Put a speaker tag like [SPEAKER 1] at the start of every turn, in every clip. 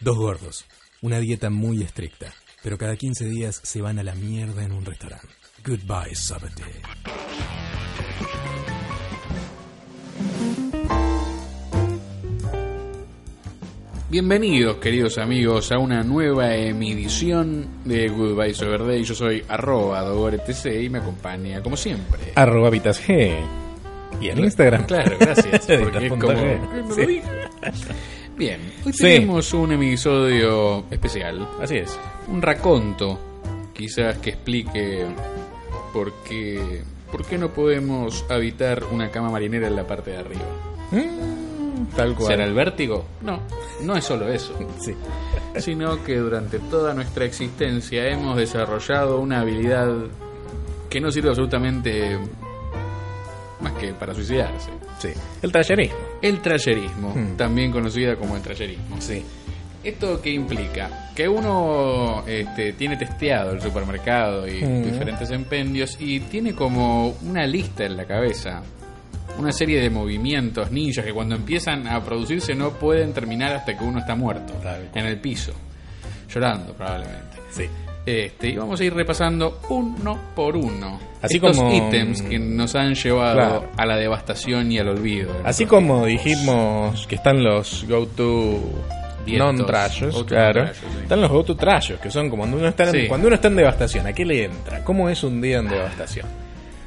[SPEAKER 1] Dos gordos, una dieta muy estricta, pero cada 15 días se van a la mierda en un restaurante. Goodbye, Sabate.
[SPEAKER 2] Bienvenidos, queridos amigos, a una nueva emisión de Goodbye Sober Day. Yo soy arroba dogoretc y me acompaña, como siempre.
[SPEAKER 3] Arroba Vitas G. Y en Instagram.
[SPEAKER 2] Claro, gracias. Porque es
[SPEAKER 3] Editas.g.
[SPEAKER 2] como... me lo
[SPEAKER 3] Sí.
[SPEAKER 2] dije. Bien, hoy
[SPEAKER 3] Sí.
[SPEAKER 2] tenemos un episodio especial.
[SPEAKER 3] Así es.
[SPEAKER 2] un raconto, quizás que explique por qué, por qué no podemos habitar una cama marinera en la parte de arriba.
[SPEAKER 3] Tal cual.
[SPEAKER 2] ¿Será el vértigo? No, no es solo eso,
[SPEAKER 3] Sí.
[SPEAKER 2] sino que durante toda nuestra existencia hemos desarrollado una habilidad que no sirve absolutamente más que para suicidarse.
[SPEAKER 3] sí. El tallerismo.
[SPEAKER 2] El trayerismo,
[SPEAKER 3] Hmm.
[SPEAKER 2] también conocida como el trayerismo.
[SPEAKER 3] Sí.
[SPEAKER 2] ¿Esto qué implica? Que uno este, tiene testeado el supermercado y
[SPEAKER 3] Mm.
[SPEAKER 2] diferentes empendios y tiene como una lista en la cabeza, una serie de movimientos ninjas que cuando empiezan a producirse no pueden terminar hasta que uno está muerto,
[SPEAKER 3] Tal cual.
[SPEAKER 2] en el piso, llorando probablemente.
[SPEAKER 3] Sí.
[SPEAKER 2] Este, y vamos a ir repasando uno por uno
[SPEAKER 3] Así
[SPEAKER 2] estos
[SPEAKER 3] como-
[SPEAKER 2] ítems que nos han llevado
[SPEAKER 3] Claro.
[SPEAKER 2] a la devastación y al olvido.
[SPEAKER 3] Así como dijimos que están los go-to
[SPEAKER 2] Dietos,
[SPEAKER 3] non-trayos,
[SPEAKER 2] go-to
[SPEAKER 3] claro.
[SPEAKER 2] non-trayos, sí.
[SPEAKER 3] Están los go-to trayos, que son como cuando uno, está en,
[SPEAKER 2] Sí.
[SPEAKER 3] cuando uno está en devastación. ¿A qué le entra? ¿Cómo es un día en devastación?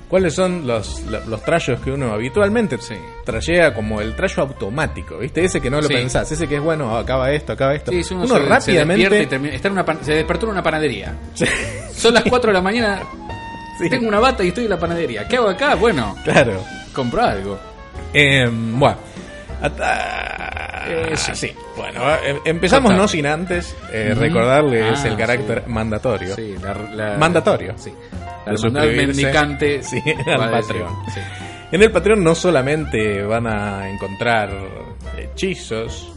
[SPEAKER 3] ¿Cuáles son los, la- los trayos que uno habitualmente
[SPEAKER 2] Sí.
[SPEAKER 3] trayea como el trayo automático? ¿Viste? Ese que no lo
[SPEAKER 2] Sí.
[SPEAKER 3] pensás, ese que es bueno, ah, acaba esto, acaba esto.
[SPEAKER 2] Sí, sí, uno,
[SPEAKER 3] uno
[SPEAKER 2] se- se
[SPEAKER 3] rápidamente.
[SPEAKER 2] despierta y termina- está en una pan- se despertó en una panadería. Son las 4 de la mañana.
[SPEAKER 3] Sí.
[SPEAKER 2] Tengo una bata y estoy en la panadería. ¿Qué hago acá? Bueno,
[SPEAKER 3] Claro.
[SPEAKER 2] compro algo.
[SPEAKER 3] Eh, bueno. Ata-
[SPEAKER 2] Eh, sí.
[SPEAKER 3] sí. Bueno, eh, empezamos
[SPEAKER 2] Total.
[SPEAKER 3] no sin antes eh,
[SPEAKER 2] Ujú.
[SPEAKER 3] recordarles
[SPEAKER 2] Ah,
[SPEAKER 3] el carácter
[SPEAKER 2] sí.
[SPEAKER 3] mandatorio.
[SPEAKER 2] Sí, la, la-
[SPEAKER 3] Mandatorio.
[SPEAKER 2] Sí.
[SPEAKER 3] De
[SPEAKER 2] La hermandad
[SPEAKER 3] suscribirse.
[SPEAKER 2] mendicante.
[SPEAKER 3] Sí,
[SPEAKER 2] va
[SPEAKER 3] al
[SPEAKER 2] a decir,
[SPEAKER 3] Patreon.
[SPEAKER 2] sí.
[SPEAKER 3] En el Patreon no solamente van a encontrar hechizos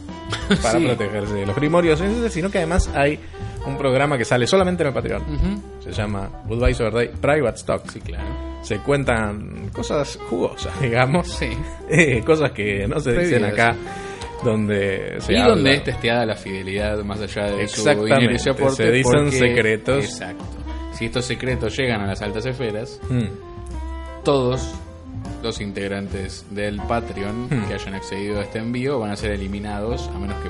[SPEAKER 3] para
[SPEAKER 2] Sí.
[SPEAKER 3] protegerse de los primorios, etcétera, sino que además hay un programa que sale solamente en el Patreon.
[SPEAKER 2] Ujú.
[SPEAKER 3] Se llama Goodbye Sober Day Private Stock.
[SPEAKER 2] Mm. Sí, claro.
[SPEAKER 3] Se cuentan cosas jugosas, digamos.
[SPEAKER 2] Sí.
[SPEAKER 3] Eh, cosas que no se dicen
[SPEAKER 2] Prohibidas.
[SPEAKER 3] acá. Donde se
[SPEAKER 2] y
[SPEAKER 3] habla.
[SPEAKER 2] donde este es testeada la fidelidad más allá de su
[SPEAKER 3] Exactamente,
[SPEAKER 2] dinero y su aporte.
[SPEAKER 3] se dicen
[SPEAKER 2] porque-
[SPEAKER 3] secretos.
[SPEAKER 2] Exacto. Si estos secretos llegan a las altas esferas,
[SPEAKER 3] Mm.
[SPEAKER 2] todos los integrantes del Patreon
[SPEAKER 3] Hmm.
[SPEAKER 2] que hayan accedido a este envío van a ser eliminados a menos que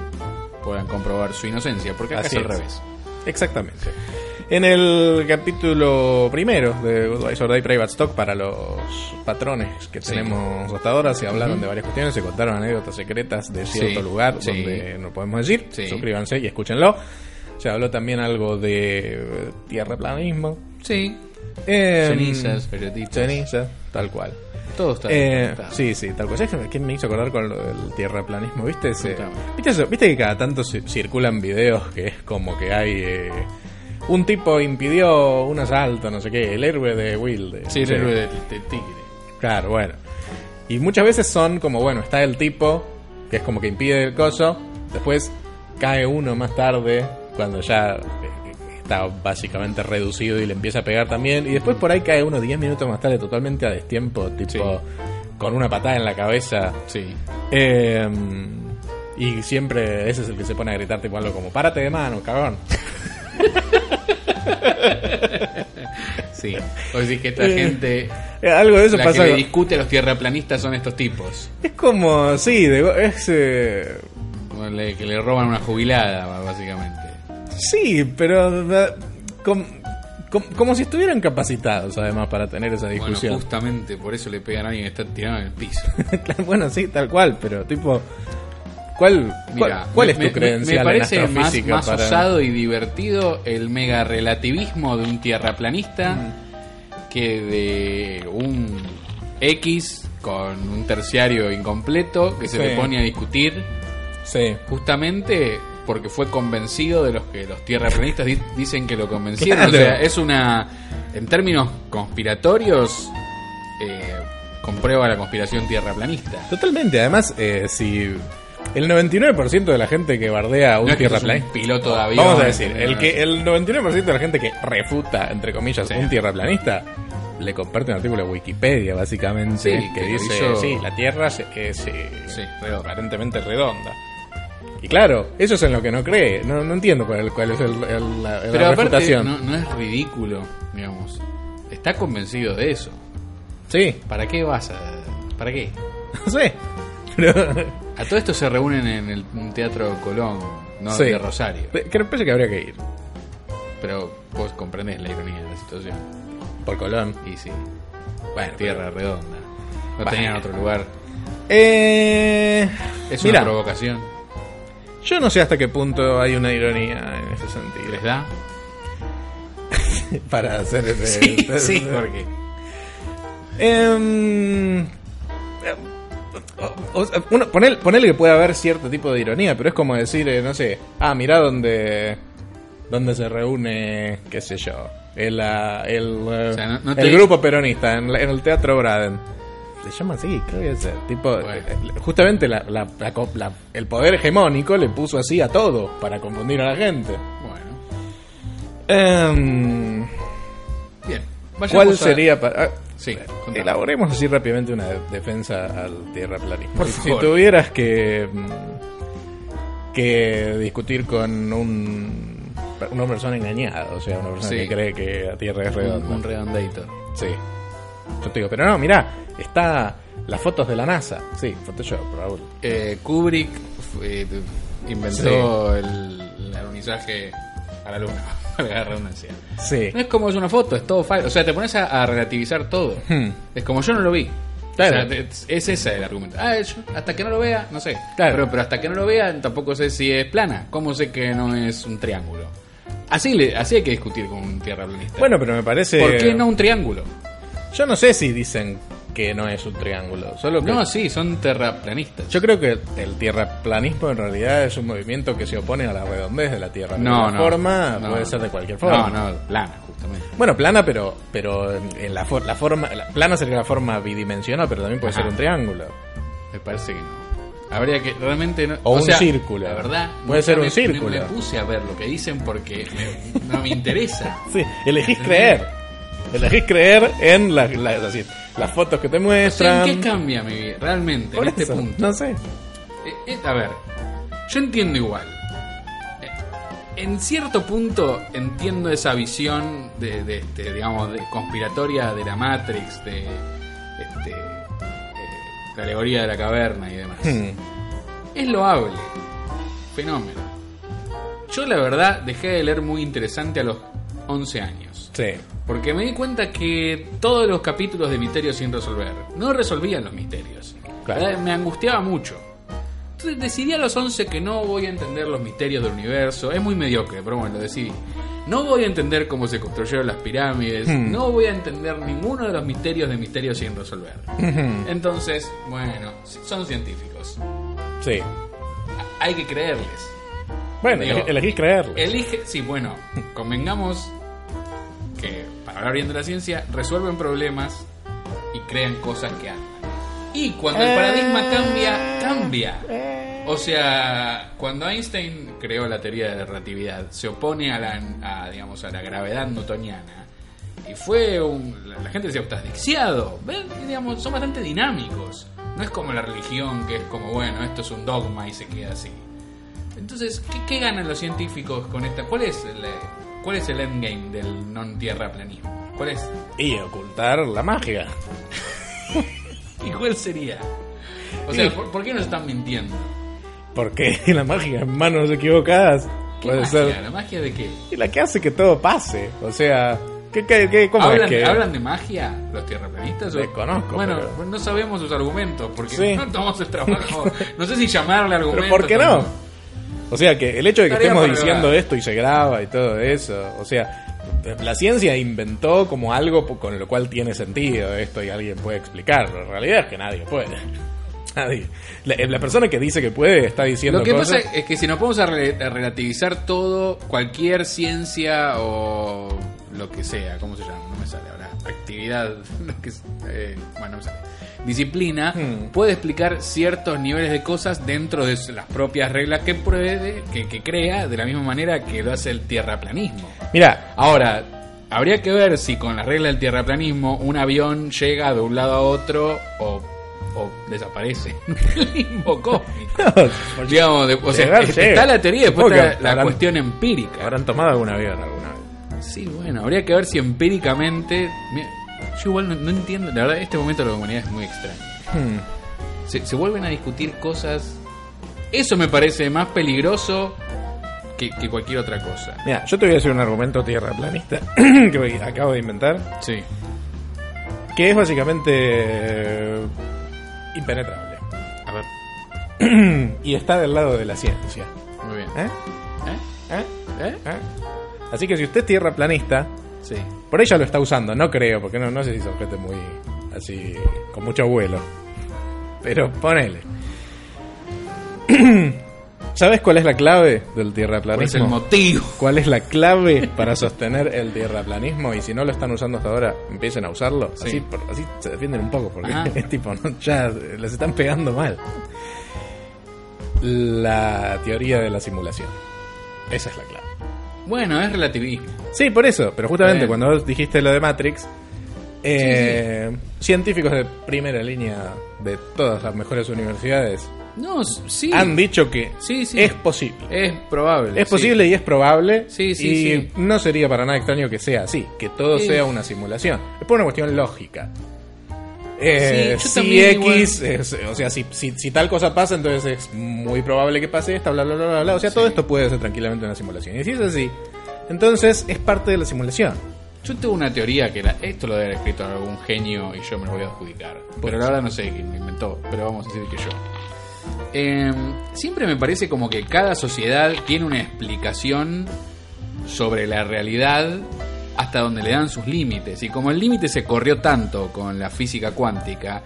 [SPEAKER 2] puedan comprobar su inocencia, porque acá
[SPEAKER 3] Así
[SPEAKER 2] es al
[SPEAKER 3] es.
[SPEAKER 2] revés.
[SPEAKER 3] Exactamente. En el capítulo primero de Goodvisor Day Private Stock para los patrones que
[SPEAKER 2] Sí.
[SPEAKER 3] tenemos hasta ahora se hablaron
[SPEAKER 2] Ujú.
[SPEAKER 3] de varias cuestiones, se contaron anécdotas secretas de cierto
[SPEAKER 2] Sí,
[SPEAKER 3] lugar
[SPEAKER 2] sí.
[SPEAKER 3] donde no podemos decir.
[SPEAKER 2] Sí.
[SPEAKER 3] Suscríbanse y escúchenlo. Se habló también algo de eh, tierra planismo.
[SPEAKER 2] Sí.
[SPEAKER 3] Eh,
[SPEAKER 2] Cenizas, galletitas.
[SPEAKER 3] Cenizas, tal cual.
[SPEAKER 2] Todo está.
[SPEAKER 3] Eh,
[SPEAKER 2] está.
[SPEAKER 3] sí, sí, tal cual. ¿Sabes qué- qué me hizo acordar con lo del tierraplanismo? ¿Viste, ese-
[SPEAKER 2] Contame.
[SPEAKER 3] ¿viste, eso? ¿Viste que cada tanto ci- circulan videos que es como que hay... eh, un tipo impidió un asalto, no sé qué, el héroe de Wilde.
[SPEAKER 2] Sí,
[SPEAKER 3] no
[SPEAKER 2] el
[SPEAKER 3] sé.
[SPEAKER 2] héroe del del tigre.
[SPEAKER 3] Claro, bueno. Y muchas veces son como, bueno, está el tipo, que es como que impide el coso, después cae uno más tarde, cuando ya eh, está básicamente reducido y le empieza a pegar también, y después por ahí cae uno 10 minutos más tarde totalmente a destiempo, tipo
[SPEAKER 2] Sí.
[SPEAKER 3] con una patada en la cabeza.
[SPEAKER 2] Sí.
[SPEAKER 3] Eh, y siempre ese es el que se pone a gritar tipo algo como, párate de mano, cagón.
[SPEAKER 2] Sí. O decir que esta
[SPEAKER 3] Eh,
[SPEAKER 2] gente.
[SPEAKER 3] Eh, algo de eso
[SPEAKER 2] la
[SPEAKER 3] pasa...
[SPEAKER 2] que le discute a los tierraplanistas son estos tipos.
[SPEAKER 3] Es como, sí, de go- es... eh,
[SPEAKER 2] Como le- que le roban una jubilada, básicamente.
[SPEAKER 3] Sí, pero eh, com- com- como si estuvieran capacitados además para tener esa
[SPEAKER 2] Bueno,
[SPEAKER 3] discusión.
[SPEAKER 2] justamente por eso le pegan a alguien que está tirado en el piso.
[SPEAKER 3] Claro, bueno, sí, tal cual, pero tipo, ¿cuál,
[SPEAKER 2] Mira,
[SPEAKER 3] cuál, cuál
[SPEAKER 2] me-
[SPEAKER 3] es tu
[SPEAKER 2] me-
[SPEAKER 3] creencia?
[SPEAKER 2] Me parece más, más
[SPEAKER 3] para...
[SPEAKER 2] osado y divertido el mega relativismo de un tierraplanista
[SPEAKER 3] Mm.
[SPEAKER 2] que de un X con un terciario incompleto que se
[SPEAKER 3] Sí.
[SPEAKER 2] le pone a discutir
[SPEAKER 3] Sí,
[SPEAKER 2] justamente porque fue convencido de los que los tierraplanistas di- dicen que lo convencieron. O sea,
[SPEAKER 3] Claro.
[SPEAKER 2] es una. En términos conspiratorios, eh, comprueba la conspiración tierraplanista.
[SPEAKER 3] Totalmente, además, eh, si el 99% de la gente que bardea a un
[SPEAKER 2] No es que sos
[SPEAKER 3] tierraplanista.
[SPEAKER 2] piloto de avión. eh,
[SPEAKER 3] Vamos a decir,
[SPEAKER 2] ¿entendés?
[SPEAKER 3] el, que, el 99% de la gente que refuta, entre comillas,
[SPEAKER 2] Sí.
[SPEAKER 3] un tierraplanista, le comparte un artículo de Wikipedia, básicamente,
[SPEAKER 2] Sí,
[SPEAKER 3] que
[SPEAKER 2] que lo
[SPEAKER 3] dice,
[SPEAKER 2] hizo-
[SPEAKER 3] sí, la Tierra se- es eh,
[SPEAKER 2] Sí, redonda.
[SPEAKER 3] aparentemente redonda. Y claro, eso es en lo que no cree. No, no entiendo cuál, cuál es el, el- la, la
[SPEAKER 2] Pero aparte,
[SPEAKER 3] refutación.
[SPEAKER 2] no, no es ridículo, digamos. Está convencido de eso.
[SPEAKER 3] Sí,
[SPEAKER 2] ¿Para qué vas a.? ¿Para qué?
[SPEAKER 3] no sé. Pero-
[SPEAKER 2] A todo esto se reúnen en el un Teatro Colón, no
[SPEAKER 3] sí.
[SPEAKER 2] de Rosario.
[SPEAKER 3] Pe- Creo parece que habría que ir.
[SPEAKER 2] Pero vos comprendés la ironía de la situación.
[SPEAKER 3] Por Colón.
[SPEAKER 2] Y sí. Bueno,
[SPEAKER 3] pero-
[SPEAKER 2] tierra redonda. No
[SPEAKER 3] Bueno.
[SPEAKER 2] tenían otro lugar.
[SPEAKER 3] Eh,
[SPEAKER 2] Es
[SPEAKER 3] mirá,
[SPEAKER 2] una provocación.
[SPEAKER 3] yo no sé hasta qué punto hay una ironía en ese sentido.
[SPEAKER 2] ¿Les da?
[SPEAKER 3] Para hacer este- el- el-
[SPEAKER 2] porque.
[SPEAKER 3] Em, o- o- uno- ponele, ponele que puede haber cierto tipo de ironía, pero es como decir, eh, no sé, ah, mirá donde, donde se reúne, qué sé yo, el, ah, el, eh,
[SPEAKER 2] sea, no- no
[SPEAKER 3] el
[SPEAKER 2] te-
[SPEAKER 3] grupo peronista en, la- en el Teatro Braden. Se llama así, creo que es eh, tipo,
[SPEAKER 2] Bueno.
[SPEAKER 3] eh, eh, justamente la- la- la co- la- el poder hegemónico le puso así a todo, para confundir a la gente.
[SPEAKER 2] Bueno.
[SPEAKER 3] Em,
[SPEAKER 2] Bien. Vayamos
[SPEAKER 3] ¿Cuál
[SPEAKER 2] a-
[SPEAKER 3] sería para.? ah,
[SPEAKER 2] Sí,
[SPEAKER 3] eh,
[SPEAKER 2] contame.
[SPEAKER 3] elaboremos así rápidamente una defensa al tierraplanismo.
[SPEAKER 2] Por
[SPEAKER 3] si,
[SPEAKER 2] favor.
[SPEAKER 3] si tuvieras que. mm, que discutir con un. una persona engañada, o sea, una persona
[SPEAKER 2] Sí.
[SPEAKER 3] que cree que la Tierra es
[SPEAKER 2] Un,
[SPEAKER 3] redonda.
[SPEAKER 2] un redondator.
[SPEAKER 3] Sí. Yo te digo, pero no, mirá, está. las fotos de la NASA. Sí, Photoshop, Raúl.
[SPEAKER 2] Eh, Kubrick eh, inventó el, el alunizaje a la luna. Valga la redundancia.
[SPEAKER 3] Sí.
[SPEAKER 2] No es como es una foto, es todo falso. O sea, te pones a, a relativizar todo.
[SPEAKER 3] Hmm.
[SPEAKER 2] Es como yo no lo vi.
[SPEAKER 3] Claro.
[SPEAKER 2] O sea, es- es ese el argumento. Ah, yo- hasta que no lo vea, no sé.
[SPEAKER 3] Claro.
[SPEAKER 2] Pero, pero hasta que no lo vea, tampoco sé si es plana. ¿Cómo sé que no es un triángulo? Así, le, así hay que discutir con un tierraplanista.
[SPEAKER 3] Bueno, pero eh, me parece.
[SPEAKER 2] ¿por qué no un triángulo?
[SPEAKER 3] Yo no sé si dicen que no es un triángulo. Solo que
[SPEAKER 2] No, sí, son terraplanistas.
[SPEAKER 3] Yo creo que el tierraplanismo en realidad es un movimiento que se opone a la redondez de la Tierra. De
[SPEAKER 2] no,
[SPEAKER 3] alguna
[SPEAKER 2] no.
[SPEAKER 3] forma
[SPEAKER 2] No.
[SPEAKER 3] puede ser de cualquier forma.
[SPEAKER 2] No, no, plana, justamente.
[SPEAKER 3] Bueno, plana, pero pero en la, for- la forma la- plana sería la forma bidimensional, pero también puede
[SPEAKER 2] Ajá.
[SPEAKER 3] ser un triángulo
[SPEAKER 2] Me parece que no. Habría que realmente no-
[SPEAKER 3] O un círculo.
[SPEAKER 2] La verdad. nunca
[SPEAKER 3] Puede ser un
[SPEAKER 2] me- me-
[SPEAKER 3] círculo.
[SPEAKER 2] Me, puse a ver lo que dicen porque me- no me interesa.
[SPEAKER 3] Sí, elegís creer. Elegís creer en la- la- es decir, las fotos que te
[SPEAKER 2] O sea,
[SPEAKER 3] muestran.
[SPEAKER 2] ¿En qué cambia mi vida realmente
[SPEAKER 3] Por
[SPEAKER 2] en este
[SPEAKER 3] eso,
[SPEAKER 2] punto?
[SPEAKER 3] No sé.
[SPEAKER 2] Eh, eh, a ver, yo entiendo igual. Eh, En cierto punto entiendo esa visión de, de, este, digamos, de conspiratoria de la Matrix, de este, eh, la alegoría de la caverna y demás.
[SPEAKER 3] Hmm.
[SPEAKER 2] Es loable. Fenómeno. Yo la verdad dejé de leer muy interesante a los 11 años.
[SPEAKER 3] Sí.
[SPEAKER 2] Porque me di cuenta que todos los capítulos de Misterios sin resolver no resolvían los misterios.
[SPEAKER 3] Claro.
[SPEAKER 2] ¿Verdad? Me angustiaba mucho. Entonces decidí a los 11 que no voy a entender los misterios del universo. Es muy mediocre, pero bueno, lo decidí. No voy a entender cómo se construyeron las pirámides.
[SPEAKER 3] Hmm.
[SPEAKER 2] No voy a entender ninguno de los misterios de Misterios sin resolver. Entonces, bueno, son científicos.
[SPEAKER 3] Sí.
[SPEAKER 2] Hay que creerles.
[SPEAKER 3] Bueno,
[SPEAKER 2] Digo, eh,
[SPEAKER 3] elegís creerlo.
[SPEAKER 2] Elige, sí, bueno, convengamos que para hablar bien de la ciencia, resuelven problemas y crean cosas que andan. Y cuando el paradigma cambia, cambia. O sea, cuando Einstein creó la teoría de la relatividad, se opone a la, a, digamos, a la gravedad newtoniana. Y fue un... La, la gente decía, estás asfixiado. ¿Ven? Y, Digamos, son bastante dinámicos. No es como la religión, que es como, bueno, esto es un dogma y se queda así. Entonces, ¿qué, qué ganan los científicos con esta? ¿Cuál es el, eh, cuál es el endgame del non-tierraplanismo? ¿Cuál es?
[SPEAKER 3] Y ocultar la magia.
[SPEAKER 2] ¿Y cuál sería? O
[SPEAKER 3] Y-
[SPEAKER 2] sea, ¿por, por qué nos están mintiendo?
[SPEAKER 3] Porque la magia en manos equivocadas
[SPEAKER 2] ¿Qué
[SPEAKER 3] puede
[SPEAKER 2] magia?
[SPEAKER 3] ser
[SPEAKER 2] ¿La magia de qué?
[SPEAKER 3] Y la que hace que todo pase. O sea, ¿qué, qué, qué- cómo
[SPEAKER 2] ¿Hablan,
[SPEAKER 3] es que.?
[SPEAKER 2] hablan de magia los tierraplanistas? o-
[SPEAKER 3] Desconozco,
[SPEAKER 2] Bueno,
[SPEAKER 3] pero-
[SPEAKER 2] no sabemos sus argumentos porque
[SPEAKER 3] Sí.
[SPEAKER 2] no tomamos el trabajo. No sé si llamarle
[SPEAKER 3] Pero
[SPEAKER 2] argumentos.
[SPEAKER 3] ¿por qué no?
[SPEAKER 2] tampoco.
[SPEAKER 3] O sea, que el hecho de que
[SPEAKER 2] Tarea
[SPEAKER 3] estemos
[SPEAKER 2] para
[SPEAKER 3] diciendo
[SPEAKER 2] evaluar.
[SPEAKER 3] esto y se graba y todo eso. O sea, la ciencia inventó como algo po- con lo cual tiene sentido esto y alguien puede explicarlo. En realidad es que nadie puede. Nadie. La, eh, la persona que dice que puede está diciendo
[SPEAKER 2] Lo que
[SPEAKER 3] cosas.
[SPEAKER 2] pasa es que si nos vamos a, re- a relativizar todo, cualquier ciencia o lo que sea, ¿cómo se llama? No me sale ahora. Actividad, lo que es- eh, bueno, no me sale. Disciplina
[SPEAKER 3] Hmm.
[SPEAKER 2] puede explicar ciertos niveles de cosas dentro de las propias reglas que pruebe, que, que crea, de la misma manera que lo hace el tierraplanismo.
[SPEAKER 3] Mira,
[SPEAKER 2] Ahora, habría que ver si con la regla del tierraplanismo un avión llega de un lado a otro o, o desaparece. El limbo cósmico. Digamos, de- o sea,
[SPEAKER 3] Llegar,
[SPEAKER 2] es-
[SPEAKER 3] llega.
[SPEAKER 2] está la teoría y después
[SPEAKER 3] Supongo que
[SPEAKER 2] está la, la
[SPEAKER 3] habrán-
[SPEAKER 2] cuestión empírica.
[SPEAKER 3] habrán tomado alguna birra alguna vez.
[SPEAKER 2] Sí, bueno, habría que ver si empíricamente. Mira, Yo igual no, no entiendo, la verdad, este momento de la humanidad es muy extraño.
[SPEAKER 3] Hmm.
[SPEAKER 2] Se, se vuelven a discutir cosas. Eso me parece más peligroso que, que cualquier otra cosa.
[SPEAKER 3] Mira, yo te voy a decir un argumento tierraplanista que me acabo de inventar,
[SPEAKER 2] Sí.
[SPEAKER 3] que es básicamente eh, impenetrable.
[SPEAKER 2] A ver,
[SPEAKER 3] Y está del lado de la ciencia.
[SPEAKER 2] muy bien.
[SPEAKER 3] ¿Eh?
[SPEAKER 2] ¿Eh?
[SPEAKER 3] ¿Eh?
[SPEAKER 2] ¿Eh?
[SPEAKER 3] ¿Eh? Así que si usted es tierraplanista,
[SPEAKER 2] Sí.
[SPEAKER 3] por ahí ya lo está usando, no creo, porque no, no sé si son gente muy así, con mucho vuelo. Pero ponele. ¿Sabes cuál es la clave del
[SPEAKER 2] ¿Cuál es el
[SPEAKER 3] tierraplanismo?
[SPEAKER 2] motivo?
[SPEAKER 3] ¿Cuál es la clave para sostener el tierraplanismo? Y si no lo están usando hasta ahora, empiecen a usarlo.
[SPEAKER 2] Sí.
[SPEAKER 3] Así, por- así se defienden un poco, porque
[SPEAKER 2] Ajá.
[SPEAKER 3] es tipo, no, ya les están pegando mal. La teoría de la simulación. Esa es la clave.
[SPEAKER 2] Bueno, es relativismo.
[SPEAKER 3] Sí, por eso. Pero justamente
[SPEAKER 2] Bien.
[SPEAKER 3] cuando vos dijiste lo de Matrix, eh, científicos de primera línea de todas las mejores universidades
[SPEAKER 2] No, s- sí.
[SPEAKER 3] han dicho que
[SPEAKER 2] Sí, sí.
[SPEAKER 3] es posible.
[SPEAKER 2] Es probable.
[SPEAKER 3] Es
[SPEAKER 2] sí.
[SPEAKER 3] posible y es probable.
[SPEAKER 2] Sí, sí,
[SPEAKER 3] y
[SPEAKER 2] sí.
[SPEAKER 3] no sería para nada extraño que sea así, que todo
[SPEAKER 2] Sí.
[SPEAKER 3] sea una simulación. Es por una cuestión lógica. Eh,
[SPEAKER 2] Sí, yo
[SPEAKER 3] si
[SPEAKER 2] también
[SPEAKER 3] X, es- o sea, si, si- si tal cosa pasa, entonces es muy probable que pase esta, bla, bla, bla, bla, bla. O sea, todo esto puede ser tranquilamente una simulación. Y si es así, entonces es parte de la simulación.
[SPEAKER 2] Yo tengo una teoría que la- esto lo debe haber escrito algún genio y yo me lo voy a adjudicar.
[SPEAKER 3] Pues.
[SPEAKER 2] Pero la verdad no sé quién lo inventó, pero vamos a decir que yo. Eh, siempre me parece como que cada sociedad tiene una explicación sobre la realidad hasta donde le dan sus límites. Y como el límite se corrió tanto con la física cuántica,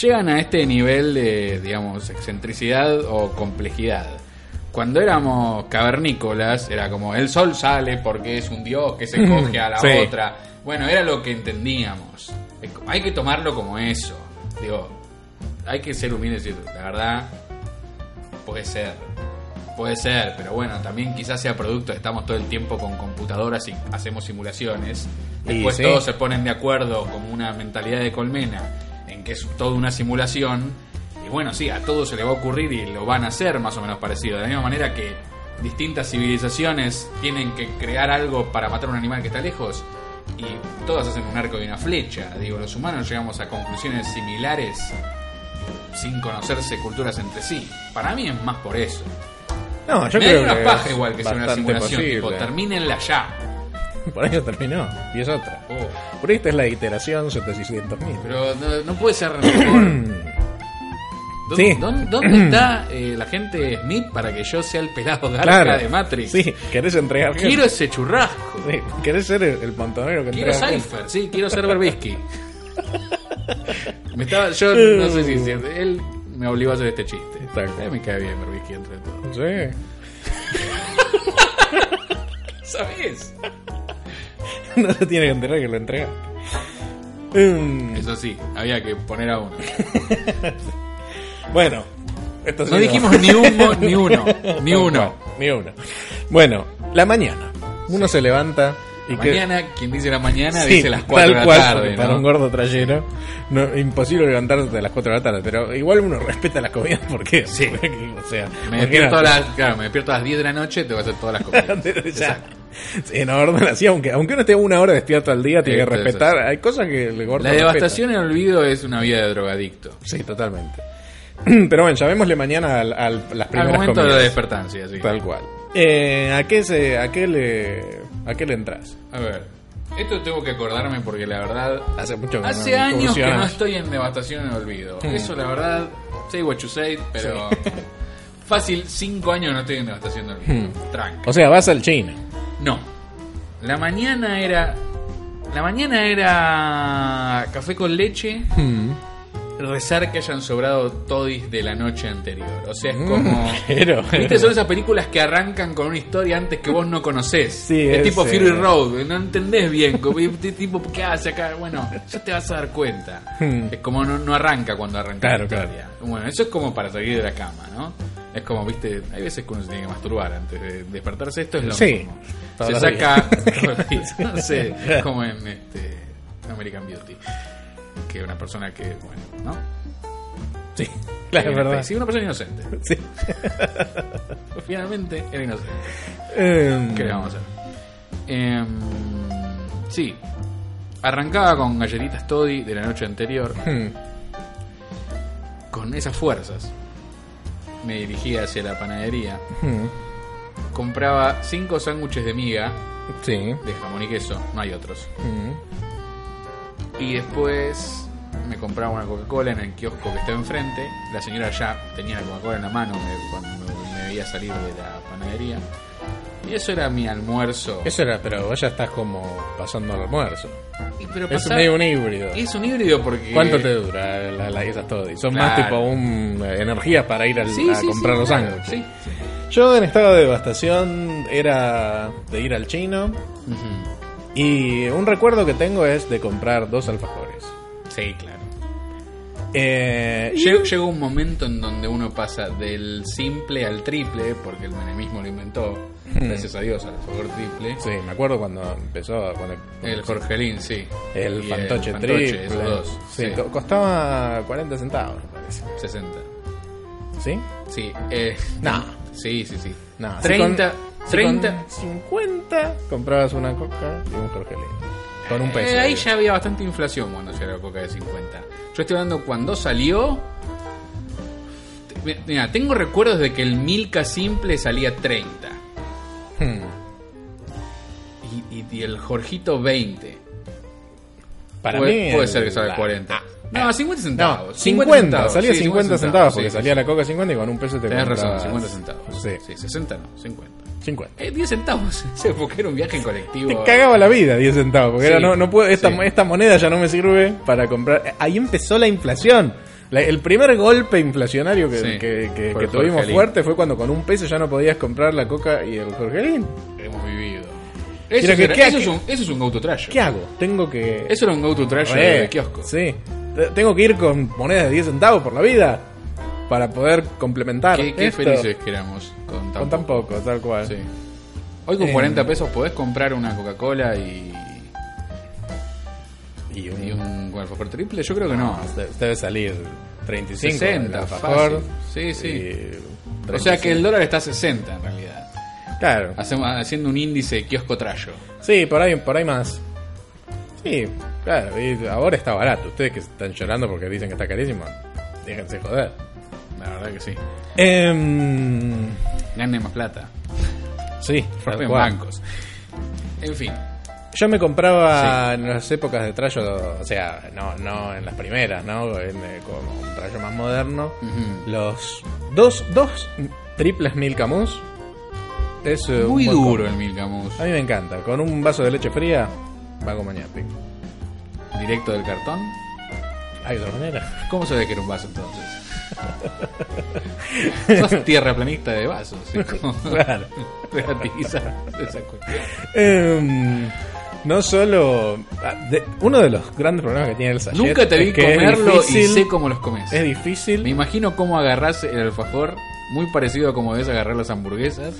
[SPEAKER 2] llegan a este nivel de, digamos, excentricidad o complejidad. Cuando éramos cavernícolas, era como el sol sale porque es un dios que se coge a la
[SPEAKER 3] Sí.
[SPEAKER 2] otra. Bueno, era lo que entendíamos. Es co- Hay que tomarlo como eso. Digo, hay que ser humildes y decir, la verdad, puede ser. Puede ser, pero bueno, también quizás sea producto de estamos todo el tiempo con computadoras y hacemos simulaciones.
[SPEAKER 3] Y
[SPEAKER 2] Después
[SPEAKER 3] sí.
[SPEAKER 2] todos se ponen de acuerdo como una mentalidad de colmena en que es toda una simulación. Y bueno, sí, a todos se le va a ocurrir y lo van a hacer más o menos parecido. De la misma manera que distintas civilizaciones tienen que crear algo para matar a un animal que está lejos y todas hacen un arco y una flecha. Digo, los humanos llegamos a conclusiones similares sin conocerse culturas entre sí. Para mí es más por eso.
[SPEAKER 3] No, yo
[SPEAKER 2] Me
[SPEAKER 3] creo
[SPEAKER 2] daría una
[SPEAKER 3] que
[SPEAKER 2] paja
[SPEAKER 3] es
[SPEAKER 2] igual que sea una
[SPEAKER 3] bastante
[SPEAKER 2] simulación. Tipo,
[SPEAKER 3] posible.
[SPEAKER 2] termínenla ya.
[SPEAKER 3] Por ahí ya terminó. Y es otra.
[SPEAKER 2] Oh,
[SPEAKER 3] Por ahí esta es la iteración 700.000.
[SPEAKER 2] pero no, no puede ser mejor. ¿Dó-
[SPEAKER 3] Sí.
[SPEAKER 2] dón- ¿Dónde está eh, la gente de Smith para que yo sea el pelado garca
[SPEAKER 3] Claro.
[SPEAKER 2] de Matrix?
[SPEAKER 3] Sí, querés entregar gente.
[SPEAKER 2] Quiero ese churrasco.
[SPEAKER 3] Sí, querés ser el, el montonero que
[SPEAKER 2] Quiero
[SPEAKER 3] entrega gente.
[SPEAKER 2] Cypher, sí, quiero ser Berbisky. me estaba, yo
[SPEAKER 3] Uh.
[SPEAKER 2] no sé si es cierto. Él me obligó a hacer este chiste.
[SPEAKER 3] Tal cual.
[SPEAKER 2] Eh, me cae bien Berbisky entre todos.
[SPEAKER 3] Sí.
[SPEAKER 2] ¿Sabes?
[SPEAKER 3] No se tiene que enterar que lo entrega. Mm,
[SPEAKER 2] Eso sí, había que poner a uno.
[SPEAKER 3] bueno, esto sí
[SPEAKER 2] No dijimos ni uno, ni uno, ni uno.
[SPEAKER 3] Ni uno. Bueno, la mañana. Uno se levanta y que.
[SPEAKER 2] Mañana, quien dice la mañana,
[SPEAKER 3] Sí,
[SPEAKER 2] dice las 4 de
[SPEAKER 3] tal
[SPEAKER 2] la
[SPEAKER 3] cual,
[SPEAKER 2] tarde.
[SPEAKER 3] Para
[SPEAKER 2] ¿no?
[SPEAKER 3] un gordo trayero, no, imposible levantarte a las 4 de la tarde. Pero igual uno respeta las comidas porque.
[SPEAKER 2] Sí.
[SPEAKER 3] o sea,
[SPEAKER 2] Me
[SPEAKER 3] porque
[SPEAKER 2] despierto,
[SPEAKER 3] no-
[SPEAKER 2] a las, claro, me despierto a las 10 de la noche, tengo que hacer todas las comidas.
[SPEAKER 3] Pero ya. Sí, no, gordo, así, aunque, aunque uno esté una hora despierto al día, tiene que
[SPEAKER 2] Entonces,
[SPEAKER 3] respetar. Hay cosas que el gordo
[SPEAKER 2] La
[SPEAKER 3] respeta.
[SPEAKER 2] devastación y el olvido es una vida de drogadicto.
[SPEAKER 3] Sí, totalmente. Pero bueno, llamémosle mañana al, al- las
[SPEAKER 2] Al
[SPEAKER 3] primeras
[SPEAKER 2] momento de
[SPEAKER 3] comidas.
[SPEAKER 2] la despertancia, sí.
[SPEAKER 3] Tal cual. Eh, ¿a, qué se, a, qué le, ¿A qué le entras?
[SPEAKER 2] A ver, esto tengo que acordarme porque la verdad.
[SPEAKER 3] Hace mucho que
[SPEAKER 2] Hace
[SPEAKER 3] no- Hmm. no
[SPEAKER 2] años que
[SPEAKER 3] funciona.
[SPEAKER 2] no estoy en devastación y el olvido. Eso, la verdad, say what you say, pero. Fácil, 5 años no estoy en devastación y olvido. Tranca.
[SPEAKER 3] O sea, vas al chino.
[SPEAKER 2] No. La mañana era. La mañana era café con leche rezar que hayan sobrado todis de la noche anterior. O sea, es como.
[SPEAKER 3] Pero.
[SPEAKER 2] ¿Viste? Son esas películas que arrancan con una historia antes que vos no conocés.
[SPEAKER 3] Sí,
[SPEAKER 2] es
[SPEAKER 3] ese.
[SPEAKER 2] tipo Fury Road, no entendés bien. como, Este tipo, ¿qué hace acá? Bueno, ya te vas a dar cuenta.
[SPEAKER 3] Hmm.
[SPEAKER 2] Es como no, no arranca cuando arranca
[SPEAKER 3] Claro,
[SPEAKER 2] la historia. Bueno, eso es como para salir de la cama, ¿no? Es como, viste, hay veces que uno se tiene que masturbar antes de despertarse. Esto es lo
[SPEAKER 3] Sí,
[SPEAKER 2] mismo.
[SPEAKER 3] todos
[SPEAKER 2] Se
[SPEAKER 3] los
[SPEAKER 2] saca, todos los días, no sé, como en este American Beauty. Que una persona que, bueno, ¿no?
[SPEAKER 3] Sí, claro, es
[SPEAKER 2] Que,
[SPEAKER 3] verdad.
[SPEAKER 2] Sí, una persona inocente. Pues
[SPEAKER 3] Sí.
[SPEAKER 2] Finalmente era inocente.
[SPEAKER 3] Em,
[SPEAKER 2] ¿Qué le vamos a hacer? Em, sí. Arrancaba con galletitas Toddy de la noche anterior.
[SPEAKER 3] hmm,
[SPEAKER 2] Con esas fuerzas me dirigía hacia la panadería.
[SPEAKER 3] hmm,
[SPEAKER 2] Compraba cinco sándwiches de miga
[SPEAKER 3] Sí.
[SPEAKER 2] de jamón y queso, no hay otros.
[SPEAKER 3] hmm,
[SPEAKER 2] Y después me compraba una Coca-Cola en el kiosco que estaba enfrente. La señora ya tenía la Coca-Cola en la mano me- cuando me, me veía salir de la panadería. Y eso era mi almuerzo.
[SPEAKER 3] Eso era, pero vos ya estás como pasando el almuerzo.
[SPEAKER 2] Y pero
[SPEAKER 3] Es
[SPEAKER 2] pasaba-
[SPEAKER 3] medio un híbrido.
[SPEAKER 2] es un híbrido porque...
[SPEAKER 3] ¿Cuánto te dura la, la- esas toddy? Son más
[SPEAKER 2] Claro.
[SPEAKER 3] tipo un, eh, energía para ir al-
[SPEAKER 2] Sí,
[SPEAKER 3] a
[SPEAKER 2] sí,
[SPEAKER 3] comprar
[SPEAKER 2] sí,
[SPEAKER 3] los
[SPEAKER 2] claro,
[SPEAKER 3] sándwiches.
[SPEAKER 2] sí.
[SPEAKER 3] Yo en estado de devastación era de ir al chino.
[SPEAKER 2] Ujú.
[SPEAKER 3] Y un recuerdo que tengo es de comprar dos alfajores.
[SPEAKER 2] Sí, claro.
[SPEAKER 3] Eh, y-
[SPEAKER 2] Llega, llega un momento en donde uno pasa del simple al triple, porque el menemismo lo inventó, gracias a Dios, al favor triple.
[SPEAKER 3] Hmm. sí, me acuerdo cuando empezó con el,
[SPEAKER 2] El Jorgelín, sí.
[SPEAKER 3] el
[SPEAKER 2] Y
[SPEAKER 3] fantoche
[SPEAKER 2] el
[SPEAKER 3] triple.
[SPEAKER 2] esos dos.
[SPEAKER 3] Sí,
[SPEAKER 2] Sí,
[SPEAKER 3] co- costaba 40 centavos, me parece.
[SPEAKER 2] 60.
[SPEAKER 3] ¿Sí?
[SPEAKER 2] Sí, eh,
[SPEAKER 3] No.
[SPEAKER 2] sí, sí, sí.
[SPEAKER 3] No, si
[SPEAKER 2] 30,
[SPEAKER 3] con- si
[SPEAKER 2] 30.
[SPEAKER 3] con 50 comprabas una coca y un jorgelín. Con un peso.
[SPEAKER 2] Eh, ahí
[SPEAKER 3] digo.
[SPEAKER 2] ya había bastante inflación cuando se la coca de 50. Yo estoy hablando cuando salió. Te- Mira, tengo recuerdos de que el Milka simple salía 30
[SPEAKER 3] Hmm.
[SPEAKER 2] y, y- y el Jorgito 20.
[SPEAKER 3] Para
[SPEAKER 2] puede,
[SPEAKER 3] mí.
[SPEAKER 2] puede
[SPEAKER 3] el-
[SPEAKER 2] ser que salga
[SPEAKER 3] la-
[SPEAKER 2] 40.
[SPEAKER 3] ah,
[SPEAKER 2] No, 50 centavos.
[SPEAKER 3] No, 50, salía
[SPEAKER 2] sí,
[SPEAKER 3] 50 centavos porque
[SPEAKER 2] sí, sí,
[SPEAKER 3] salía
[SPEAKER 2] sí.
[SPEAKER 3] la coca 50 y con un peso te
[SPEAKER 2] Tenés razón,
[SPEAKER 3] comprabas-
[SPEAKER 2] 50 centavos.
[SPEAKER 3] Sí,
[SPEAKER 2] Sí, 60 no, 50.
[SPEAKER 3] 50.
[SPEAKER 2] Eh, 10 centavos, o sea, porque era un viaje en colectivo.
[SPEAKER 3] Te cagaba la vida 10 centavos, porque
[SPEAKER 2] Sí,
[SPEAKER 3] era, no, no puedo, esta,
[SPEAKER 2] sí.
[SPEAKER 3] esta moneda ya no me sirve para comprar. Ahí empezó la inflación. La- el primer golpe inflacionario que,
[SPEAKER 2] Sí,
[SPEAKER 3] que- que-
[SPEAKER 2] por
[SPEAKER 3] que
[SPEAKER 2] el
[SPEAKER 3] tuvimos
[SPEAKER 2] Jorgelín.
[SPEAKER 3] fuerte fue cuando con un peso ya no podías comprar la coca y el jorgelín.
[SPEAKER 2] Hemos vivido. Eso,
[SPEAKER 3] Mira que-
[SPEAKER 2] era-
[SPEAKER 3] ¿qué-
[SPEAKER 2] eso
[SPEAKER 3] qué-
[SPEAKER 2] es un, eso es un auto trash.
[SPEAKER 3] ¿Qué hago? Tengo que...
[SPEAKER 2] Eso era un auto trash
[SPEAKER 3] Re,
[SPEAKER 2] de kiosco.
[SPEAKER 3] Sí. T- Tengo que ir con monedas de 10 centavos por la vida para poder complementar.
[SPEAKER 2] Qué, qué
[SPEAKER 3] esto.
[SPEAKER 2] felices que éramos con tan
[SPEAKER 3] Con tan poco, tal cual.
[SPEAKER 2] Sí. Hoy con
[SPEAKER 3] Eh,
[SPEAKER 2] 40 pesos podés comprar una Coca-Cola y,
[SPEAKER 3] Y un,
[SPEAKER 2] y un alfajor triple. Yo creo que no.
[SPEAKER 3] de- debe salir 35
[SPEAKER 2] 60,
[SPEAKER 3] el
[SPEAKER 2] fácil. Sí, sí.
[SPEAKER 3] y
[SPEAKER 2] O sea que el
[SPEAKER 3] 35.
[SPEAKER 2] dólar está a 60 en realidad.
[SPEAKER 3] Claro.
[SPEAKER 2] Hacemos, haciendo un índice de kiosco trayo.
[SPEAKER 3] Sí, por ahí, por ahí más. Sí, claro. y ahora está barato. Ustedes que están llorando porque dicen que está carísimo, déjense joder.
[SPEAKER 2] La verdad que sí.
[SPEAKER 3] Em,
[SPEAKER 2] Ganen más plata.
[SPEAKER 3] sí, tal
[SPEAKER 2] Rompen
[SPEAKER 3] cual.
[SPEAKER 2] bancos. En fin.
[SPEAKER 3] Yo me compraba en las épocas de trayo, o sea, no, no en las primeras, ¿no? En, eh, como un trayo más moderno.
[SPEAKER 2] Ujú.
[SPEAKER 3] Los dos, dos triples mil camus. Es eh, un
[SPEAKER 2] Muy
[SPEAKER 3] buen
[SPEAKER 2] duro
[SPEAKER 3] combo.
[SPEAKER 2] el Milcamus.
[SPEAKER 3] A mí me encanta. Con un vaso de leche fría, va con mañate.
[SPEAKER 2] Directo del cartón.
[SPEAKER 3] Hay otra manera.
[SPEAKER 2] ¿Cómo sabés que era un vaso entonces? Sos tierra planista de vasos. es como-
[SPEAKER 3] Claro.
[SPEAKER 2] Relativizar esa cuestión.
[SPEAKER 3] Em, no solo. ah, de- uno de los grandes problemas que tiene el sachet
[SPEAKER 2] Nunca te vi
[SPEAKER 3] es que es
[SPEAKER 2] comerlo y
[SPEAKER 3] difícil-
[SPEAKER 2] sé cómo los comes.
[SPEAKER 3] Es
[SPEAKER 2] Me
[SPEAKER 3] difícil.
[SPEAKER 2] imagino cómo agarrás el alfajor, muy parecido a como debes agarrar las hamburguesas.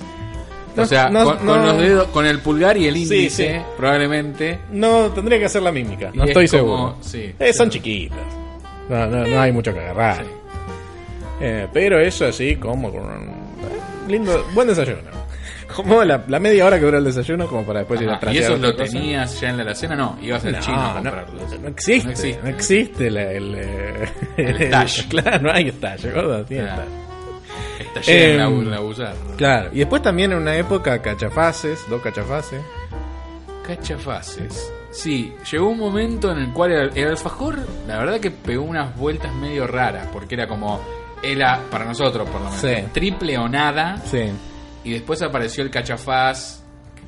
[SPEAKER 3] No,
[SPEAKER 2] o sea,
[SPEAKER 3] no,
[SPEAKER 2] con, con
[SPEAKER 3] no.
[SPEAKER 2] los dedos, con el pulgar y el índice,
[SPEAKER 3] sí.
[SPEAKER 2] probablemente.
[SPEAKER 3] No, tendría que hacer la mímica. No
[SPEAKER 2] Y es
[SPEAKER 3] estoy
[SPEAKER 2] como-
[SPEAKER 3] seguro.
[SPEAKER 2] sí.
[SPEAKER 3] Eh, son chiquitas. No, no, no hay mucho que agarrar.
[SPEAKER 2] Sí.
[SPEAKER 3] Eh, pero eso así, como con un eh, lindo, buen desayuno. Como la, la media hora que dura el desayuno, como para después ir a
[SPEAKER 2] Ajá, ¿Y
[SPEAKER 3] trastear
[SPEAKER 2] eso lo
[SPEAKER 3] otra cosa.
[SPEAKER 2] tenías ya en la alacena? No, ibas al chino a
[SPEAKER 3] No, no,
[SPEAKER 2] comprarlos.
[SPEAKER 3] no existe.
[SPEAKER 2] No existe.
[SPEAKER 3] No existe, la- el, eh,
[SPEAKER 2] El estalle.
[SPEAKER 3] Claro, no hay estalle, gordo. tiene
[SPEAKER 2] Claro.
[SPEAKER 3] estalle.
[SPEAKER 2] Está llena
[SPEAKER 3] Em,
[SPEAKER 2] la, la buzarra.
[SPEAKER 3] Claro. Y después también en una época, cachafaces, dos cachafaces.
[SPEAKER 2] Cachafaces. Sí, llegó un momento en el cual el, el alfajor, la verdad que pegó unas vueltas medio raras, porque era como, era para nosotros por lo menos,
[SPEAKER 3] Sí.
[SPEAKER 2] triple o nada,
[SPEAKER 3] Sí.
[SPEAKER 2] y después apareció el cachafaz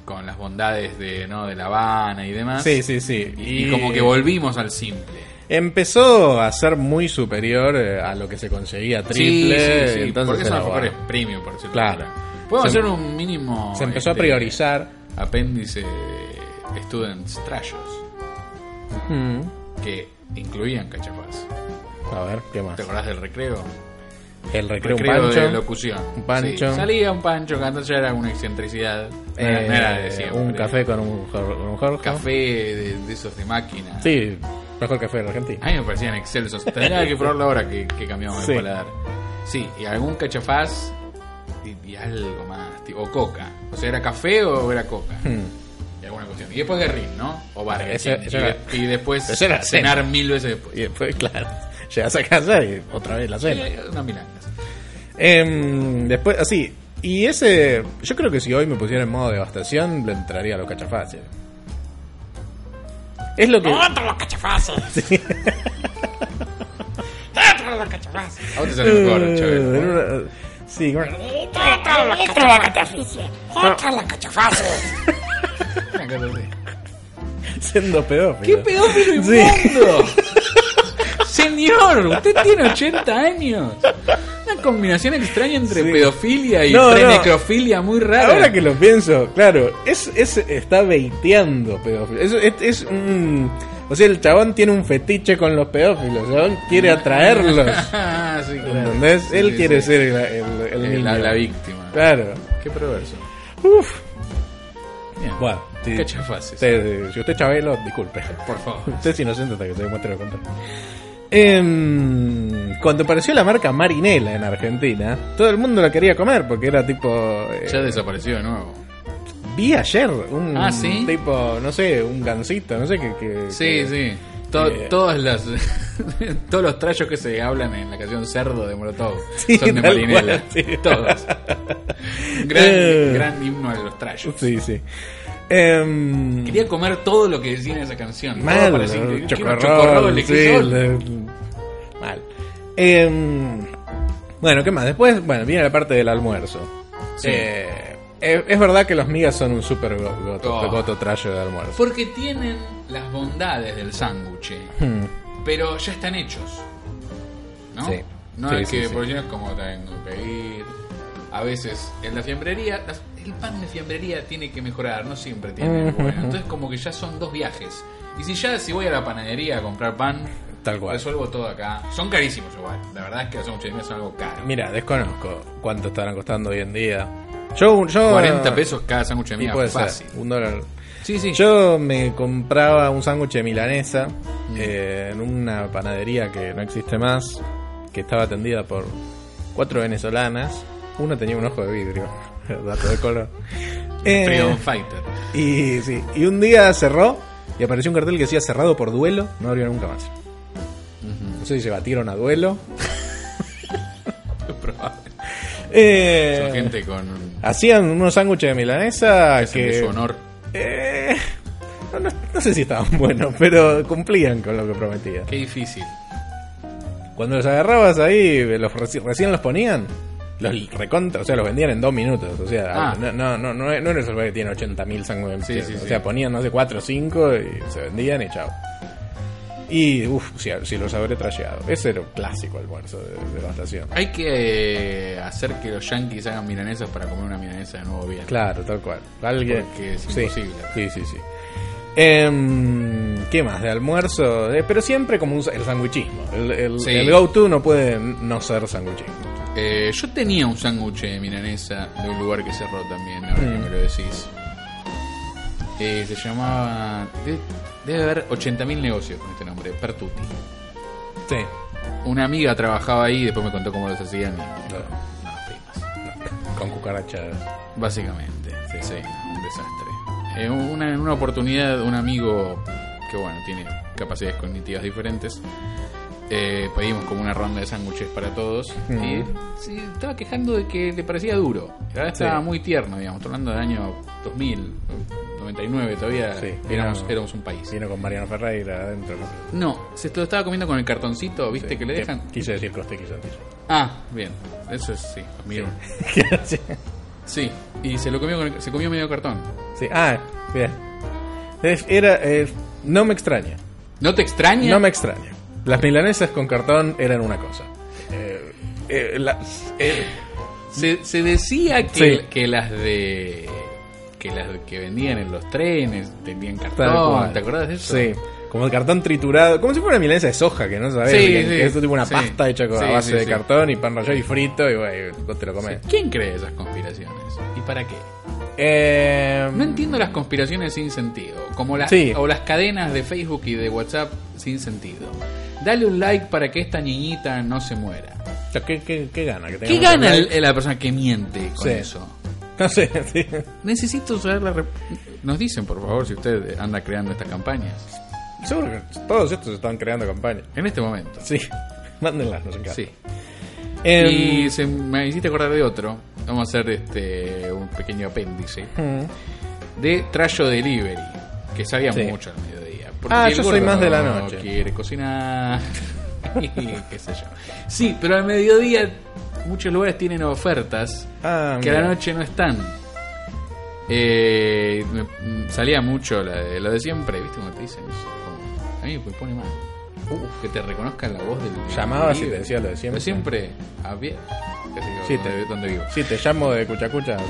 [SPEAKER 2] con las bondades de, ¿no? de La Habana Ah. y demás,
[SPEAKER 3] Sí, sí, sí.
[SPEAKER 2] Y, y como que volvimos al simple.
[SPEAKER 3] Empezó a ser muy superior eh, a lo que se conseguía triple.
[SPEAKER 2] sí, sí, sí,
[SPEAKER 3] entonces
[SPEAKER 2] porque
[SPEAKER 3] era,
[SPEAKER 2] son
[SPEAKER 3] bueno,
[SPEAKER 2] alfajores premium, por decirlo
[SPEAKER 3] Claro.
[SPEAKER 2] así. Podemos
[SPEAKER 3] Se-
[SPEAKER 2] hacer un mínimo.
[SPEAKER 3] Se empezó a
[SPEAKER 2] este,
[SPEAKER 3] priorizar.
[SPEAKER 2] Apéndice eh, Students Trayos,
[SPEAKER 3] Mm.
[SPEAKER 2] que incluían cachapaz.
[SPEAKER 3] A ver, ¿qué más?
[SPEAKER 2] ¿Te acordás del recreo?
[SPEAKER 3] El recreo, un
[SPEAKER 2] Recreo
[SPEAKER 3] pancho.
[SPEAKER 2] de locución.
[SPEAKER 3] un pancho.
[SPEAKER 2] Sí, Salía un pancho, cantando ya era una excentricidad. No era-
[SPEAKER 3] eh,
[SPEAKER 2] no era de siempre.
[SPEAKER 3] un café con un, jor- con un jorge.
[SPEAKER 2] Café de, de esos de máquina.
[SPEAKER 3] Sí, mejor café de Argentina.
[SPEAKER 2] A mí me parecían excelsos. Tenía que probarlo ahora que, que cambiamos
[SPEAKER 3] Sí.
[SPEAKER 2] el paladar. Sí, y algún cachafaz y, y algo más. tipo- o coca. O sea, ¿era café o era coca? Y alguna cuestión. Y después Guerrín, ¿no? O Vargas.
[SPEAKER 3] Hmm. Ese-
[SPEAKER 2] King.
[SPEAKER 3] ese
[SPEAKER 2] y,
[SPEAKER 3] era-
[SPEAKER 2] de- y después
[SPEAKER 3] ese era
[SPEAKER 2] cenar
[SPEAKER 3] cena.
[SPEAKER 2] mil veces después.
[SPEAKER 3] Y después, claro, llegas a casa y otra vez la cena.
[SPEAKER 2] Eh, unas milanesas.
[SPEAKER 3] Em, después, así. Y ese. Yo creo que si hoy me pusiera en modo devastación, le entraría a los cachafaces. Es lo que.
[SPEAKER 2] A vos te sale mejor,
[SPEAKER 3] Eh, en
[SPEAKER 2] Chabelo.
[SPEAKER 3] una- sí, bueno,
[SPEAKER 2] Una cosa así.
[SPEAKER 3] siendo pedófilo.
[SPEAKER 2] ¡Qué pedófilo
[SPEAKER 3] Sí.
[SPEAKER 2] inmundo! Señor, usted tiene 80 años. Una combinación extraña entre
[SPEAKER 3] Sí.
[SPEAKER 2] pedofilia y
[SPEAKER 3] No,
[SPEAKER 2] pre-
[SPEAKER 3] no.
[SPEAKER 2] necrofilia muy rara.
[SPEAKER 3] Ahora que lo pienso, claro, es, es está veiteando pedófilos. Es, es, es un- O sea, el chabón tiene un fetiche con los pedófilos. El chabón quiere atraerlos.
[SPEAKER 2] Ah, sí, claro.
[SPEAKER 3] ¿Entendés?
[SPEAKER 2] Sí,
[SPEAKER 3] Él
[SPEAKER 2] Mm. sí,
[SPEAKER 3] quiere
[SPEAKER 2] sí.
[SPEAKER 3] ser el, el- el
[SPEAKER 2] Eh,
[SPEAKER 3] niño.
[SPEAKER 2] la, la víctima.
[SPEAKER 3] Claro.
[SPEAKER 2] Qué perverso.
[SPEAKER 3] Uf.
[SPEAKER 2] Bien.
[SPEAKER 3] Bueno, sí.
[SPEAKER 2] Qué chafaces.
[SPEAKER 3] Usted- si usted es Chabelo, disculpe.
[SPEAKER 2] Por favor.
[SPEAKER 3] Usted es inocente hasta que se demuestre lo contrario. Em, cuando apareció la marca Marinela en Argentina, todo el mundo la quería comer porque era tipo. eh,
[SPEAKER 2] Ya desapareció de nuevo.
[SPEAKER 3] Vi ayer un
[SPEAKER 2] Ah, ¿sí?
[SPEAKER 3] tipo, no sé, un gancito, no sé qué. qué-
[SPEAKER 2] Sí,
[SPEAKER 3] qué-
[SPEAKER 2] sí. To-
[SPEAKER 3] Eh.
[SPEAKER 2] todas las, todos los trayos que se hablan en la canción Cerdo de Molotov
[SPEAKER 3] Sí,
[SPEAKER 2] son de
[SPEAKER 3] tal
[SPEAKER 2] Marinela.
[SPEAKER 3] cual, sí.
[SPEAKER 2] Todos. Gran,
[SPEAKER 3] Eh.
[SPEAKER 2] gran himno de los trayos.
[SPEAKER 3] Sí, sí. Em,
[SPEAKER 2] Quería comer todo lo que decía en esa canción.
[SPEAKER 3] mal,
[SPEAKER 2] todo parecía que- quiero
[SPEAKER 3] chocorrol,
[SPEAKER 2] chocorrol,
[SPEAKER 3] sí,
[SPEAKER 2] girasol.
[SPEAKER 3] le- mal. Em, bueno, ¿qué más? Después, bueno, viene la parte del almuerzo.
[SPEAKER 2] Sí.
[SPEAKER 3] Eh, es, es verdad que las migas son un super go- goto,
[SPEAKER 2] Oh.
[SPEAKER 3] goto trayo de almuerzo.
[SPEAKER 2] Porque tienen las bondades del sándwich,
[SPEAKER 3] Hmm.
[SPEAKER 2] pero ya están hechos. ¿No?
[SPEAKER 3] Sí.
[SPEAKER 2] No
[SPEAKER 3] Sí,
[SPEAKER 2] es
[SPEAKER 3] sí,
[SPEAKER 2] que
[SPEAKER 3] sí.
[SPEAKER 2] por ejemplo es como tengo que ir. A veces en la fiambrería, las- el pan de fiambrería tiene que mejorar, no siempre tiene. el
[SPEAKER 3] Ujú,
[SPEAKER 2] bueno.
[SPEAKER 3] ujú.
[SPEAKER 2] Entonces como que ya son dos viajes. Y si ya si voy a la panadería a comprar pan,
[SPEAKER 3] Tal cual.
[SPEAKER 2] resuelvo todo acá. Son carísimos igual. La verdad es que los sándwiches de mesa son algo caro.
[SPEAKER 3] Mira, desconozco cuánto estarán costando hoy en día. Yo, yo
[SPEAKER 2] 40 pesos cada sándwich de
[SPEAKER 3] y
[SPEAKER 2] mía,
[SPEAKER 3] puede ser,
[SPEAKER 2] fácil.
[SPEAKER 3] un dólar.
[SPEAKER 2] Sí, sí.
[SPEAKER 3] Yo me compraba un sándwich de milanesa
[SPEAKER 2] Mm.
[SPEAKER 3] eh, en una panadería que no existe más, que estaba atendida por cuatro venezolanas. Una tenía un ojo de vidrio, dato de color. Eh,
[SPEAKER 2] Freedom Fighter.
[SPEAKER 3] y, sí, y un día cerró y apareció un cartel que decía cerrado por duelo, no abrió nunca más. No sé si se batieron a duelo.
[SPEAKER 2] Es probable.
[SPEAKER 3] Eh,
[SPEAKER 2] Son gente con
[SPEAKER 3] Hacían unos sándwiches de milanesa
[SPEAKER 2] que...
[SPEAKER 3] que...
[SPEAKER 2] de su honor.
[SPEAKER 3] Eh, no, no- no sé si estaban buenos, pero cumplían con lo que prometían.
[SPEAKER 2] Qué difícil.
[SPEAKER 3] Cuando los agarrabas ahí, los reci- recién los ponían, los recontra, o sea, los vendían en dos minutos. O sea,
[SPEAKER 2] Ah.
[SPEAKER 3] no, no, no, no, no eres el que tiene 80.000 sándwiches.
[SPEAKER 2] Sí, sí,
[SPEAKER 3] o
[SPEAKER 2] sí.
[SPEAKER 3] sea, ponían, no sé, 4 o 5 y se vendían y chao. Y, uff, si, si los habré trasheado. Ese era un clásico almuerzo de de devastación.
[SPEAKER 2] Hay que eh, hacer que los yankees hagan milanesas para comer una milanesa de nuevo bien.
[SPEAKER 3] Claro, tal cual. Alguien.
[SPEAKER 2] Porque es
[SPEAKER 3] Sí.
[SPEAKER 2] imposible.
[SPEAKER 3] Sí, sí, sí. Em, ¿Qué más? De almuerzo. Eh, pero siempre como un sa- el sandwichismo. El, el-
[SPEAKER 2] Sí.
[SPEAKER 3] el go-to no puede no ser sandwichismo.
[SPEAKER 2] Eh, yo tenía un sándwich de milanesa de un lugar que cerró también, ahora que me lo decís. Eh, se llamaba... de- debe haber 80.000 negocios con este nombre, Pertuti.
[SPEAKER 3] Sí.
[SPEAKER 2] Una amiga trabajaba ahí y después me contó cómo los hacían y... No, primas.
[SPEAKER 3] Con cucarachas.
[SPEAKER 2] Básicamente, sí, sí, un desastre. En una, en una oportunidad, un amigo que, bueno, tiene capacidades cognitivas diferentes, eh, pedimos como una ronda de sándwiches para todos y se estaba quejando de que le parecía duro. La verdad estaba
[SPEAKER 3] Sí.
[SPEAKER 2] muy tierno, digamos, estoy hablando del año 2000, 99 todavía,
[SPEAKER 3] Sí,
[SPEAKER 2] éramos,
[SPEAKER 3] no.
[SPEAKER 2] éramos un país.
[SPEAKER 3] Vino con Mariano Ferreira adentro. ¿no?
[SPEAKER 2] No, se lo estaba comiendo con el cartoncito, ¿viste?
[SPEAKER 3] Sí,
[SPEAKER 2] que le dejan.
[SPEAKER 3] Quise decir coste, quise decir.
[SPEAKER 2] Ah, bien, eso es, sí, amigo.
[SPEAKER 3] sí.
[SPEAKER 2] Sí, y se lo comió, con el- se comió medio cartón.
[SPEAKER 3] Sí. Ah, bien. Es- Era. eh, no me extraña.
[SPEAKER 2] ¿No te extraña?
[SPEAKER 3] No me extraña. Las milanesas con cartón eran una cosa. Eh, eh, las- eh,
[SPEAKER 2] Se, se decía que,
[SPEAKER 3] Sí.
[SPEAKER 2] que las de. que las que vendían en los trenes tenían
[SPEAKER 3] tal cual.
[SPEAKER 2] cartón. ¿Te acuerdas de eso?
[SPEAKER 3] Sí. Como el cartón triturado, como si fuera una milanesa de soja, que no sabes.
[SPEAKER 2] Sí,
[SPEAKER 3] que,
[SPEAKER 2] sí.
[SPEAKER 3] que es tipo una
[SPEAKER 2] Sí.
[SPEAKER 3] pasta hecha con a
[SPEAKER 2] Sí,
[SPEAKER 3] base
[SPEAKER 2] sí,
[SPEAKER 3] de
[SPEAKER 2] sí.
[SPEAKER 3] cartón y pan rallado y frito y bueno, y vos te lo
[SPEAKER 2] Sí.
[SPEAKER 3] comes.
[SPEAKER 2] ¿Quién cree esas conspiraciones? ¿Y para qué?
[SPEAKER 3] Eh,
[SPEAKER 2] No entiendo las conspiraciones sin sentido, como las,
[SPEAKER 3] Sí.
[SPEAKER 2] o las cadenas de Facebook y de WhatsApp sin sentido. Dale un like para que esta niñita no se muera.
[SPEAKER 3] ¿Qué, qué- qué gana? Que
[SPEAKER 2] ¿Qué
[SPEAKER 3] tengamos
[SPEAKER 2] gana
[SPEAKER 3] un-
[SPEAKER 2] el- la persona que miente con
[SPEAKER 3] Sí.
[SPEAKER 2] eso?
[SPEAKER 3] No sé, sí.
[SPEAKER 2] Necesito saber la... rep- Nos dicen, por favor, si usted anda creando estas campañas.
[SPEAKER 3] Seguro que todos estos están creando campaña.
[SPEAKER 2] En este momento.
[SPEAKER 3] Sí. Mándenlas, nos encanta.
[SPEAKER 2] Sí.
[SPEAKER 3] Em,
[SPEAKER 2] Y se, me hiciste acordar de otro. Vamos a hacer este un pequeño apéndice.
[SPEAKER 3] mm.
[SPEAKER 2] De Trayo Delivery, que salía
[SPEAKER 3] Sí.
[SPEAKER 2] mucho al mediodía. Porque
[SPEAKER 3] Ah,
[SPEAKER 2] el
[SPEAKER 3] yo soy
[SPEAKER 2] gordo
[SPEAKER 3] más de la
[SPEAKER 2] no
[SPEAKER 3] noche.
[SPEAKER 2] quiere cocinar. y qué sé yo. Sí, pero al mediodía muchos lugares tienen ofertas
[SPEAKER 3] Ah,
[SPEAKER 2] que a la
[SPEAKER 3] mira.
[SPEAKER 2] noche no están. Eh, me- m- salía mucho la de- lo de siempre, ¿viste? Como te dicen. es como- a mí me pone mal. Uf, que te reconozcan la voz del.
[SPEAKER 3] Llamabas y
[SPEAKER 2] delivery.
[SPEAKER 3] te decía lo de siempre.
[SPEAKER 2] Lo de siempre. Había. qué sé yo,
[SPEAKER 3] Sí,
[SPEAKER 2] donde-
[SPEAKER 3] te-
[SPEAKER 2] donde vivo.
[SPEAKER 3] Sí, te llamo de cuchacucha, sí.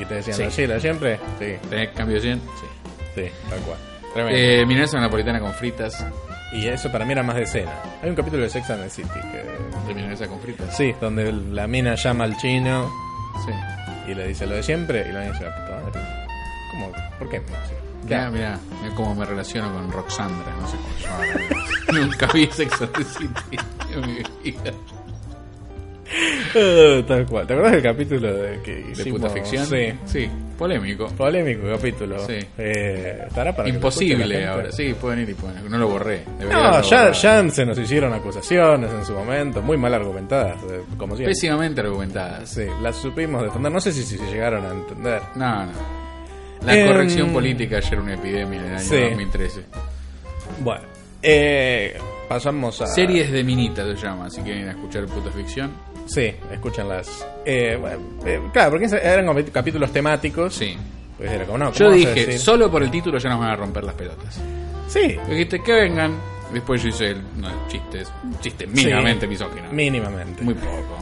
[SPEAKER 3] Y te decían,
[SPEAKER 2] Ah. Sí.
[SPEAKER 3] sí. la siempre? Sí,
[SPEAKER 2] ¿Tenés cambio 100? Sí.
[SPEAKER 3] sí, tal cual. Tremendo.
[SPEAKER 2] Eh, milanesa napolitana con fritas.
[SPEAKER 3] y eso para mí era más de cena. Hay un capítulo de Sex and the City que...
[SPEAKER 2] De milanesa con fritas.
[SPEAKER 3] Sí, donde la mina llama al chino
[SPEAKER 2] Sí.
[SPEAKER 3] y le dice lo de siempre y la mina dice, "La puta madre". ¿Cómo? ¿Por qué me dice?
[SPEAKER 2] Mirá, mirá, mirá cómo me relaciono con Roxandra, no sé cómo se llama. Nunca vi Sex and the City en mi vida.
[SPEAKER 3] Ah, tal cual. ¿Te acuerdas del capítulo de que
[SPEAKER 2] De
[SPEAKER 3] hicimos?
[SPEAKER 2] puta ficción.
[SPEAKER 3] Sí.
[SPEAKER 2] Sí, polémico.
[SPEAKER 3] Polémico capítulo.
[SPEAKER 2] Sí.
[SPEAKER 3] Eh, ¿Estará para que lo escuche
[SPEAKER 2] Imposible
[SPEAKER 3] la gente?
[SPEAKER 2] ahora. Sí, pueden ir y pueden. No lo borré. debería
[SPEAKER 3] No,
[SPEAKER 2] haberlo
[SPEAKER 3] ya,
[SPEAKER 2] borrado.
[SPEAKER 3] ya se nos hicieron acusaciones en su momento, muy mal argumentadas, eh, como siempre.
[SPEAKER 2] Pésimamente argumentadas.
[SPEAKER 3] Sí, las supimos defender. No sé si, si se llegaron a entender.
[SPEAKER 2] No, no. La
[SPEAKER 3] Em,
[SPEAKER 2] corrección política ayer una epidemia en el año
[SPEAKER 3] sí.
[SPEAKER 2] 2013.
[SPEAKER 3] Bueno, eh, pasamos a.
[SPEAKER 2] Series de minita se llama, si quieren ir a escuchar puta ficción.
[SPEAKER 3] Sí, escúchanlas. Eh, bueno, eh, claro, porque eran como capítulos temáticos.
[SPEAKER 2] Sí.
[SPEAKER 3] Pues era como, no, ¿cómo
[SPEAKER 2] Yo
[SPEAKER 3] vas a
[SPEAKER 2] dije,
[SPEAKER 3] decir?
[SPEAKER 2] solo por el título ya nos van a romper las pelotas.
[SPEAKER 3] Sí,
[SPEAKER 2] Dijiste que vengan. Después yo hice el, no, el chiste, es un chiste mínimamente misógino.
[SPEAKER 3] mínimamente.
[SPEAKER 2] Muy poco.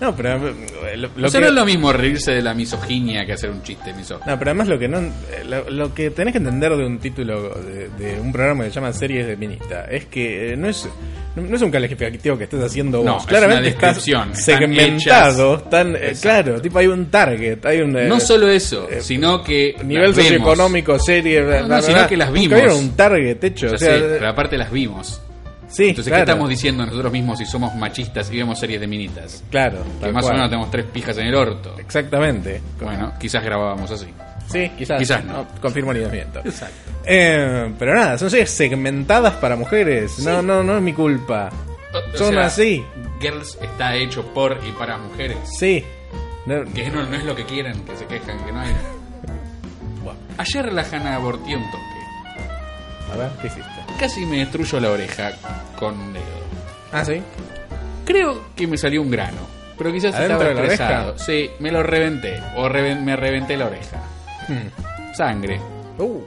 [SPEAKER 3] No, pero. eh, Lo, lo
[SPEAKER 2] o sea,
[SPEAKER 3] que-
[SPEAKER 2] no es lo mismo reírse de la misoginia que hacer un chiste misógino.
[SPEAKER 3] No, pero además lo que no eh, lo, lo que tenés que entender de un título de, de un programa que se llama Series de Minita es que eh, no es no, no es un calificativo que estés haciendo vos.
[SPEAKER 2] No, es
[SPEAKER 3] Claramente
[SPEAKER 2] una
[SPEAKER 3] estás
[SPEAKER 2] descripción. Están
[SPEAKER 3] segmentado,
[SPEAKER 2] hechas.
[SPEAKER 3] están eh,
[SPEAKER 2] Exacto.
[SPEAKER 3] claro, tipo hay un target, hay un eh,
[SPEAKER 2] No solo eso, sino que.
[SPEAKER 3] nivel
[SPEAKER 2] las vemos.
[SPEAKER 3] socioeconómico, serie, bla,
[SPEAKER 2] no,
[SPEAKER 3] bla,
[SPEAKER 2] sino
[SPEAKER 3] bla.
[SPEAKER 2] que las
[SPEAKER 3] Nunca
[SPEAKER 2] vimos.
[SPEAKER 3] vieron un target hecho,
[SPEAKER 2] Ya
[SPEAKER 3] o sea,
[SPEAKER 2] sé, pero aparte las vimos.
[SPEAKER 3] sí,
[SPEAKER 2] Entonces,
[SPEAKER 3] claro,
[SPEAKER 2] ¿qué estamos diciendo nosotros mismos si somos machistas y vemos series de minitas?
[SPEAKER 3] Claro,
[SPEAKER 2] Que
[SPEAKER 3] tal
[SPEAKER 2] más
[SPEAKER 3] cual.
[SPEAKER 2] o menos tenemos tres pijas en el orto.
[SPEAKER 3] Exactamente.
[SPEAKER 2] Bueno, quizás grabábamos así.
[SPEAKER 3] Sí, quizás.
[SPEAKER 2] Quizás no.
[SPEAKER 3] Confirmo ni desmiento.
[SPEAKER 2] Exacto.
[SPEAKER 3] Eh, pero nada, son series segmentadas para mujeres. No, no, no es mi culpa.
[SPEAKER 2] O- o
[SPEAKER 3] Son
[SPEAKER 2] sea,
[SPEAKER 3] así.
[SPEAKER 2] Girls está hecho por y para mujeres.
[SPEAKER 3] Sí. No,
[SPEAKER 2] Que no, no es lo que quieren, que se quejan, que no hay. Ayer la Hanna aborté un toque.
[SPEAKER 3] a ver, ¿qué hiciste?
[SPEAKER 2] Casi me destruyo la oreja con un dedo.
[SPEAKER 3] Ah, sí.
[SPEAKER 2] Creo que me salió un grano, pero quizás
[SPEAKER 3] ¿Adentro
[SPEAKER 2] estaba
[SPEAKER 3] de la oreja?
[SPEAKER 2] estresado. Sí, me lo reventé, o reven- me reventé la oreja.
[SPEAKER 3] Hmm.
[SPEAKER 2] Sangre.
[SPEAKER 3] Uh,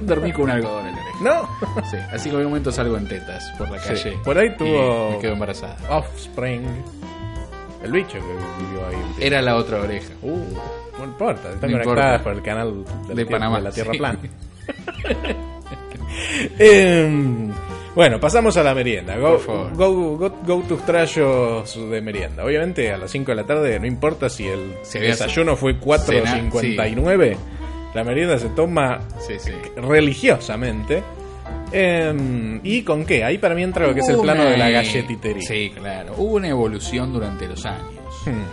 [SPEAKER 2] Dormí con un algodón en la oreja.
[SPEAKER 3] no.
[SPEAKER 2] Sí, así que en algún momento salgo en tetas por la
[SPEAKER 3] Sí,
[SPEAKER 2] calle.
[SPEAKER 3] por ahí
[SPEAKER 2] y
[SPEAKER 3] tuvo-
[SPEAKER 2] Me quedo embarazada.
[SPEAKER 3] Offspring. El bicho que vivió ahí.
[SPEAKER 2] Era la otra oreja.
[SPEAKER 3] Uh, no importa. Están
[SPEAKER 2] No
[SPEAKER 3] conectadas
[SPEAKER 2] importa.
[SPEAKER 3] por el canal de,
[SPEAKER 2] De Panamá,
[SPEAKER 3] la
[SPEAKER 2] sí.
[SPEAKER 3] Tierra Plana. Em, bueno, pasamos a la merienda. Go,
[SPEAKER 2] Por favor.
[SPEAKER 3] go, go, go tus trayos de merienda. Obviamente a las 5 de la tarde, no importa si el
[SPEAKER 2] Si había
[SPEAKER 3] desayuno fue 4.59, la merienda se toma
[SPEAKER 2] Sí, sí.
[SPEAKER 3] religiosamente. Em, ¿Y con qué? Ahí para mí entra lo que es el
[SPEAKER 2] Hubo
[SPEAKER 3] plano
[SPEAKER 2] una- e-
[SPEAKER 3] de la galletitería.
[SPEAKER 2] Sí, claro. Hubo una evolución durante los años.
[SPEAKER 3] Hmm.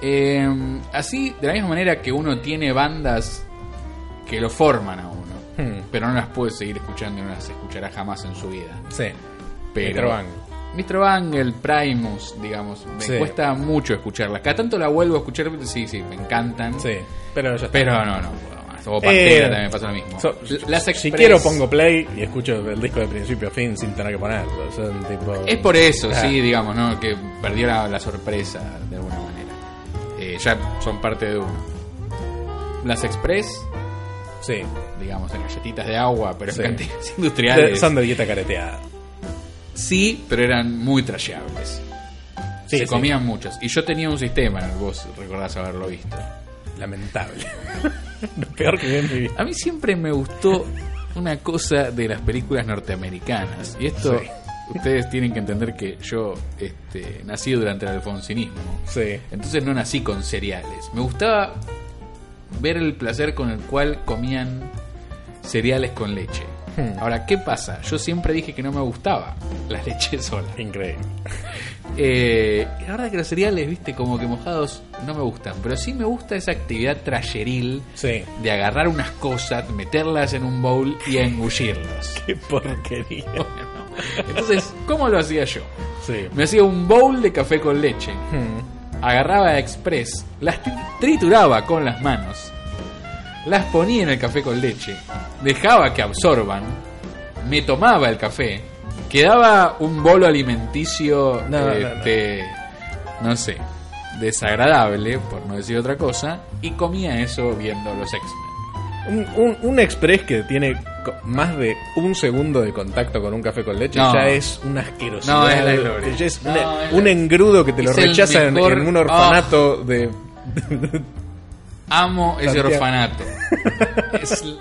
[SPEAKER 2] Eh, así, de la misma manera que uno tiene bandas que lo forman a uno,
[SPEAKER 3] Hmm.
[SPEAKER 2] pero no las puede seguir escuchando y no las escuchará jamás en su vida.
[SPEAKER 3] Sí.
[SPEAKER 2] Pero,
[SPEAKER 3] Mr. Bang.
[SPEAKER 2] Mr. Bang, el Primus, digamos, me
[SPEAKER 3] Sí.
[SPEAKER 2] cuesta mucho escucharla. Cada tanto la vuelvo a escuchar, sí, sí, me encantan.
[SPEAKER 3] Sí. Pero ya está.
[SPEAKER 2] Pero no, no puedo más. O Pantera
[SPEAKER 3] Eh,
[SPEAKER 2] también pasa lo mismo.
[SPEAKER 3] So-
[SPEAKER 2] las
[SPEAKER 3] si
[SPEAKER 2] Express-
[SPEAKER 3] quiero pongo play y escucho el disco de principio a fin sin tener que ponerlo. Son tipo...
[SPEAKER 2] Es por eso,
[SPEAKER 3] Ah,
[SPEAKER 2] sí, digamos, ¿no? Que perdió la, la sorpresa de alguna manera. Eh, ya son parte de uno. Las Express,
[SPEAKER 3] Sí.
[SPEAKER 2] digamos, en galletitas de agua, pero
[SPEAKER 3] Sí.
[SPEAKER 2] en cantidades industriales.
[SPEAKER 3] Son de dieta careteada.
[SPEAKER 2] Sí, pero eran muy trasheables. Se
[SPEAKER 3] Sí, sí.
[SPEAKER 2] comían muchos. Y yo tenía un sistema, vos recordás haberlo visto.
[SPEAKER 3] Lamentable. Lo peor que vi en mi vida.
[SPEAKER 2] A mí siempre me gustó una cosa de las películas norteamericanas. Y esto,
[SPEAKER 3] Sí.
[SPEAKER 2] ustedes tienen que entender que yo este, nací durante el alfonsinismo.
[SPEAKER 3] Sí.
[SPEAKER 2] Entonces no nací con cereales. Me gustaba ver el placer con el cual comían cereales con leche.
[SPEAKER 3] Hmm.
[SPEAKER 2] Ahora, ¿qué pasa? Yo siempre dije que no me gustaba la leche sola.
[SPEAKER 3] Increíble.
[SPEAKER 2] Eh, y la verdad que los cereales, viste, como que mojados no me gustan. Pero sí me gusta esa actividad trayeril
[SPEAKER 3] Sí.
[SPEAKER 2] de agarrar unas cosas, meterlas en un bowl y engullirlas.
[SPEAKER 3] Qué porquería.
[SPEAKER 2] Entonces, ¿cómo lo hacía yo?
[SPEAKER 3] Sí.
[SPEAKER 2] Me hacía un bowl de café con leche.
[SPEAKER 3] Hmm.
[SPEAKER 2] agarraba express, las tri- trituraba con las manos, las ponía en el café con leche, dejaba que absorban, me tomaba el café, quedaba un bolo alimenticio,
[SPEAKER 3] No, no, no.
[SPEAKER 2] este, no, sé, desagradable, por no decir otra cosa, y comía eso viendo los X-Men.
[SPEAKER 3] Un, un- un express que tiene co- más de un segundo de contacto con un café con leche
[SPEAKER 2] No.
[SPEAKER 3] ya es una asquerosidad.
[SPEAKER 2] No, es la gloria.
[SPEAKER 3] Ya es
[SPEAKER 2] No,
[SPEAKER 3] una-
[SPEAKER 2] es la-
[SPEAKER 3] un engrudo que te lo
[SPEAKER 2] Es el
[SPEAKER 3] rechazan en-
[SPEAKER 2] mejor-
[SPEAKER 3] en un orfanato de.
[SPEAKER 2] Amo ese
[SPEAKER 3] Santiago.
[SPEAKER 2] orfanato. Es-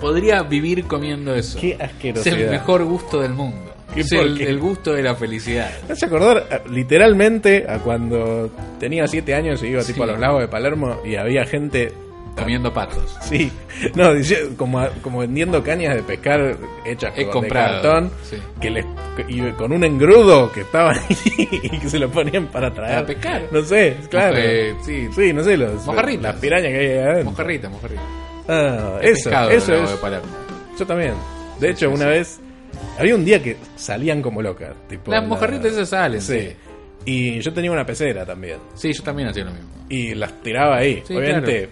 [SPEAKER 2] podría vivir comiendo eso.
[SPEAKER 3] Qué
[SPEAKER 2] es
[SPEAKER 3] asquerosidad.
[SPEAKER 2] el mejor gusto del mundo.
[SPEAKER 3] Qué
[SPEAKER 2] Es el-
[SPEAKER 3] porquería.
[SPEAKER 2] el gusto de la felicidad.
[SPEAKER 3] Me hace acordar eh, literalmente a cuando tenía 7 años y iba tipo
[SPEAKER 2] Sí.
[SPEAKER 3] a los lagos de Palermo y había gente.
[SPEAKER 2] comiendo patos.
[SPEAKER 3] Sí, no, dice- como, como vendiendo cañas de pescar hechas
[SPEAKER 2] He
[SPEAKER 3] con
[SPEAKER 2] comprado,
[SPEAKER 3] de cartón,
[SPEAKER 2] sí.
[SPEAKER 3] que les, y con un engrudo que estaba ahí y que se lo ponían para traer.
[SPEAKER 2] Para pescar.
[SPEAKER 3] No sé, claro.
[SPEAKER 2] Eh, sí.
[SPEAKER 3] Sí, no sé, los,
[SPEAKER 2] Mojarritas.
[SPEAKER 3] las pirañas que hay ahí adentro.
[SPEAKER 2] Mojarrita, mojarrita.
[SPEAKER 3] Ah,
[SPEAKER 2] El
[SPEAKER 3] eso,
[SPEAKER 2] pescado
[SPEAKER 3] eso
[SPEAKER 2] del lago
[SPEAKER 3] es.
[SPEAKER 2] de Palermo.
[SPEAKER 3] Yo también. De hecho,
[SPEAKER 2] sí,
[SPEAKER 3] una
[SPEAKER 2] sí.
[SPEAKER 3] vez. Había un día que salían como locas. Tipo,
[SPEAKER 2] Las
[SPEAKER 3] la-
[SPEAKER 2] mojarritas esas salen, sí.
[SPEAKER 3] Sí. Y yo tenía una pecera también.
[SPEAKER 2] Sí, yo también hacía lo mismo.
[SPEAKER 3] Y las tiraba ahí.
[SPEAKER 2] Sí,
[SPEAKER 3] Obviamente.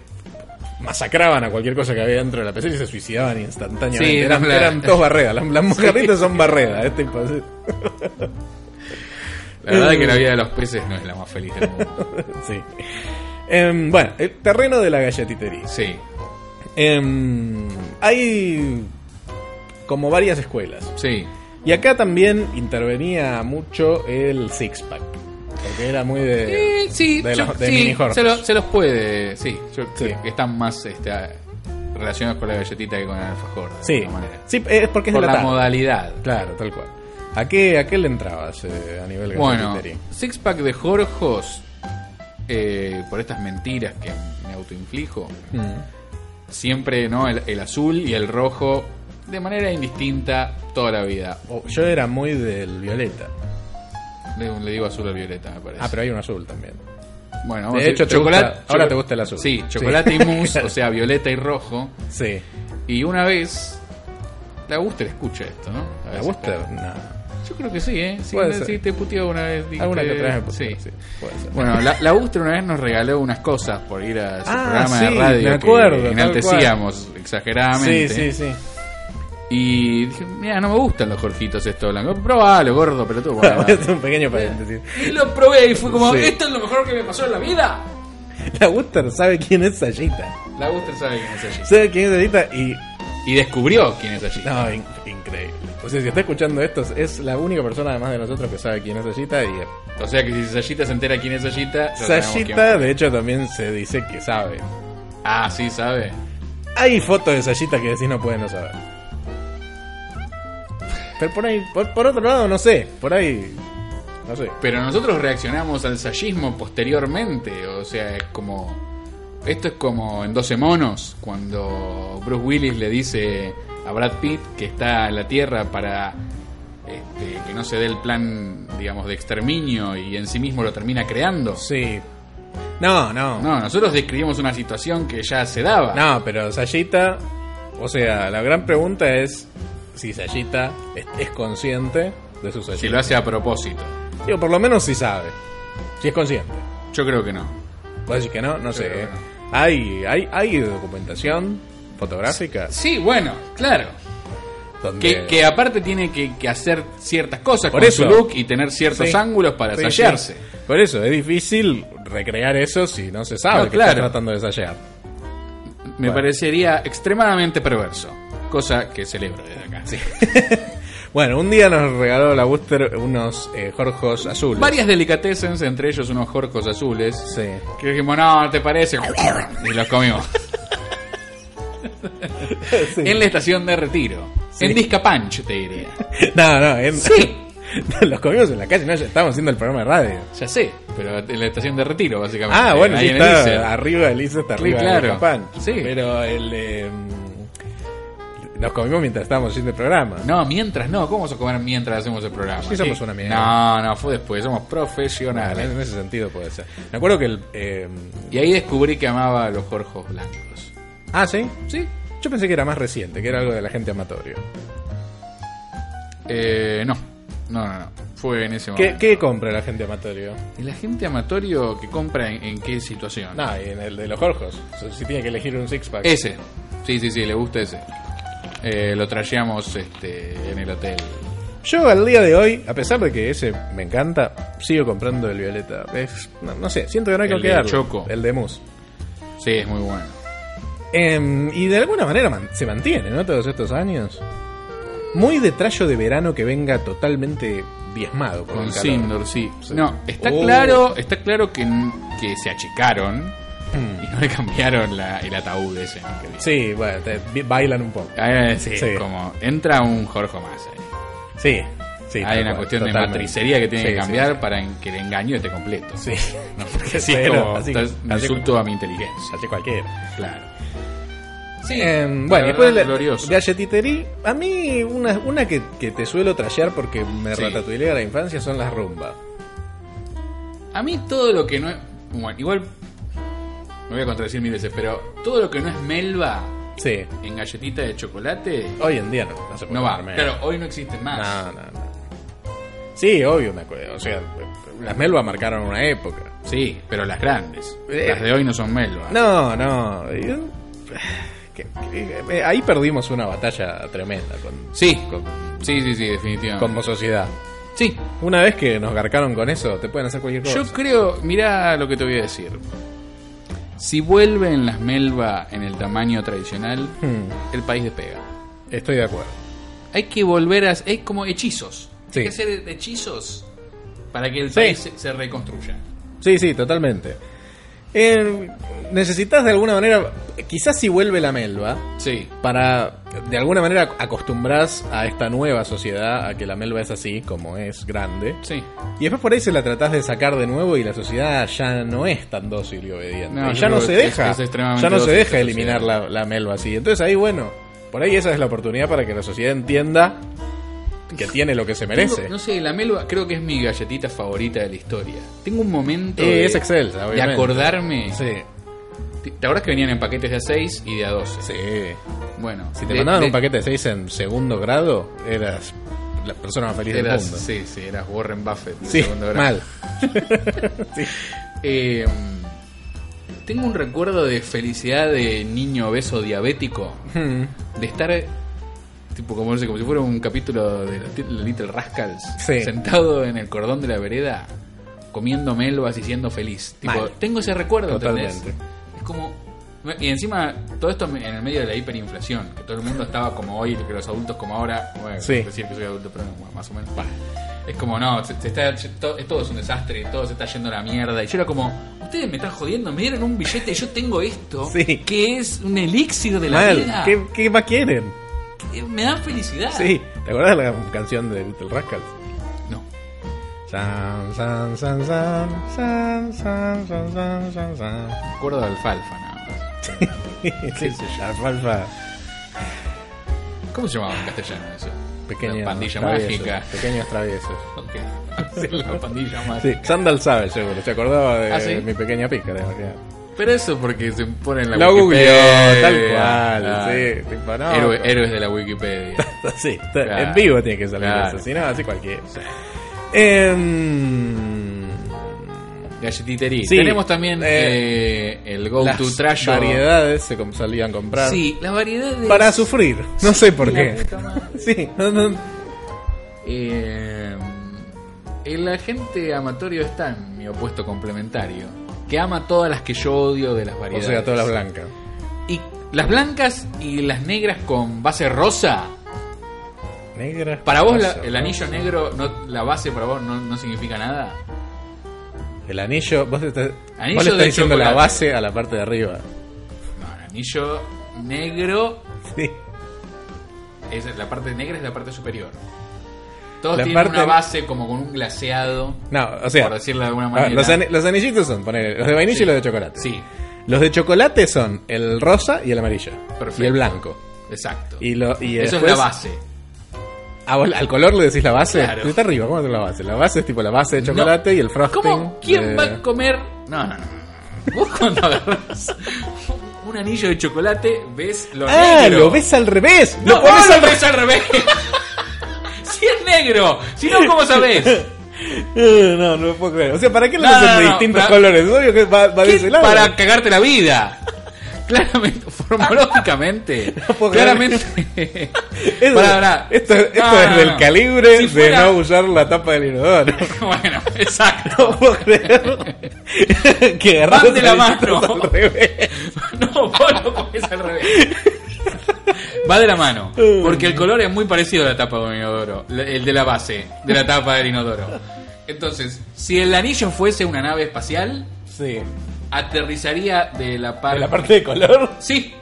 [SPEAKER 3] Masacraban a cualquier cosa que había dentro de la pecera y se suicidaban instantáneamente.
[SPEAKER 2] Sí,
[SPEAKER 3] eran,
[SPEAKER 2] la-
[SPEAKER 3] eran todos barredas. Las, las mojarritas son barredas. Es tipo así.
[SPEAKER 2] La verdad es que la vida de los peces no es la más feliz del mundo.
[SPEAKER 3] Sí. Em, bueno, el terreno de la galletitería.
[SPEAKER 2] Sí.
[SPEAKER 3] Em, hay como varias escuelas.
[SPEAKER 2] Sí.
[SPEAKER 3] Y acá también intervenía mucho el six-pack. Porque era muy de...
[SPEAKER 2] Eh, sí,
[SPEAKER 3] de
[SPEAKER 2] yo-
[SPEAKER 3] los- de
[SPEAKER 2] sí,
[SPEAKER 3] mini Jorges.
[SPEAKER 2] se, lo- se los puede. Sí, yo
[SPEAKER 3] Sí.
[SPEAKER 2] creo que están más este, ah, relacionados con la galletita que con el alfajor. De
[SPEAKER 3] Sí,
[SPEAKER 2] alguna manera.
[SPEAKER 3] sí es porque es
[SPEAKER 2] Por la
[SPEAKER 3] de la tarde.
[SPEAKER 2] modalidad.
[SPEAKER 3] Claro, tal cual. ¿A qué, a qué le entrabas eh, a nivel
[SPEAKER 2] Bueno,
[SPEAKER 3] galletitería?
[SPEAKER 2] six pack de Jorjos, eh, por estas mentiras que me autoinflijo,
[SPEAKER 3] Mm,
[SPEAKER 2] siempre no el, el azul y el rojo de manera indistinta toda la vida.
[SPEAKER 3] oh, yo era muy del violeta.
[SPEAKER 2] Le, le digo azul al violeta, me parece.
[SPEAKER 3] Ah, pero hay un azul también.
[SPEAKER 2] bueno,
[SPEAKER 3] de
[SPEAKER 2] a decir
[SPEAKER 3] hecho, te
[SPEAKER 2] chocolate,
[SPEAKER 3] gusta- ahora te gusta el azul.
[SPEAKER 2] Sí,
[SPEAKER 3] Sí.
[SPEAKER 2] chocolate y mousse, o sea, violeta y rojo.
[SPEAKER 3] Sí.
[SPEAKER 2] Y una vez la Guster escucha esto, ¿no? A
[SPEAKER 3] ¿Te
[SPEAKER 2] veces,
[SPEAKER 3] gusta?
[SPEAKER 2] claro.
[SPEAKER 3] No.
[SPEAKER 2] Yo creo que sí, ¿eh? Sí,
[SPEAKER 3] Puede
[SPEAKER 2] me-
[SPEAKER 3] ser.
[SPEAKER 2] sí, te puteó una vez. dijiste-
[SPEAKER 3] Alguna que otra vez me
[SPEAKER 2] sí.
[SPEAKER 3] pusieron, sí, puede ser.
[SPEAKER 2] Bueno, la, la Guster una vez nos regaló unas cosas por ir a su
[SPEAKER 3] Ah,
[SPEAKER 2] programa de
[SPEAKER 3] sí,
[SPEAKER 2] radio.
[SPEAKER 3] me
[SPEAKER 2] que
[SPEAKER 3] acuerdo, tal
[SPEAKER 2] Enaltecíamos exageradamente.
[SPEAKER 3] Sí, sí, sí.
[SPEAKER 2] Y dije, mira, no me gustan los jorjitos estos blancos. Probalo, gordo, pero tú. bueno, vale".
[SPEAKER 3] es un pequeño paréntesis.
[SPEAKER 2] y lo probé y fue como,
[SPEAKER 3] Sí.
[SPEAKER 2] esto es lo mejor que me pasó en la vida.
[SPEAKER 3] La Guster sabe quién es Sayita.
[SPEAKER 2] La Guster sabe quién es allí.
[SPEAKER 3] Sabe quién es Sayita y
[SPEAKER 2] Y descubrió quién es allí.
[SPEAKER 3] No, in- increíble. O sea, si está escuchando esto, es la única persona además de nosotros que sabe quién es Sayita y eh,
[SPEAKER 2] O sea que si Sayita se entera quién es Sayita, ya sabemos quién
[SPEAKER 3] Sayita
[SPEAKER 2] fue.
[SPEAKER 3] de hecho también se dice que sabe.
[SPEAKER 2] Ah, sí, sabe.
[SPEAKER 3] Hay fotos de Sayita que decís no pueden no saber. Pero por ahí, por, por otro lado, no sé, por ahí, no sé.
[SPEAKER 2] Pero nosotros reaccionamos al sayismo posteriormente. O sea, es como. Esto es como en 12 monos, cuando Bruce Willis le dice a Brad Pitt que está en la Tierra para este, que no se dé el plan, digamos, de exterminio y en sí mismo lo termina creando.
[SPEAKER 3] Sí. No, no. No,
[SPEAKER 2] No, nosotros describimos una situación que ya se daba.
[SPEAKER 3] pero Sayita, o sea, la gran pregunta es si Sayita es, es consciente de su
[SPEAKER 2] Si lo
[SPEAKER 3] Sayita.
[SPEAKER 2] hace a propósito.
[SPEAKER 3] Digo, por lo menos si sabe. Si es consciente.
[SPEAKER 2] Yo creo que no.
[SPEAKER 3] ¿Vos decís que no? No sé.
[SPEAKER 2] Pero
[SPEAKER 3] ¿eh?
[SPEAKER 2] bueno.
[SPEAKER 3] Hay, hay, hay documentación fotográfica
[SPEAKER 2] Sí, bueno, claro.
[SPEAKER 3] donde...
[SPEAKER 2] Que, que aparte tiene que, que hacer ciertas cosas
[SPEAKER 3] Por
[SPEAKER 2] con
[SPEAKER 3] eso.
[SPEAKER 2] su look y tener ciertos
[SPEAKER 3] Sí.
[SPEAKER 2] ángulos para
[SPEAKER 3] Sí,
[SPEAKER 2] sayarse.
[SPEAKER 3] sí. Por eso, es difícil recrear eso si no se sabe
[SPEAKER 2] No,
[SPEAKER 3] que
[SPEAKER 2] claro.
[SPEAKER 3] está tratando de ensayar.
[SPEAKER 2] Me
[SPEAKER 3] Bueno.
[SPEAKER 2] parecería extremadamente perverso. Cosa que celebro desde acá.
[SPEAKER 3] Bueno, un día nos regaló la Booster unos eh, jorjos azules.
[SPEAKER 2] Varias delicatessens, entre ellos unos jorcos azules.
[SPEAKER 3] Sí.
[SPEAKER 2] Que dijimos, no, ¿te parece? Y los comimos. En la estación de retiro. En Discapanch, te diría.
[SPEAKER 3] No, no, en-
[SPEAKER 2] Sí.
[SPEAKER 3] los comimos en la calle, no, ya estábamos haciendo el programa de radio.
[SPEAKER 2] Ya sé, pero en la estación de retiro, básicamente.
[SPEAKER 3] Ah, bueno,
[SPEAKER 2] Ahí
[SPEAKER 3] sí,
[SPEAKER 2] en
[SPEAKER 3] está
[SPEAKER 2] Elíseo.
[SPEAKER 3] arriba del Isa, está
[SPEAKER 2] Sí,
[SPEAKER 3] arriba
[SPEAKER 2] claro.
[SPEAKER 3] de Japán.
[SPEAKER 2] Sí.
[SPEAKER 3] Pero el. eh, nos comimos mientras estábamos haciendo el programa.
[SPEAKER 2] No, mientras no. ¿Cómo vamos a comer mientras hacemos el programa?
[SPEAKER 3] Sí, somos una mierda.
[SPEAKER 2] No, no, fue después. Somos
[SPEAKER 3] Nada,
[SPEAKER 2] profesionales.
[SPEAKER 3] en ese sentido puede ser. Me acuerdo que el. eh,
[SPEAKER 2] Y ahí descubrí que amaba a los jorjos blancos.
[SPEAKER 3] ah, sí.
[SPEAKER 2] ¿Sí?
[SPEAKER 3] Yo pensé que era más reciente, que era algo de la gente amatorio.
[SPEAKER 2] Eh, no. No, no, no. Fue en ese
[SPEAKER 3] ¿Qué,
[SPEAKER 2] momento.
[SPEAKER 3] qué compra la gente amatorio?
[SPEAKER 2] ¿Y la gente amatorio que compra en, en qué situación?
[SPEAKER 3] No, y en el de los Jorjos. Si tiene que elegir un six pack.
[SPEAKER 2] Ese. Sí, sí, sí, le gusta ese. Eh, lo trajeamos este, en el hotel.
[SPEAKER 3] Yo al día de hoy, a pesar de que ese me encanta, sigo comprando el violeta. Es- no, no sé, siento que no hay
[SPEAKER 2] El
[SPEAKER 3] que
[SPEAKER 2] de
[SPEAKER 3] darle.
[SPEAKER 2] Choco.
[SPEAKER 3] El de mousse.
[SPEAKER 2] Sí, es muy bueno.
[SPEAKER 3] Em, y de alguna manera man- se mantiene, ¿no? Todos estos años. Muy de trayo de verano que venga totalmente diezmado por
[SPEAKER 2] Con
[SPEAKER 3] el calor.
[SPEAKER 2] Sindor, sí. No, está
[SPEAKER 3] Oh.
[SPEAKER 2] claro, está claro que, que se achicaron y no le cambiaron la- el ataúd ese. ¿no? Que dice.
[SPEAKER 3] Sí, bueno, te- bi- bailan un poco.
[SPEAKER 2] Ah, sí,
[SPEAKER 3] Sí.
[SPEAKER 2] como entra un Jorge más. ahí.
[SPEAKER 3] Sí, sí.
[SPEAKER 2] Hay
[SPEAKER 3] tal
[SPEAKER 2] una
[SPEAKER 3] cual,
[SPEAKER 2] cuestión de
[SPEAKER 3] totalmente.
[SPEAKER 2] matricería que tiene
[SPEAKER 3] Sí,
[SPEAKER 2] que
[SPEAKER 3] sí,
[SPEAKER 2] cambiar
[SPEAKER 3] sí.
[SPEAKER 2] para en- que el engaño esté completo.
[SPEAKER 3] Sí,
[SPEAKER 2] No, porque así es
[SPEAKER 3] Pero,
[SPEAKER 2] como
[SPEAKER 3] así-
[SPEAKER 2] estás- un
[SPEAKER 3] así-
[SPEAKER 2] insulto a mi inteligencia.
[SPEAKER 3] así cualquiera.
[SPEAKER 2] Claro.
[SPEAKER 3] Em,
[SPEAKER 2] la
[SPEAKER 3] bueno, y después
[SPEAKER 2] verdad,
[SPEAKER 3] de
[SPEAKER 2] glorioso.
[SPEAKER 3] la galletitería, a mí una, una que, que te suelo trallar porque me
[SPEAKER 2] Sí.
[SPEAKER 3] ratatouillea la infancia son las rumbas.
[SPEAKER 2] A mí todo lo que no es. Bueno, igual. Me voy a contradecir mil veces, pero todo lo que no es melva
[SPEAKER 3] Sí,
[SPEAKER 2] en galletita de chocolate.
[SPEAKER 3] hoy en día no, no se puede
[SPEAKER 2] No va.
[SPEAKER 3] Oh, comer.
[SPEAKER 2] Claro, hoy no existe más.
[SPEAKER 3] No, no, no. Sí, obvio, me acuerdo. O sea, las melvas marcaron una época.
[SPEAKER 2] Sí, pero las grandes.
[SPEAKER 3] Eh.
[SPEAKER 2] Las de hoy no son melva.
[SPEAKER 3] No, no. eh, que- que- eh, Ahí perdimos una batalla tremenda con,
[SPEAKER 2] Sí.
[SPEAKER 3] con-
[SPEAKER 2] Sí, sí, sí, definitivamente.
[SPEAKER 3] como sociedad.
[SPEAKER 2] Sí.
[SPEAKER 3] Una vez que nos garcaron con eso, te pueden hacer cualquier cosa.
[SPEAKER 2] Yo creo. Mirá lo que te voy a decir. Si vuelven las melva en el tamaño tradicional,
[SPEAKER 3] Hmm,
[SPEAKER 2] el país despega.
[SPEAKER 3] estoy de acuerdo.
[SPEAKER 2] Hay que volver a. Es como hechizos.
[SPEAKER 3] Sí.
[SPEAKER 2] Hay que hacer hechizos para que el
[SPEAKER 3] Sí.
[SPEAKER 2] país se- se reconstruya.
[SPEAKER 3] Sí, sí, totalmente. Eh, necesitas de alguna manera, quizás si vuelve la melva,
[SPEAKER 2] Sí.
[SPEAKER 3] para de alguna manera acostumbrás a esta nueva sociedad a que la melva es así, como es grande.
[SPEAKER 2] Sí.
[SPEAKER 3] Y después por ahí se la tratás de sacar de nuevo y la sociedad ya no es tan dócil y obediente.
[SPEAKER 2] No,
[SPEAKER 3] Y
[SPEAKER 2] yo
[SPEAKER 3] ya no
[SPEAKER 2] creo
[SPEAKER 3] se
[SPEAKER 2] que es-
[SPEAKER 3] deja.
[SPEAKER 2] es extremadamente
[SPEAKER 3] ya no se
[SPEAKER 2] dócil
[SPEAKER 3] deja
[SPEAKER 2] esta
[SPEAKER 3] eliminar la, la melva así. Entonces ahí, bueno, por ahí esa es la oportunidad para que la sociedad entienda que tiene lo que se merece.
[SPEAKER 2] Tengo- no sé, la melva creo que es mi galletita favorita de la historia. Tengo un momento
[SPEAKER 3] Eh,
[SPEAKER 2] de,
[SPEAKER 3] es excelsa,
[SPEAKER 2] de
[SPEAKER 3] obviamente.
[SPEAKER 2] acordarme.
[SPEAKER 3] Sí,
[SPEAKER 2] ¿Te acordás que venían en paquetes de a 6 y de a 12?
[SPEAKER 3] sí.
[SPEAKER 2] Bueno,
[SPEAKER 3] Si te
[SPEAKER 2] de-
[SPEAKER 3] mandaban
[SPEAKER 2] de-
[SPEAKER 3] un paquete de seis en segundo grado, eras la persona más feliz del
[SPEAKER 2] eras-
[SPEAKER 3] mundo.
[SPEAKER 2] Sí, sí, eras Warren Buffett. de
[SPEAKER 3] Sí,
[SPEAKER 2] segundo grado.
[SPEAKER 3] mal.
[SPEAKER 2] Eh, tengo un recuerdo de felicidad de niño obeso diabético.
[SPEAKER 3] Hmm.
[SPEAKER 2] De estar, eh, tipo, como, no sé, como si fuera un capítulo de los Little- Little Rascals.
[SPEAKER 3] Sí.
[SPEAKER 2] Sentado en el cordón de la vereda, comiendo melvas y siendo feliz. Tipo,
[SPEAKER 3] Mal.
[SPEAKER 2] tengo ese recuerdo, ¿entendés?
[SPEAKER 3] Totalmente.
[SPEAKER 2] Es como... Y encima, todo esto en el medio de la hiperinflación, que todo el mundo estaba como hoy, que los adultos como ahora, bueno,
[SPEAKER 3] Sí.
[SPEAKER 2] decir que soy adulto, pero bueno, más o menos, bah. es como, no, se, se está, se- to- todo es un desastre, todo se está yendo a la mierda, y yo era como, ustedes me están jodiendo, me dieron un billete, yo tengo esto,
[SPEAKER 3] Sí.
[SPEAKER 2] que es un elixir de la vida.
[SPEAKER 3] Mal. ¿Qué, qué más quieren?
[SPEAKER 2] Eh, me dan felicidad.
[SPEAKER 3] Sí. ¿Te acuerdas de la canción de Little Rascals?
[SPEAKER 2] No.
[SPEAKER 3] San, san, san, san, san, san, san, san, san, san.
[SPEAKER 2] Me acuerdo de alfalfa, nada más.
[SPEAKER 3] ¿Qué se llama? Alfalfa.
[SPEAKER 2] ¿Cómo se llamaba en castellano eso?
[SPEAKER 3] Pequeña
[SPEAKER 2] La pandilla
[SPEAKER 3] traviesos,
[SPEAKER 2] mágica.
[SPEAKER 3] Pequeños traviesos.
[SPEAKER 2] Ok. La pandilla
[SPEAKER 3] Sí,
[SPEAKER 2] mágica.
[SPEAKER 3] Sandal sabe seguro, se acordaba de
[SPEAKER 2] ¿Ah, sí?
[SPEAKER 3] mi pequeña pica. de verdad.
[SPEAKER 2] Pero eso porque se pone en la
[SPEAKER 3] Lo googleó,
[SPEAKER 2] Wikipedia.
[SPEAKER 3] tal cual.
[SPEAKER 2] Ah.
[SPEAKER 3] Sí, tipo, no,
[SPEAKER 2] Héroe-
[SPEAKER 3] pero-
[SPEAKER 2] héroes de la Wikipedia.
[SPEAKER 3] Sí, está-
[SPEAKER 2] Claro.
[SPEAKER 3] en vivo tiene que salir
[SPEAKER 2] Claro.
[SPEAKER 3] eso, si no, así cualquiera. Em,
[SPEAKER 2] Galletitería.
[SPEAKER 3] Sí.
[SPEAKER 2] Tenemos también
[SPEAKER 3] Eh,
[SPEAKER 2] eh, el Go
[SPEAKER 3] las
[SPEAKER 2] to Trash.
[SPEAKER 3] variedades se com- solían comprar
[SPEAKER 2] Sí, la variedad de.
[SPEAKER 3] para sufrir, no sé
[SPEAKER 2] La
[SPEAKER 3] por qué.
[SPEAKER 2] puta madre.
[SPEAKER 3] Sí, no, no,
[SPEAKER 2] Eh, el agente amatorio está en mi opuesto complementario. Que ama todas las que yo odio de las
[SPEAKER 3] o
[SPEAKER 2] variedades.
[SPEAKER 3] sea, todas las blancas.
[SPEAKER 2] Y Las blancas y las negras con base rosa.
[SPEAKER 3] Negra.
[SPEAKER 2] Para vos la-
[SPEAKER 3] rosa,
[SPEAKER 2] el anillo negro, no, la base para vos no, no significa nada.
[SPEAKER 3] El anillo. Vos, te- vos le
[SPEAKER 2] Anillo
[SPEAKER 3] estás
[SPEAKER 2] de
[SPEAKER 3] diciendo la
[SPEAKER 2] chocolate.
[SPEAKER 3] base a la parte de arriba.
[SPEAKER 2] No, el anillo negro,
[SPEAKER 3] Sí.
[SPEAKER 2] es, la parte negra es la parte superior. Todos
[SPEAKER 3] La
[SPEAKER 2] tienen
[SPEAKER 3] parte-
[SPEAKER 2] una base como con un glaseado,
[SPEAKER 3] No, o sea.
[SPEAKER 2] por decirlo de alguna
[SPEAKER 3] a ver,
[SPEAKER 2] manera.
[SPEAKER 3] Ah, los, ani- los anillitos son, ponele, los de vainilla
[SPEAKER 2] Sí.
[SPEAKER 3] y los de chocolate.
[SPEAKER 2] Sí,
[SPEAKER 3] Los de chocolate son el rosa y el amarillo.
[SPEAKER 2] Perfecto.
[SPEAKER 3] Y el blanco.
[SPEAKER 2] exacto.
[SPEAKER 3] Y lo, y
[SPEAKER 2] Eso
[SPEAKER 3] después-
[SPEAKER 2] es la base.
[SPEAKER 3] Ah, vos al color le decís la base.
[SPEAKER 2] Claro.
[SPEAKER 3] Sí, Está arriba, ¿cómo es la base? La base es tipo la base de chocolate
[SPEAKER 2] No.
[SPEAKER 3] y el frosting.
[SPEAKER 2] ¿Cómo? ¿Quién
[SPEAKER 3] de-
[SPEAKER 2] va a comer? No, no, no. Vos cuando agarras un anillo de chocolate, ves lo
[SPEAKER 3] Ah,
[SPEAKER 2] negro.
[SPEAKER 3] lo ves al revés.
[SPEAKER 2] No,
[SPEAKER 3] Lo
[SPEAKER 2] vos
[SPEAKER 3] pones
[SPEAKER 2] lo
[SPEAKER 3] al
[SPEAKER 2] ves al revés. si es negro, si no, ¿cómo sabés?
[SPEAKER 3] Eh, No, no lo puedo creer. O sea, ¿para qué lo
[SPEAKER 2] No,
[SPEAKER 3] hacen
[SPEAKER 2] no,
[SPEAKER 3] de
[SPEAKER 2] no,
[SPEAKER 3] distintos
[SPEAKER 2] para-
[SPEAKER 3] colores? Es Obvio que va, va de
[SPEAKER 2] ¿Qué?
[SPEAKER 3] ese lado.
[SPEAKER 2] Para cagarte la vida. Claramente, formológicamente.
[SPEAKER 3] puedo creer.
[SPEAKER 2] claramente.
[SPEAKER 3] Eso-
[SPEAKER 2] Pará, pará.
[SPEAKER 3] Esto, esto
[SPEAKER 2] No,
[SPEAKER 3] es
[SPEAKER 2] no,
[SPEAKER 3] del
[SPEAKER 2] no.
[SPEAKER 3] calibre
[SPEAKER 2] Ah. Si
[SPEAKER 3] de
[SPEAKER 2] fuera-
[SPEAKER 3] no usar la tapa del inodoro.
[SPEAKER 2] Bueno, exacto.
[SPEAKER 3] No puedo creer que agarras
[SPEAKER 2] Van de la
[SPEAKER 3] los anillitos
[SPEAKER 2] mano.
[SPEAKER 3] al revés.
[SPEAKER 2] No, vos lo comés al revés. Va de la mano, porque el color es muy parecido a la tapa de un inodoro, la- el de la base, de la tapa del inodoro. Entonces, si el anillo fuese una nave espacial,
[SPEAKER 3] Sí.
[SPEAKER 2] aterrizaría de la parte...
[SPEAKER 3] En la parte de color.
[SPEAKER 2] Sí,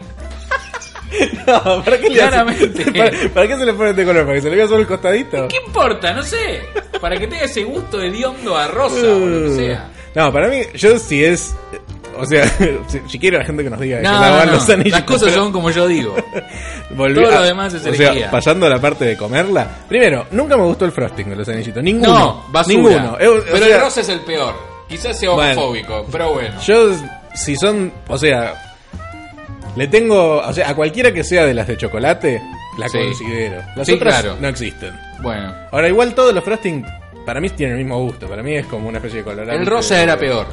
[SPEAKER 3] No, ¿para qué le hacen-
[SPEAKER 2] Claramente.
[SPEAKER 3] ¿Para, para qué se le pone de color? ¿Para que se le vea solo el costadito?
[SPEAKER 2] ¿qué importa? No sé. Para que tenga ese gusto de hediondo a rosa o lo
[SPEAKER 3] Mm.
[SPEAKER 2] que sea.
[SPEAKER 3] Uh. No, para mí, yo si es. O sea, si, si quiero la gente que nos diga que
[SPEAKER 2] No,
[SPEAKER 3] lavan
[SPEAKER 2] no, no.
[SPEAKER 3] los anillos.
[SPEAKER 2] Las cosas son como yo digo.
[SPEAKER 3] Volví
[SPEAKER 2] Todo
[SPEAKER 3] a-
[SPEAKER 2] lo demás es
[SPEAKER 3] O sea,
[SPEAKER 2] herejía.
[SPEAKER 3] pasando a la parte de comerla. Primero, nunca me gustó el frosting de los anillitos. Ninguno.
[SPEAKER 2] No, basura.
[SPEAKER 3] Ninguno. Eh, o- o
[SPEAKER 2] pero
[SPEAKER 3] sea,
[SPEAKER 2] el rosa es el peor. Quizás sea
[SPEAKER 3] Bueno.
[SPEAKER 2] homofóbico, pero bueno.
[SPEAKER 3] Yo, si son. O sea. Le tengo. O sea, a cualquiera que sea de las de chocolate, la
[SPEAKER 2] Sí.
[SPEAKER 3] considero. Las
[SPEAKER 2] Sí,
[SPEAKER 3] otras
[SPEAKER 2] claro.
[SPEAKER 3] no existen.
[SPEAKER 2] Bueno.
[SPEAKER 3] Ahora, igual todos los frosting. Para mí tienen el mismo gusto, para mí es como una especie de colorante.
[SPEAKER 2] El rosa era peor.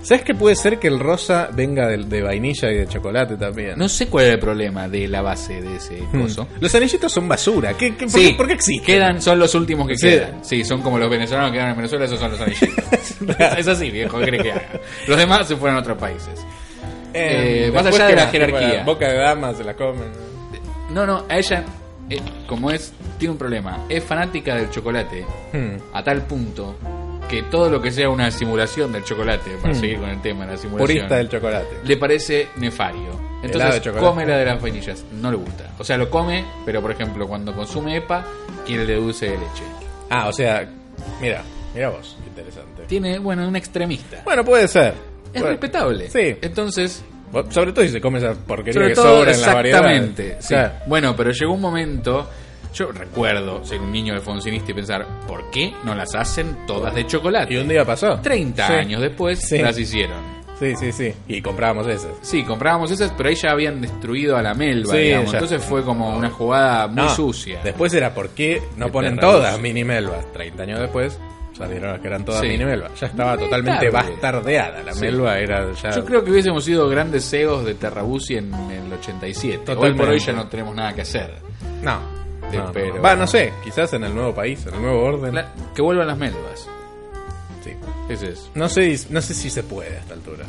[SPEAKER 3] ¿Sabes que puede ser que el rosa venga del- de, vainilla y de chocolate también?
[SPEAKER 2] No sé cuál era el problema de la base de ese
[SPEAKER 3] Mm.
[SPEAKER 2] coso.
[SPEAKER 3] Los anillitos son basura. ¿Qué, qué- por,
[SPEAKER 2] Sí,
[SPEAKER 3] qué, por qué existen?
[SPEAKER 2] Quedan, son los últimos que
[SPEAKER 3] Sí.
[SPEAKER 2] quedan. Sí, son como los venezolanos que quedan en Venezuela, esos son los anillitos. es así, viejo, ¿qué crees que haga? Los demás se fueron a otros países. Eh, más
[SPEAKER 3] después
[SPEAKER 2] allá de
[SPEAKER 3] que
[SPEAKER 2] la
[SPEAKER 3] las tipo,
[SPEAKER 2] jerarquía.
[SPEAKER 3] la boca de dama se la comen.
[SPEAKER 2] No, no, a ella, eh, como es, tiene un problema. Es fanática del chocolate
[SPEAKER 3] Hmm.
[SPEAKER 2] a tal punto que todo lo que sea una simulación del chocolate, para
[SPEAKER 3] Mm.
[SPEAKER 2] seguir con el tema de la simulación,
[SPEAKER 3] Purista del chocolate.
[SPEAKER 2] le parece nefario.
[SPEAKER 3] Helado de
[SPEAKER 2] Entonces
[SPEAKER 3] chocolate.
[SPEAKER 2] come la de las vainillas, no le gusta. O sea, lo come, pero por ejemplo, cuando consume EPA, quiere el de dulce de leche.
[SPEAKER 3] Ah, o sea, mira, mira vos, qué interesante.
[SPEAKER 2] Tiene, bueno, un extremista.
[SPEAKER 3] Bueno, puede ser.
[SPEAKER 2] es
[SPEAKER 3] Bueno,
[SPEAKER 2] respetable.
[SPEAKER 3] Sí.
[SPEAKER 2] Entonces,
[SPEAKER 3] Bueno, Sobre todo si se come esa porquería
[SPEAKER 2] sobre
[SPEAKER 3] que
[SPEAKER 2] todo,
[SPEAKER 3] sobra en la variedad.
[SPEAKER 2] exactamente. sí.
[SPEAKER 3] Claro.
[SPEAKER 2] Bueno, pero llegó un momento. Yo recuerdo ser un niño de Fonsinista y pensar, ¿por qué no las hacen todas de chocolate?
[SPEAKER 3] Y un día pasó.
[SPEAKER 2] 30
[SPEAKER 3] Sí.
[SPEAKER 2] años después
[SPEAKER 3] Sí.
[SPEAKER 2] las hicieron.
[SPEAKER 3] Sí, sí, sí. Y comprábamos esas.
[SPEAKER 2] Sí, comprábamos esas, pero ahí ya habían destruido a la melva,
[SPEAKER 3] Sí,
[SPEAKER 2] digamos.
[SPEAKER 3] ya.
[SPEAKER 2] Entonces fue como una jugada muy
[SPEAKER 3] No,
[SPEAKER 2] sucia.
[SPEAKER 3] Después era por qué no
[SPEAKER 2] Que
[SPEAKER 3] ponen
[SPEAKER 2] te
[SPEAKER 3] todas
[SPEAKER 2] reduce.
[SPEAKER 3] mini melvas. 30 años después salieron las que eran todas
[SPEAKER 2] Sí.
[SPEAKER 3] mini melvas. Ya estaba
[SPEAKER 2] Lamentable.
[SPEAKER 3] totalmente bastardeada. La
[SPEAKER 2] Sí.
[SPEAKER 3] melva era ya.
[SPEAKER 2] Yo creo que hubiésemos sido grandes CEOs de Terrabusi en el 87. Hoy por
[SPEAKER 3] Totalmente.
[SPEAKER 2] hoy ya no tenemos nada que hacer.
[SPEAKER 3] No.
[SPEAKER 2] De
[SPEAKER 3] No, no,
[SPEAKER 2] pero-
[SPEAKER 3] no. Va, no sé. Quizás en el nuevo país, en el nuevo orden.
[SPEAKER 2] La- que vuelvan las melvas.
[SPEAKER 3] Sí.
[SPEAKER 2] Ese es.
[SPEAKER 3] No sé, no sé si se puede a esta altura.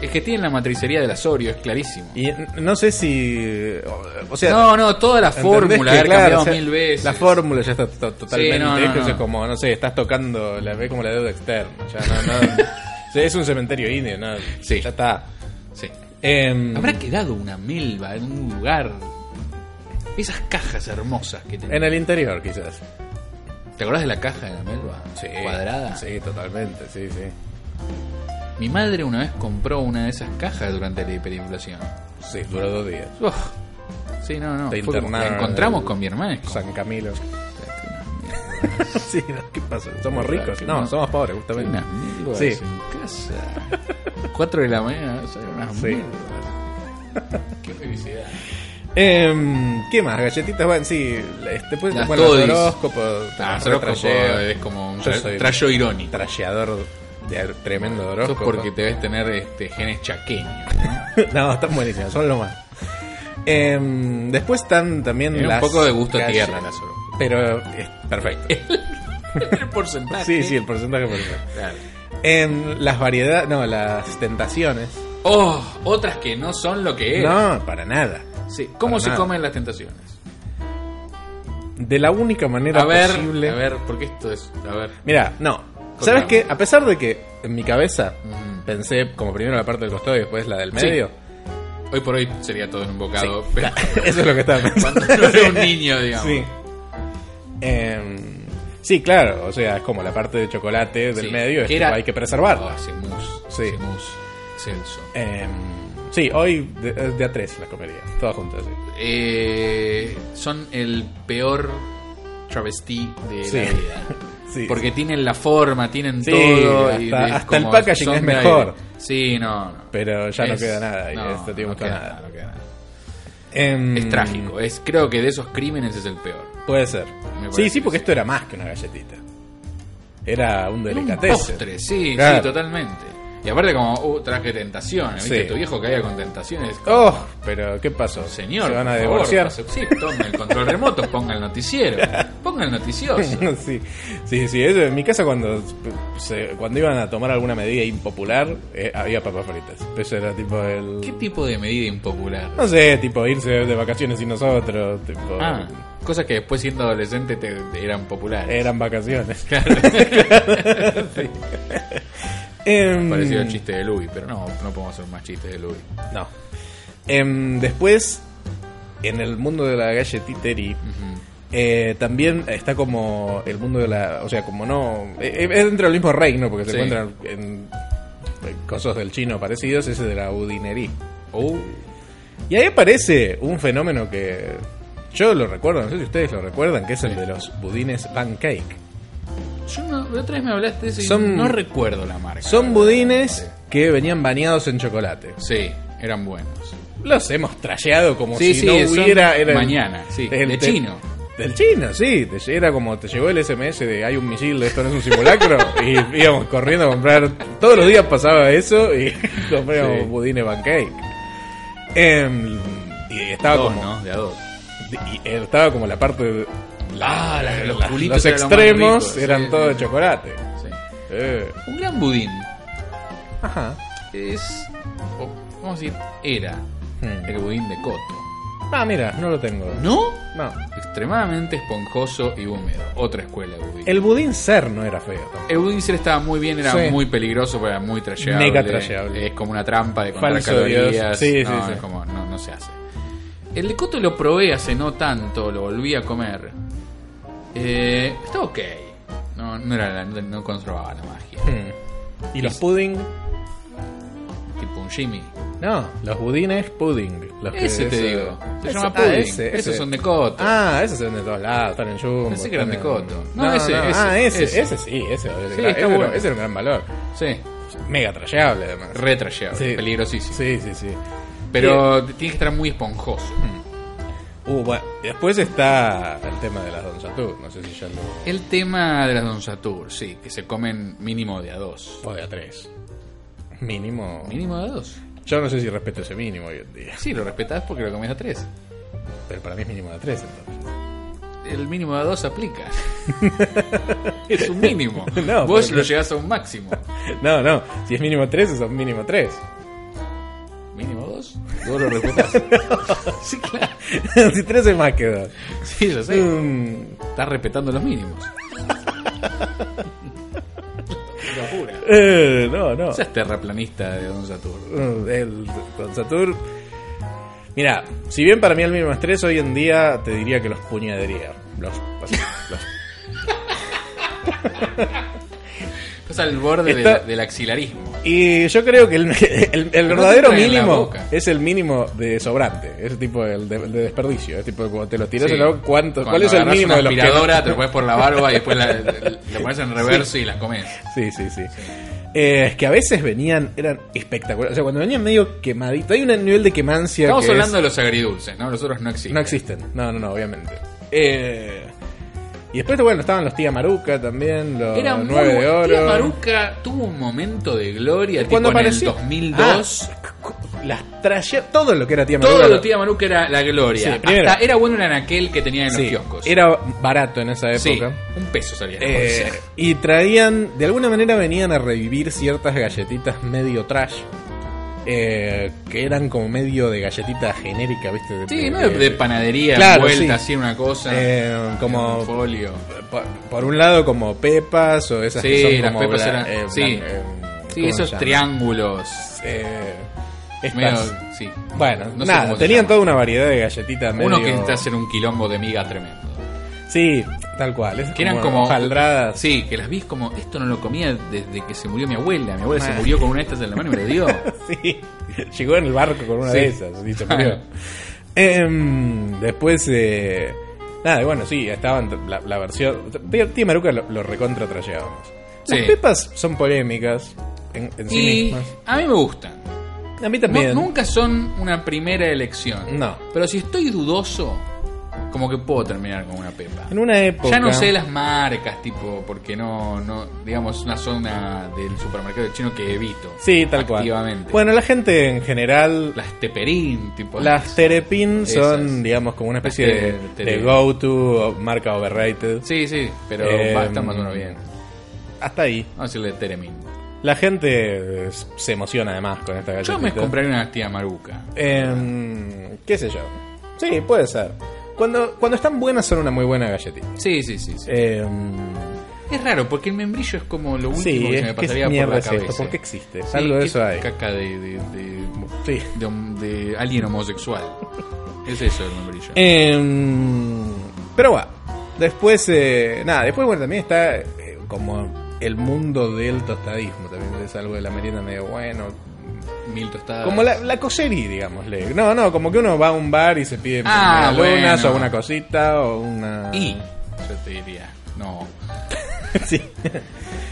[SPEAKER 2] Es que tienen la matricería del Asorio, es clarísimo.
[SPEAKER 3] Y n- no sé si. o- O sea.
[SPEAKER 2] no, no, toda la
[SPEAKER 3] ¿entendés
[SPEAKER 2] fórmula,
[SPEAKER 3] que,
[SPEAKER 2] haber
[SPEAKER 3] claro,
[SPEAKER 2] cambiado
[SPEAKER 3] o sea,
[SPEAKER 2] mil veces.
[SPEAKER 3] La fórmula ya está to- totalmente.
[SPEAKER 2] no, no,
[SPEAKER 3] es que
[SPEAKER 2] no.
[SPEAKER 3] es como, no sé, estás tocando. La ve como la deuda externa. Ya no, no. o sea, es un cementerio indio, ¿no?
[SPEAKER 2] Sí.
[SPEAKER 3] Ya está.
[SPEAKER 2] Sí.
[SPEAKER 3] Em,
[SPEAKER 2] Habrá quedado una melva en un lugar. Esas cajas hermosas que
[SPEAKER 3] En
[SPEAKER 2] tenían.
[SPEAKER 3] el interior, quizás.
[SPEAKER 2] ¿Te acordás de la caja de la melva? Cuadrada.
[SPEAKER 3] Sí, totalmente, sí, sí.
[SPEAKER 2] Mi madre una vez compró una de esas cajas durante la hiperinflación.
[SPEAKER 3] Sí, duró dos días.
[SPEAKER 2] Uf. Sí, no, no.
[SPEAKER 3] Te
[SPEAKER 2] fue como- la
[SPEAKER 3] internaron
[SPEAKER 2] encontramos
[SPEAKER 3] en el-
[SPEAKER 2] con mi hermana. es como-
[SPEAKER 3] San Camilo. sí, no, ¿qué pasa? ¿Somos
[SPEAKER 2] Claro,
[SPEAKER 3] ricos?
[SPEAKER 2] que
[SPEAKER 3] No,
[SPEAKER 2] no.
[SPEAKER 3] somos pobres,
[SPEAKER 2] Hay
[SPEAKER 3] justamente.
[SPEAKER 2] unas milvas
[SPEAKER 3] Sí.
[SPEAKER 2] en casa. 4 de la mañana salen unas
[SPEAKER 3] Sí.
[SPEAKER 2] milvas. Qué felicidad.
[SPEAKER 3] Em, ¿Qué más? Galletitas, van, sí. Este, pues,
[SPEAKER 2] Las
[SPEAKER 3] bueno,
[SPEAKER 2] Toddies.
[SPEAKER 3] los horóscopos.
[SPEAKER 2] Ah,
[SPEAKER 3] los
[SPEAKER 2] horóscopo
[SPEAKER 3] retrayeo.
[SPEAKER 2] es como un
[SPEAKER 3] eh. Yo
[SPEAKER 2] tra-
[SPEAKER 3] soy
[SPEAKER 2] trayo irónico.
[SPEAKER 3] Tralleador de tremendo
[SPEAKER 2] Eso es
[SPEAKER 3] horóscopo.
[SPEAKER 2] porque te debes tener este, genes chaqueños. ¿no?
[SPEAKER 3] no, están buenísimos, son lo más. Em, después están también
[SPEAKER 2] Tiene un
[SPEAKER 3] las
[SPEAKER 2] poco de gusto a
[SPEAKER 3] galle-
[SPEAKER 2] tierra las horóscopos.
[SPEAKER 3] Pero eh, es perfecto.
[SPEAKER 2] El porcentaje.
[SPEAKER 3] Sí, sí, el porcentaje perfecto.
[SPEAKER 2] Claro.
[SPEAKER 3] En las variedades, no, las tentaciones.
[SPEAKER 2] Oh, otras que no son lo que es.
[SPEAKER 3] No, para nada.
[SPEAKER 2] Sí, ¿Cómo
[SPEAKER 3] para
[SPEAKER 2] se
[SPEAKER 3] nada.
[SPEAKER 2] comen las tentaciones?
[SPEAKER 3] De la única manera
[SPEAKER 2] A ver,
[SPEAKER 3] posible.
[SPEAKER 2] a ver, porque esto es. A ver.
[SPEAKER 3] Mira, no. ¿Sabes qué? A pesar de que en mi cabeza
[SPEAKER 2] mm,
[SPEAKER 3] pensé como primero la parte del costado y después la del
[SPEAKER 2] Sí.
[SPEAKER 3] medio.
[SPEAKER 2] Hoy por hoy sería todo en un bocado, pero
[SPEAKER 3] Eso es lo que estaba pensando.
[SPEAKER 2] cuando no era un niño, digamos.
[SPEAKER 3] Sí. Em, sí, claro. O sea, es como la parte de chocolate del
[SPEAKER 2] Sí,
[SPEAKER 3] medio. es
[SPEAKER 2] que
[SPEAKER 3] tipo,
[SPEAKER 2] era-
[SPEAKER 3] Hay que
[SPEAKER 2] Oh,
[SPEAKER 3] preservarla.
[SPEAKER 2] ese mousse,
[SPEAKER 3] Sí.
[SPEAKER 2] ese mousse, Celso.
[SPEAKER 3] Em, sí, hoy de, de a tres la comería. Todas juntas, sí.
[SPEAKER 2] Eh, son el peor travestí de
[SPEAKER 3] Sí.
[SPEAKER 2] la vida.
[SPEAKER 3] Sí,
[SPEAKER 2] Porque tienen la forma, tienen
[SPEAKER 3] Sí,
[SPEAKER 2] todo. y
[SPEAKER 3] hasta-
[SPEAKER 2] es
[SPEAKER 3] hasta
[SPEAKER 2] como
[SPEAKER 3] el packaging
[SPEAKER 2] son
[SPEAKER 3] es
[SPEAKER 2] de
[SPEAKER 3] mejor.
[SPEAKER 2] aire. Sí, no, no.
[SPEAKER 3] Pero ya no
[SPEAKER 2] Es-
[SPEAKER 3] queda nada ahí,
[SPEAKER 2] no,
[SPEAKER 3] este tipo
[SPEAKER 2] no
[SPEAKER 3] está
[SPEAKER 2] queda
[SPEAKER 3] nada.
[SPEAKER 2] nada, no queda nada.
[SPEAKER 3] Em,
[SPEAKER 2] Es trágico. Es, creo que de esos crímenes es el peor.
[SPEAKER 3] Puede ser.
[SPEAKER 2] parece
[SPEAKER 3] Sí, sí,
[SPEAKER 2] que
[SPEAKER 3] porque
[SPEAKER 2] sí.
[SPEAKER 3] esto era más que una galletita. Era un
[SPEAKER 2] Era un
[SPEAKER 3] delicatessen.
[SPEAKER 2] postre, sí,
[SPEAKER 3] Claro.
[SPEAKER 2] sí, totalmente. Y aparte como, uh, traje tentaciones, ¿viste?
[SPEAKER 3] Sí.
[SPEAKER 2] Tu viejo caía con tentaciones.
[SPEAKER 3] Oh, pero ¿qué pasó?
[SPEAKER 2] Señor,
[SPEAKER 3] se van a
[SPEAKER 2] por favor,
[SPEAKER 3] divorciar.
[SPEAKER 2] pase- sí, ponga el control remoto, ponga el noticiero, ponga el noticioso.
[SPEAKER 3] sí, sí, sí. Eso, en mi casa cuando se- cuando iban a tomar alguna medida impopular eh, había papas fritas. Eso era tipo el
[SPEAKER 2] ¿Qué tipo de medida impopular?
[SPEAKER 3] no sé, tipo irse de vacaciones sin nosotros, tipo
[SPEAKER 2] Ah, cosas que después siendo adolescente te, te eran populares.
[SPEAKER 3] eran vacaciones.
[SPEAKER 2] Claro,
[SPEAKER 3] Em,
[SPEAKER 2] parecido al chiste de Louis, pero no, no podemos hacer más chistes de Louis.
[SPEAKER 3] No. Em, después en el mundo de la galletitería Eh, también está como el mundo de la. O sea, como no. eh, eh, es dentro del mismo reino, porque se
[SPEAKER 2] Sí.
[SPEAKER 3] encuentran en, en cosas del chino parecidos, ese de la udinería.
[SPEAKER 2] Oh.
[SPEAKER 3] Y ahí aparece un fenómeno que yo lo recuerdo, no sé si ustedes lo recuerdan, que es el de los budines pancake.
[SPEAKER 2] Yo no, la otra vez me hablaste de eso y
[SPEAKER 3] Son-
[SPEAKER 2] no recuerdo la marca.
[SPEAKER 3] Son budines que venían bañados en chocolate.
[SPEAKER 2] Sí, eran buenos.
[SPEAKER 3] Los hemos trasheado como
[SPEAKER 2] Sí,
[SPEAKER 3] si
[SPEAKER 2] sí,
[SPEAKER 3] no
[SPEAKER 2] son
[SPEAKER 3] hubiera. era el-
[SPEAKER 2] mañana, sí, de
[SPEAKER 3] te-
[SPEAKER 2] chino.
[SPEAKER 3] Del chino, sí. te- era como te llegó el SMS de hay un misil, esto no es un simulacro. y íbamos corriendo a comprar. Todos los días pasaba eso y comprábamos
[SPEAKER 2] Sí.
[SPEAKER 3] budines pancake. Em, y estaba
[SPEAKER 2] Dos,
[SPEAKER 3] como.
[SPEAKER 2] ¿no? De a dos.
[SPEAKER 3] y eh, estaba como la parte. de-
[SPEAKER 2] Ah, la- los
[SPEAKER 3] la-
[SPEAKER 2] culitos
[SPEAKER 3] los
[SPEAKER 2] eran los más
[SPEAKER 3] extremos
[SPEAKER 2] ricos,
[SPEAKER 3] eran
[SPEAKER 2] sí,
[SPEAKER 3] todo
[SPEAKER 2] sí,
[SPEAKER 3] de chocolate.
[SPEAKER 2] sí.
[SPEAKER 3] Eh,
[SPEAKER 2] Un gran budín
[SPEAKER 3] ajá.
[SPEAKER 2] es. o, vamos a decir, era
[SPEAKER 3] Hmm.
[SPEAKER 2] el budín de Coto.
[SPEAKER 3] Ah, mira, no lo tengo.
[SPEAKER 2] ¿No?
[SPEAKER 3] No.
[SPEAKER 2] Extremadamente esponjoso y húmedo. Otra escuela de budín.
[SPEAKER 3] El budín ser no era feo tampoco.
[SPEAKER 2] El budín cel estaba muy bien, era
[SPEAKER 3] Sí.
[SPEAKER 2] muy peligroso, pero era muy trasheable.
[SPEAKER 3] Mega trasheable.
[SPEAKER 2] Es como una trampa de contar
[SPEAKER 3] Falso
[SPEAKER 2] calorías.
[SPEAKER 3] Dios. Sí,
[SPEAKER 2] no,
[SPEAKER 3] sí, sí.
[SPEAKER 2] es como, no, no se hace. El de Coto lo probé hace no tanto, lo volví a comer. Eh, está ok. No, no, era la- no controlaba la magia. Mm.
[SPEAKER 3] Hmm. ¿Y los pudding?
[SPEAKER 2] Tipo un Jimmy.
[SPEAKER 3] No, los budines pudding. Los que-
[SPEAKER 2] Ese te
[SPEAKER 3] eso-
[SPEAKER 2] digo. Se
[SPEAKER 3] Ese-
[SPEAKER 2] llama
[SPEAKER 3] ah,
[SPEAKER 2] pudding.
[SPEAKER 3] ese, ese.
[SPEAKER 2] Esos son de Coto.
[SPEAKER 3] Ah, esos se venden de todos lados, están en Jumbo.
[SPEAKER 2] Pensé que eran
[SPEAKER 3] están
[SPEAKER 2] de
[SPEAKER 3] en-
[SPEAKER 2] Coto. No, ese, ese,
[SPEAKER 3] Ah, ese,
[SPEAKER 2] ese.
[SPEAKER 3] ese, sí, ese. ese,
[SPEAKER 2] Sí,
[SPEAKER 3] era-
[SPEAKER 2] está
[SPEAKER 3] ese,
[SPEAKER 2] bueno.
[SPEAKER 3] era, ese era un gran valor.
[SPEAKER 2] Sí.
[SPEAKER 3] Mega trayable, además.
[SPEAKER 2] Retrasheado.
[SPEAKER 3] Sí.
[SPEAKER 2] Peligrosísimo.
[SPEAKER 3] Sí, sí, sí.
[SPEAKER 2] Pero tiene que estar muy esponjoso.
[SPEAKER 3] Uh, bueno, después está el tema de las Don Satú. No sé si ya lo.
[SPEAKER 2] El tema de las Don Satur, sí, que se comen mínimo de a dos.
[SPEAKER 3] O de a tres. Mínimo.
[SPEAKER 2] ¿Mínimo de a dos?
[SPEAKER 3] Yo no sé si respeto ese mínimo hoy en día.
[SPEAKER 2] Sí, lo respetás porque lo comes a tres.
[SPEAKER 3] Pero para mí es mínimo de a tres, entonces.
[SPEAKER 2] El mínimo de a dos aplica. es un mínimo.
[SPEAKER 3] No,
[SPEAKER 2] Vos
[SPEAKER 3] pero-
[SPEAKER 2] lo llegás a un máximo.
[SPEAKER 3] No, no. Si es mínimo tres, son mínimo tres.
[SPEAKER 2] ¿Mínimo dos? Vos lo respetás. sí, claro.
[SPEAKER 3] si tres es más que dos.
[SPEAKER 2] Sí, yo sé.
[SPEAKER 3] Mm,
[SPEAKER 2] Estás respetando los mínimos. Locura.
[SPEAKER 3] eh, no, no.
[SPEAKER 2] No seas terraplanista de Don Satur.
[SPEAKER 3] Mm, El Don Satur. Mira, si bien para mí el mínimo es tres, hoy en día te diría que los puñadería. Los, así, los-
[SPEAKER 2] Estás al borde
[SPEAKER 3] Está-
[SPEAKER 2] del, del axilarismo.
[SPEAKER 3] Y yo creo que el, el- el
[SPEAKER 2] te
[SPEAKER 3] verdadero
[SPEAKER 2] entra en la
[SPEAKER 3] mínimo
[SPEAKER 2] boca.
[SPEAKER 3] es el mínimo de sobrante. Es tipo el de, el de desperdicio. Es tipo cuando te lo tiras
[SPEAKER 2] Sí.
[SPEAKER 3] en la boca, ¿cuánto, ¿cuál
[SPEAKER 2] Cuando
[SPEAKER 3] es el
[SPEAKER 2] agarrás
[SPEAKER 3] mínimo
[SPEAKER 2] una
[SPEAKER 3] de los que no-
[SPEAKER 2] aspiradora, te lo pones por la barba y después la, la pones en reverso y la comes.
[SPEAKER 3] Sí, sí, sí. Eh, es que a veces venían, eran espectaculares. O sea, cuando venían medio quemaditos, hay un nivel de quemancia.
[SPEAKER 2] Estamos
[SPEAKER 3] que es-
[SPEAKER 2] hablando de los agridulces, ¿no? Los otros no existen.
[SPEAKER 3] No existen. No, no, no, obviamente. Eh, y después, bueno, estaban los Tía Maruca también, los
[SPEAKER 2] Era muy
[SPEAKER 3] 9 de
[SPEAKER 2] buen-
[SPEAKER 3] Oro.
[SPEAKER 2] Tía Maruca tuvo un momento de gloria tipo
[SPEAKER 3] Cuando
[SPEAKER 2] en el
[SPEAKER 3] apareció.
[SPEAKER 2] 2002.
[SPEAKER 3] Ah, cu- cu- las traía. Todo lo que era Tía Maruca.
[SPEAKER 2] todo
[SPEAKER 3] lo-
[SPEAKER 2] lo Tía Maruca era la gloria.
[SPEAKER 3] Sí, primero.
[SPEAKER 2] Hasta era bueno el anaquel que tenía en
[SPEAKER 3] Sí,
[SPEAKER 2] los kioscos.
[SPEAKER 3] era barato en esa
[SPEAKER 2] Sí,
[SPEAKER 3] época.
[SPEAKER 2] un peso salía. la
[SPEAKER 3] Eh,
[SPEAKER 2] bolsa.
[SPEAKER 3] y traían, de alguna manera venían a revivir ciertas galletitas medio trash. eh, que eran como medio de galletita genérica, ¿viste? De-
[SPEAKER 2] Sí, medio de panadería,
[SPEAKER 3] eh, Claro,
[SPEAKER 2] vuelta,
[SPEAKER 3] sí.
[SPEAKER 2] así una cosa.
[SPEAKER 3] Eh, como-
[SPEAKER 2] Un folio.
[SPEAKER 3] por, por un lado como pepas o esas
[SPEAKER 2] Sí,
[SPEAKER 3] que son
[SPEAKER 2] las
[SPEAKER 3] como
[SPEAKER 2] pepas
[SPEAKER 3] bla-
[SPEAKER 2] eran-
[SPEAKER 3] eh,
[SPEAKER 2] sí.
[SPEAKER 3] blan- eh,
[SPEAKER 2] Sí,
[SPEAKER 3] ¿cómo
[SPEAKER 2] esos
[SPEAKER 3] se llama?
[SPEAKER 2] triángulos.
[SPEAKER 3] Eh, estas-
[SPEAKER 2] Medio, sí.
[SPEAKER 3] bueno,
[SPEAKER 2] No sé
[SPEAKER 3] nada,
[SPEAKER 2] cómo se
[SPEAKER 3] tenían
[SPEAKER 2] llama.
[SPEAKER 3] toda una variedad de galletitas
[SPEAKER 2] Uno
[SPEAKER 3] medio-
[SPEAKER 2] que está haciendo un quilombo de miga tremendo.
[SPEAKER 3] Sí, tal cual. esas
[SPEAKER 2] Que eran como.
[SPEAKER 3] hojaldradas.
[SPEAKER 2] Sí, que las vi como. Esto no lo comía desde que se murió mi abuela. Mi abuela se
[SPEAKER 3] Ah.
[SPEAKER 2] murió con una de estas en la mano y me la dio.
[SPEAKER 3] Sí. Llegó en el barco con una
[SPEAKER 2] Sí.
[SPEAKER 3] de esas y se murió. Em, después, eh, nada, y bueno, sí, estaban t- la, la versión. Tía, tía Maruca lo, lo recontra tralleábamos. Las
[SPEAKER 2] Sí.
[SPEAKER 3] pepas son polémicas en, en sí
[SPEAKER 2] Y
[SPEAKER 3] mismas.
[SPEAKER 2] a mí me gustan.
[SPEAKER 3] A mí también.
[SPEAKER 2] No- nunca son una primera elección.
[SPEAKER 3] No.
[SPEAKER 2] Pero si estoy dudoso, como que puedo terminar con una pepa.
[SPEAKER 3] En una época.
[SPEAKER 2] Ya no sé las marcas, tipo, porque no, no digamos, una zona del supermercado chino que evito.
[SPEAKER 3] Sí, tal cual.
[SPEAKER 2] activamente.
[SPEAKER 3] Bueno, la gente en general.
[SPEAKER 2] Las Teperín, tipo.
[SPEAKER 3] Las Terepin
[SPEAKER 2] Esas.
[SPEAKER 3] son, digamos, como una especie
[SPEAKER 2] Las
[SPEAKER 3] de,
[SPEAKER 2] Tere- Tere.
[SPEAKER 3] de go-to, o marca overrated.
[SPEAKER 2] Sí, sí, pero
[SPEAKER 3] Eh,
[SPEAKER 2] va, están mandando bien.
[SPEAKER 3] Hasta ahí.
[SPEAKER 2] Vamos a decirle Teremin.
[SPEAKER 3] La gente eh, se emociona además con esta galletita.
[SPEAKER 2] Yo me compraría una tía Maruca.
[SPEAKER 3] Em, ¿Qué sé yo? Sí, puede ser. Cuando, cuando están buenas son una muy buena galletita.
[SPEAKER 2] Sí, sí, sí. sí.
[SPEAKER 3] Em,
[SPEAKER 2] es raro, porque el membrillo es como lo último
[SPEAKER 3] sí,
[SPEAKER 2] que me
[SPEAKER 3] es que es
[SPEAKER 2] pasaría por
[SPEAKER 3] mierda
[SPEAKER 2] la
[SPEAKER 3] es
[SPEAKER 2] cabeza.
[SPEAKER 3] esto. ¿Por qué existe?
[SPEAKER 2] Sí,
[SPEAKER 3] Algo de
[SPEAKER 2] qué
[SPEAKER 3] eso hay.
[SPEAKER 2] Caca de, de, de-
[SPEAKER 3] Sí.
[SPEAKER 2] de hom- de alguien homosexual. es eso el membrillo.
[SPEAKER 3] Eh, Em, pero bueno, después, eh, nada, después bueno, también está eh, como el mundo del tostadismo, también es algo de la merienda medio bueno.
[SPEAKER 2] Mil tostadas.
[SPEAKER 3] Como la, la coserí, digámosle. No, no, como que uno va a un bar y se pide
[SPEAKER 2] Ah,
[SPEAKER 3] unas lunas
[SPEAKER 2] bueno.
[SPEAKER 3] o una cosita o una...
[SPEAKER 2] Y, yo te diría, no.
[SPEAKER 3] sí.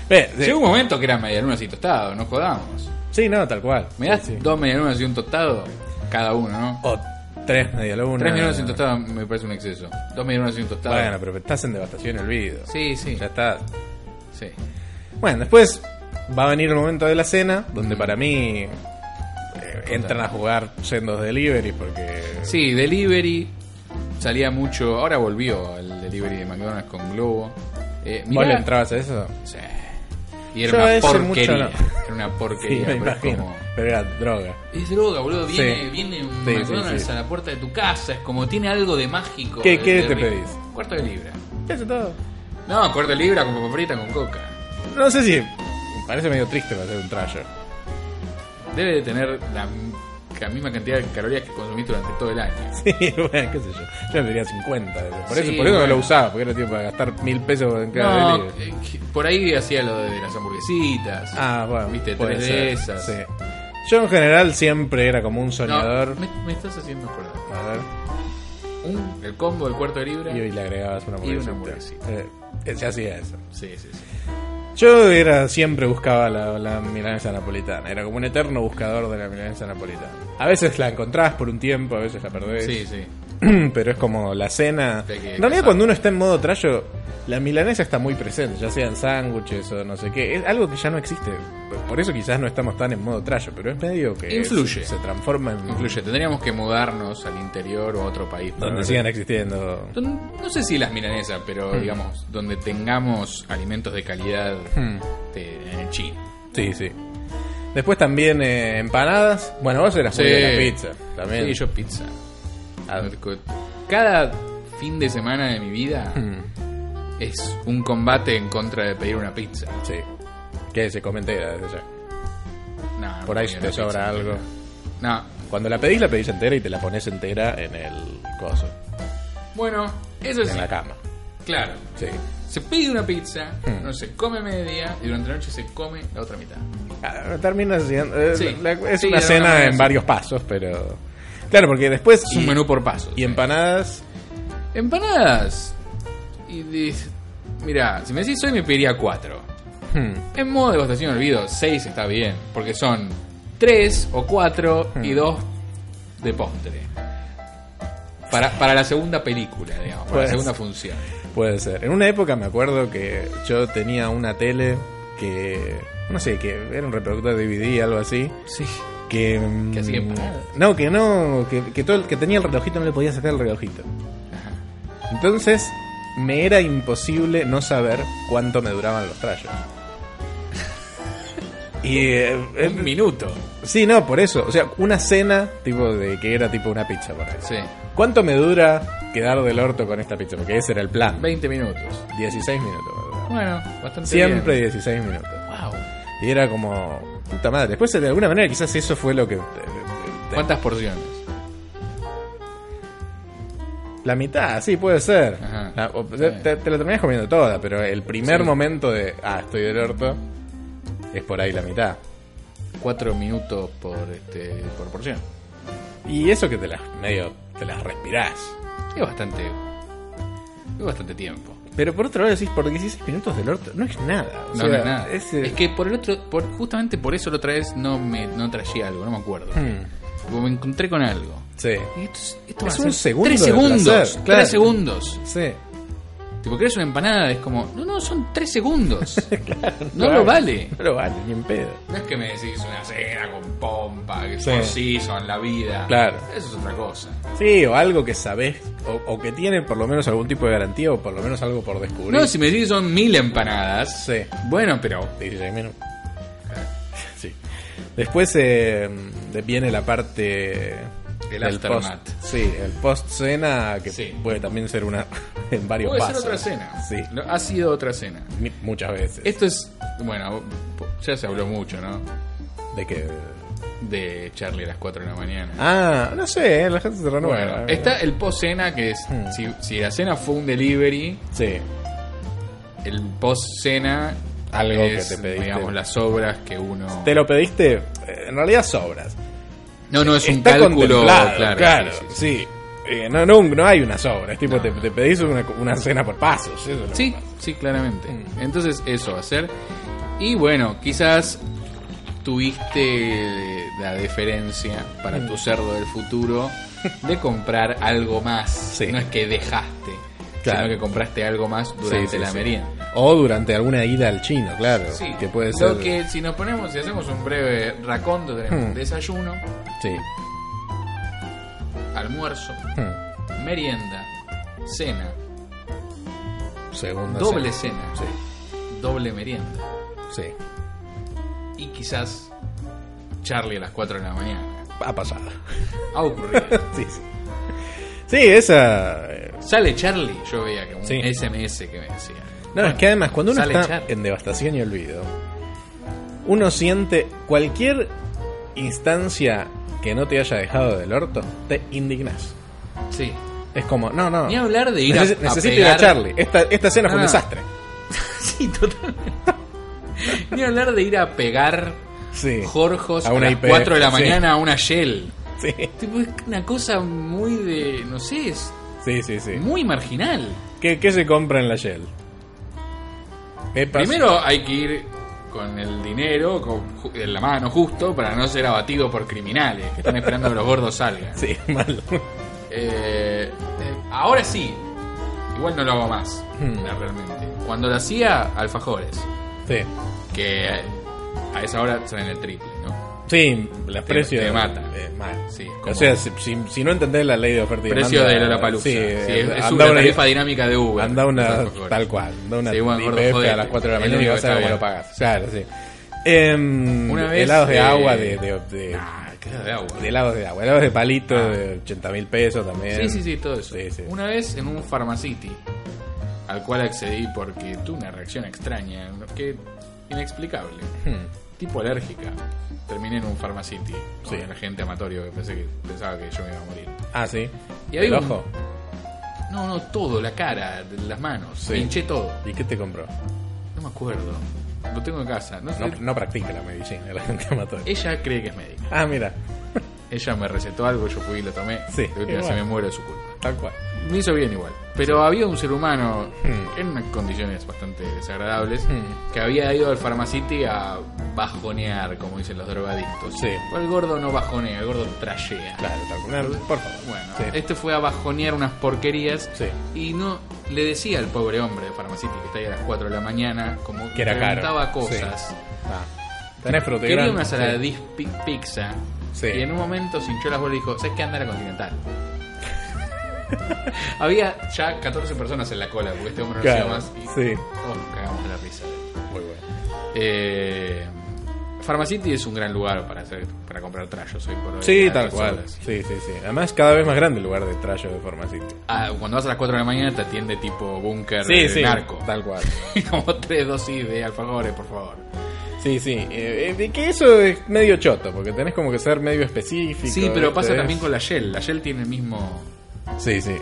[SPEAKER 3] Ve, sí.
[SPEAKER 2] Llegó un momento que eran medialunas y tostado, no jodamos.
[SPEAKER 3] Sí, no, tal cual.
[SPEAKER 2] Me das
[SPEAKER 3] Sí, sí.
[SPEAKER 2] dos medialunas y un tostado, cada uno, ¿no?
[SPEAKER 3] O tres medialunas.
[SPEAKER 2] Tres medialunas y un tostado me parece un exceso. Dos medialunas y un tostado.
[SPEAKER 3] Bueno, pero estás en devastación olvido.
[SPEAKER 2] Sí, sí,
[SPEAKER 3] Ya está.
[SPEAKER 2] sí.
[SPEAKER 3] Bueno, después va a venir el momento de la cena, donde para mí eh, entran a jugar sendos deliveries porque...
[SPEAKER 2] Sí, delivery. Salía mucho. Ahora volvió el delivery de McDonald's con Globo. Eh,
[SPEAKER 3] ¿Vos
[SPEAKER 2] mirá-
[SPEAKER 3] le entrabas a eso?
[SPEAKER 2] Sí. Y era
[SPEAKER 3] Yo a
[SPEAKER 2] una
[SPEAKER 3] ese
[SPEAKER 2] porquería.
[SPEAKER 3] mucho no.
[SPEAKER 2] Era una
[SPEAKER 3] Sí,
[SPEAKER 2] porquería.
[SPEAKER 3] me
[SPEAKER 2] pero es
[SPEAKER 3] imagino.
[SPEAKER 2] como-
[SPEAKER 3] Pero era droga.
[SPEAKER 2] Es droga, boludo. Viene,
[SPEAKER 3] Sí.
[SPEAKER 2] viene un
[SPEAKER 3] Sí, sí,
[SPEAKER 2] McDonald's
[SPEAKER 3] sí.
[SPEAKER 2] a la puerta de tu casa. Es como tiene algo de mágico.
[SPEAKER 3] ¿Qué-
[SPEAKER 2] de-
[SPEAKER 3] qué
[SPEAKER 2] de
[SPEAKER 3] te
[SPEAKER 2] rico.
[SPEAKER 3] pedís?
[SPEAKER 2] Cuarto de libra.
[SPEAKER 3] Eso todo.
[SPEAKER 2] No, cuarto de libra con papa frita, con coca.
[SPEAKER 3] No sé si... me Parece medio triste para hacer un trayo.
[SPEAKER 2] Debe de tener la, la misma cantidad de calorías que consumiste durante todo el año.
[SPEAKER 3] Sí, bueno, qué sé yo. Yo me diría 50. de eso. Por eso,
[SPEAKER 2] Sí,
[SPEAKER 3] por eso no
[SPEAKER 2] bueno.
[SPEAKER 3] lo usaba, porque era tiempo para gastar mil pesos en cada
[SPEAKER 2] No,
[SPEAKER 3] delivery.
[SPEAKER 2] eh, que- por ahí hacía lo de las hamburguesitas.
[SPEAKER 3] Ah, bueno.
[SPEAKER 2] Viste,
[SPEAKER 3] puede
[SPEAKER 2] tres
[SPEAKER 3] ser,
[SPEAKER 2] de esas.
[SPEAKER 3] sí. Yo en general siempre era como un soñador.
[SPEAKER 2] No, me, me estás haciendo acordar.
[SPEAKER 3] A ver.
[SPEAKER 2] Un, el combo del cuarto de libra.
[SPEAKER 3] Y hoy le agregabas una
[SPEAKER 2] Y una
[SPEAKER 3] hamburguesita. Eh, se hacía eso.
[SPEAKER 2] Sí, sí, sí.
[SPEAKER 3] Yo era siempre buscaba la, la milanesa napolitana. Era como un eterno buscador de la milanesa napolitana. A veces la encontrabas por un tiempo, a veces la perdés.
[SPEAKER 2] Sí, sí.
[SPEAKER 3] Pero es como la cena.
[SPEAKER 2] Hay que
[SPEAKER 3] En realidad,
[SPEAKER 2] cazar.
[SPEAKER 3] cuando uno está en modo trayo, la milanesa está muy presente, ya sea en sándwiches o no sé qué. Es algo que ya no existe. Por eso quizás no estamos tan en modo trayo, pero es medio que.
[SPEAKER 2] Influye.
[SPEAKER 3] Se, se transforma en.
[SPEAKER 2] Incluye, tendríamos que mudarnos al interior o a otro país. para
[SPEAKER 3] Donde
[SPEAKER 2] ver-
[SPEAKER 3] sigan existiendo.
[SPEAKER 2] Don- No sé si las milanesas, pero digamos, donde tengamos alimentos de calidad
[SPEAKER 3] Hmm.
[SPEAKER 2] de- en el chino.
[SPEAKER 3] Sí, sí. Después también eh, empanadas. Bueno, vos eras
[SPEAKER 2] Sí.
[SPEAKER 3] muy de la pizza. También.
[SPEAKER 2] Sí, yo pizza.
[SPEAKER 3] A ver.
[SPEAKER 2] Cada fin de semana de mi vida
[SPEAKER 3] Hmm.
[SPEAKER 2] es un combate en contra de pedir una pizza.
[SPEAKER 3] Sí. Que se comente desde ya.
[SPEAKER 2] No, no
[SPEAKER 3] Por ahí
[SPEAKER 2] comía
[SPEAKER 3] te
[SPEAKER 2] la
[SPEAKER 3] sobra
[SPEAKER 2] pizza.
[SPEAKER 3] algo.
[SPEAKER 2] No.
[SPEAKER 3] Cuando la pedís, la pedís entera y te la pones entera en el coso,
[SPEAKER 2] Bueno, eso es
[SPEAKER 3] en la cama.
[SPEAKER 2] claro.
[SPEAKER 3] Sí.
[SPEAKER 2] Se pide una pizza,
[SPEAKER 3] Hmm.
[SPEAKER 2] no se come media y durante la noche se come la otra mitad.
[SPEAKER 3] Ah, Termina siendo. eh,
[SPEAKER 2] Sí.
[SPEAKER 3] la- es
[SPEAKER 2] Sí,
[SPEAKER 3] una
[SPEAKER 2] de
[SPEAKER 3] cena
[SPEAKER 2] alguna manera
[SPEAKER 3] en
[SPEAKER 2] sí.
[SPEAKER 3] varios pasos, pero. Claro, porque después.
[SPEAKER 2] Es
[SPEAKER 3] y,
[SPEAKER 2] un menú por paso.
[SPEAKER 3] y empanadas.
[SPEAKER 2] Empanadas. Y dis- Mira, si me decís hoy me pediría cuatro.
[SPEAKER 3] hmm,
[SPEAKER 2] En modo devastación olvido, seis está bien, porque son tres o cuatro y dos de postre. Para, para la segunda película, digamos, para la
[SPEAKER 3] Pues.
[SPEAKER 2] segunda función.
[SPEAKER 3] Puede ser. En una época me acuerdo que yo tenía una tele que. No sé, que era un reproductor de DVD, algo así.
[SPEAKER 2] Sí.
[SPEAKER 3] Que. mm,
[SPEAKER 2] Que hacía empanadas.
[SPEAKER 3] No, que no. Que, que todo el que tenía el relojito no le podía sacar el relojito. Entonces, me era imposible no saber cuánto me duraban los trayos. Y eh, eh,
[SPEAKER 2] Un minuto.
[SPEAKER 3] sí, no, por eso. O sea, una cena tipo de que era tipo una pizza por ahí.
[SPEAKER 2] Sí.
[SPEAKER 3] ¿Cuánto me dura quedar del orto con esta pizza? Porque ese era el plan.
[SPEAKER 2] 20 minutos.
[SPEAKER 3] 16 minutos. ¿verdad?
[SPEAKER 2] Bueno, bastante
[SPEAKER 3] Siempre
[SPEAKER 2] bien.
[SPEAKER 3] 16 minutos.
[SPEAKER 2] Wow.
[SPEAKER 3] Y era como... Puta madre. Después, de alguna manera, quizás eso fue lo que... eh, eh,
[SPEAKER 2] ¿Cuántas porciones?
[SPEAKER 3] La mitad, sí, puede ser.
[SPEAKER 2] Ajá.
[SPEAKER 3] La- o- te,
[SPEAKER 2] Sí.
[SPEAKER 3] te- te la terminas comiendo toda, pero el primer
[SPEAKER 2] Sí.
[SPEAKER 3] momento de, ah, estoy del orto, es por ahí la mitad.
[SPEAKER 2] 4 minutos por, este, por porción.
[SPEAKER 3] Y eso que te las medio te las respirás.
[SPEAKER 2] Es bastante. Es bastante tiempo.
[SPEAKER 3] Pero por otro lado decís, por 16 minutos del orto, no es nada. O
[SPEAKER 2] No,
[SPEAKER 3] sea,
[SPEAKER 2] no es nada.
[SPEAKER 3] es, eh,
[SPEAKER 2] Es que por el otro, por, justamente por eso la otra vez no me no traía algo, no me acuerdo.
[SPEAKER 3] hmm,
[SPEAKER 2] Como me encontré con algo.
[SPEAKER 3] sí,
[SPEAKER 2] Y esto, es- esto
[SPEAKER 3] Es
[SPEAKER 2] va a ser
[SPEAKER 3] un segundo
[SPEAKER 2] Tres
[SPEAKER 3] de
[SPEAKER 2] segundos.
[SPEAKER 3] placer, claro.
[SPEAKER 2] Tres segundos.
[SPEAKER 3] sí.
[SPEAKER 2] Tipo, ¿querés una empanada? Es como, no, no, son tres segundos. no lo vale.
[SPEAKER 3] No lo vale, ni en pedo.
[SPEAKER 2] No es que me decís una cena con pompa, que
[SPEAKER 3] Sí.
[SPEAKER 2] por sí son la vida.
[SPEAKER 3] Claro.
[SPEAKER 2] Eso es otra cosa.
[SPEAKER 3] Sí, o algo que sabés, o, o que tiene por lo menos algún tipo de garantía, o por lo menos algo por descubrir.
[SPEAKER 2] No, si me decís son mil empanadas.
[SPEAKER 3] Sí.
[SPEAKER 2] Bueno, pero.
[SPEAKER 3] 16 minutos. Sí. Después eh, de- viene la parte.
[SPEAKER 2] El
[SPEAKER 3] del
[SPEAKER 2] aftermath.
[SPEAKER 3] post- sí, el post cena, que
[SPEAKER 2] Sí.
[SPEAKER 3] puede también ser una en varios
[SPEAKER 2] Puede
[SPEAKER 3] pasos.
[SPEAKER 2] ser otra cena.
[SPEAKER 3] Sí,
[SPEAKER 2] No, Ha sido otra cena.
[SPEAKER 3] mi- muchas veces.
[SPEAKER 2] Esto es. Bueno, ya se habló mucho, ¿no?
[SPEAKER 3] De que.
[SPEAKER 2] De Charlie a las 4 de la mañana.
[SPEAKER 3] Ah, no sé, eh, la gente se renueva.
[SPEAKER 2] bueno, está el post-cena, que es.
[SPEAKER 3] Hmm.
[SPEAKER 2] Si, si la cena fue un delivery,
[SPEAKER 3] Sí,
[SPEAKER 2] el post-cena.
[SPEAKER 3] Algo que
[SPEAKER 2] es,
[SPEAKER 3] te pediste.
[SPEAKER 2] Digamos, las obras que uno.
[SPEAKER 3] te lo pediste, eh, en realidad sobras.
[SPEAKER 2] No, no es un
[SPEAKER 3] Está
[SPEAKER 2] cálculo.
[SPEAKER 3] contemplado,
[SPEAKER 2] claro,
[SPEAKER 3] claro,
[SPEAKER 2] sí, sí,
[SPEAKER 3] sí. Eh, no, no, no hay una sobra, es tipo,
[SPEAKER 2] No.
[SPEAKER 3] te, te pedís una, una cena por pasos. eso es lo que
[SPEAKER 2] Sí,
[SPEAKER 3] pasa.
[SPEAKER 2] sí, claramente.
[SPEAKER 3] Mm.
[SPEAKER 2] Entonces eso va a ser. Y bueno, quizás tuviste la deferencia para
[SPEAKER 3] Mm.
[SPEAKER 2] tu cerdo del futuro de comprar algo más.
[SPEAKER 3] Sí.
[SPEAKER 2] No es que dejaste,
[SPEAKER 3] Claro.
[SPEAKER 2] sino que compraste algo más durante
[SPEAKER 3] Sí, sí,
[SPEAKER 2] la
[SPEAKER 3] sí.
[SPEAKER 2] merienda.
[SPEAKER 3] O durante alguna ida al chino, claro.
[SPEAKER 2] Sí,
[SPEAKER 3] Que puede ser.
[SPEAKER 2] Lo que si nos ponemos, si hacemos un breve raconto, tenemos
[SPEAKER 3] Mm.
[SPEAKER 2] desayuno,
[SPEAKER 3] Sí.
[SPEAKER 2] almuerzo,
[SPEAKER 3] Hmm.
[SPEAKER 2] merienda, cena,
[SPEAKER 3] Segunda
[SPEAKER 2] doble
[SPEAKER 3] cena.
[SPEAKER 2] cena, doble merienda.
[SPEAKER 3] Sí. Sí.
[SPEAKER 2] y quizás Charlie a las 4 de la mañana.
[SPEAKER 3] Ha pasado. Ah,
[SPEAKER 2] Ha ocurrido.
[SPEAKER 3] sí, sí. Sí, esa. eh,
[SPEAKER 2] Sale Charlie, yo veía que un
[SPEAKER 3] Sí.
[SPEAKER 2] SMS que me decía.
[SPEAKER 3] No, es que además, cuando uno
[SPEAKER 2] sale
[SPEAKER 3] está
[SPEAKER 2] Charlie.
[SPEAKER 3] en devastación y olvido, uno siente cualquier instancia que no te haya dejado del orto, te indignas.
[SPEAKER 2] Sí.
[SPEAKER 3] Es como, no, no.
[SPEAKER 2] Ni hablar de ir a,
[SPEAKER 3] Neces-
[SPEAKER 2] a
[SPEAKER 3] necesito ir
[SPEAKER 2] pegar- Ah.
[SPEAKER 3] a Charlie. Esta, esta cena fue un
[SPEAKER 2] No, no.
[SPEAKER 3] desastre.
[SPEAKER 2] Sí, totalmente. Ni hablar de ir a pegar
[SPEAKER 3] Sí.
[SPEAKER 2] Jorjos
[SPEAKER 3] A
[SPEAKER 2] a,
[SPEAKER 3] una
[SPEAKER 2] las
[SPEAKER 3] IP,
[SPEAKER 2] 4 de la
[SPEAKER 3] sí.
[SPEAKER 2] mañana a una Shell.
[SPEAKER 3] Sí,
[SPEAKER 2] Tipo, es una cosa muy de. No sé, es
[SPEAKER 3] sí, sí. sí.
[SPEAKER 2] muy marginal.
[SPEAKER 3] ¿Qué, qué se compra en la Shell? Pepas.
[SPEAKER 2] Primero hay que ir con el dinero con, ju- en la mano justo para no ser abatido por criminales que están esperando que los gordos salgan.
[SPEAKER 3] Sí, mal.
[SPEAKER 2] Eh, eh, ahora sí. Igual no lo hago más,
[SPEAKER 3] Hmm.
[SPEAKER 2] la- realmente. Cuando lo hacía, alfajores.
[SPEAKER 3] Sí.
[SPEAKER 2] Que a esa hora salen el triple, ¿no?
[SPEAKER 3] Sí, los
[SPEAKER 2] Te-
[SPEAKER 3] precios.
[SPEAKER 2] te mata.
[SPEAKER 3] eh, mal.
[SPEAKER 2] Sí,
[SPEAKER 3] o
[SPEAKER 2] como-
[SPEAKER 3] sea, si, si- si no entendés la ley de oferta y
[SPEAKER 2] Precio
[SPEAKER 3] demanda.
[SPEAKER 2] de Lollapalooza.
[SPEAKER 3] Sí,
[SPEAKER 2] Sí, es, es
[SPEAKER 3] anda
[SPEAKER 2] una
[SPEAKER 3] una-
[SPEAKER 2] tarifa dinámica de Uber.
[SPEAKER 3] Anda
[SPEAKER 2] los
[SPEAKER 3] una.
[SPEAKER 2] alfajores.
[SPEAKER 3] Tal cual. Anda una
[SPEAKER 2] Sí, bueno, gordo,
[SPEAKER 3] IPF a
[SPEAKER 2] jodete.
[SPEAKER 3] las 4 de la
[SPEAKER 2] Es lo
[SPEAKER 3] mañana
[SPEAKER 2] único
[SPEAKER 3] y vas a
[SPEAKER 2] que
[SPEAKER 3] ver
[SPEAKER 2] está
[SPEAKER 3] cómo lo
[SPEAKER 2] bien.
[SPEAKER 3] pagas. Claro, sí. Em,
[SPEAKER 2] Una vez,
[SPEAKER 3] helados de
[SPEAKER 2] eh,
[SPEAKER 3] agua, de, de, de-
[SPEAKER 2] Ah, qué de agua.
[SPEAKER 3] de helados de agua. Helados de palito de 80 mil pesos también.
[SPEAKER 2] Sí, Ah. sí, sí, todo eso.
[SPEAKER 3] Sí, sí.
[SPEAKER 2] Una vez en un Pharmacity, al cual accedí porque tuve una reacción extraña, que inexplicable.
[SPEAKER 3] Hmm.
[SPEAKER 2] tipo alérgica. Terminé en un Pharmacity
[SPEAKER 3] Sí.
[SPEAKER 2] con el gente amatorio que pensé que pensaba que yo me iba a morir.
[SPEAKER 3] Ah, sí.
[SPEAKER 2] Y
[SPEAKER 3] ¿El
[SPEAKER 2] había un-
[SPEAKER 3] ojo?
[SPEAKER 2] No, no, todo, la cara, de- las manos,
[SPEAKER 3] Sí.
[SPEAKER 2] hinché todo.
[SPEAKER 3] ¿Y qué te compró?
[SPEAKER 2] No me acuerdo. Lo tengo en casa. No sé.
[SPEAKER 3] No, no practica la medicina, la gente mató.
[SPEAKER 2] Ella cree que es médica.
[SPEAKER 3] Ah, mira,
[SPEAKER 2] Ella me recetó algo, yo fui y lo tomé.
[SPEAKER 3] Sí,
[SPEAKER 2] De última,
[SPEAKER 3] igual.
[SPEAKER 2] se me muero de su culpa.
[SPEAKER 3] tal cual.
[SPEAKER 2] Me hizo bien igual. Pero había un ser humano
[SPEAKER 3] Hmm.
[SPEAKER 2] en unas condiciones bastante desagradables
[SPEAKER 3] Hmm.
[SPEAKER 2] que había ido al Pharmacity a bajonear, como dicen los drogadictos.
[SPEAKER 3] Sí.
[SPEAKER 2] El gordo no bajonea, el gordo trashea.
[SPEAKER 3] Claro, tal cual. No, Por favor.
[SPEAKER 2] Bueno,
[SPEAKER 3] Sí.
[SPEAKER 2] este fue a bajonear unas porquerías
[SPEAKER 3] Sí.
[SPEAKER 2] y no le decía al pobre hombre de Pharmacity que está ahí a las 4 de la mañana, como
[SPEAKER 3] Que era caro.
[SPEAKER 2] preguntaba cosas.
[SPEAKER 3] Ah. Tenés fruta y
[SPEAKER 2] Quería
[SPEAKER 3] grano.
[SPEAKER 2] una
[SPEAKER 3] Sí.
[SPEAKER 2] saladis pizza
[SPEAKER 3] Sí.
[SPEAKER 2] y en un momento se hinchó las bolas y dijo, ¿sabes qué anda a la Continental? Había ya 14 personas en la cola porque este hombre no
[SPEAKER 3] Claro,
[SPEAKER 2] hacía más y
[SPEAKER 3] sí.
[SPEAKER 2] todos nos cagamos de la risa.
[SPEAKER 3] Muy bueno.
[SPEAKER 2] Eh, Pharmacity es un gran lugar para hacer para comprar trayos hoy por hoy.
[SPEAKER 3] Sí,
[SPEAKER 2] a
[SPEAKER 3] tal
[SPEAKER 2] estas
[SPEAKER 3] cual.
[SPEAKER 2] horas.
[SPEAKER 3] Sí, sí, sí. Además, cada vez más grande el lugar de trayo de Formacity.
[SPEAKER 2] Ah, cuando vas a las 4 de la mañana te atiende tipo búnker
[SPEAKER 3] Sí,
[SPEAKER 2] de
[SPEAKER 3] sí.
[SPEAKER 2] narco.
[SPEAKER 3] Tal cual.
[SPEAKER 2] Como tres dosis de alfajores, por favor.
[SPEAKER 3] Sí, sí. Eh, eh, que eso es medio choto, porque tenés como que ser medio específico.
[SPEAKER 2] Sí, pero pasa
[SPEAKER 3] ¿viste?
[SPEAKER 2] también con la Shell. La Shell tiene el mismo.
[SPEAKER 3] Sí, sí.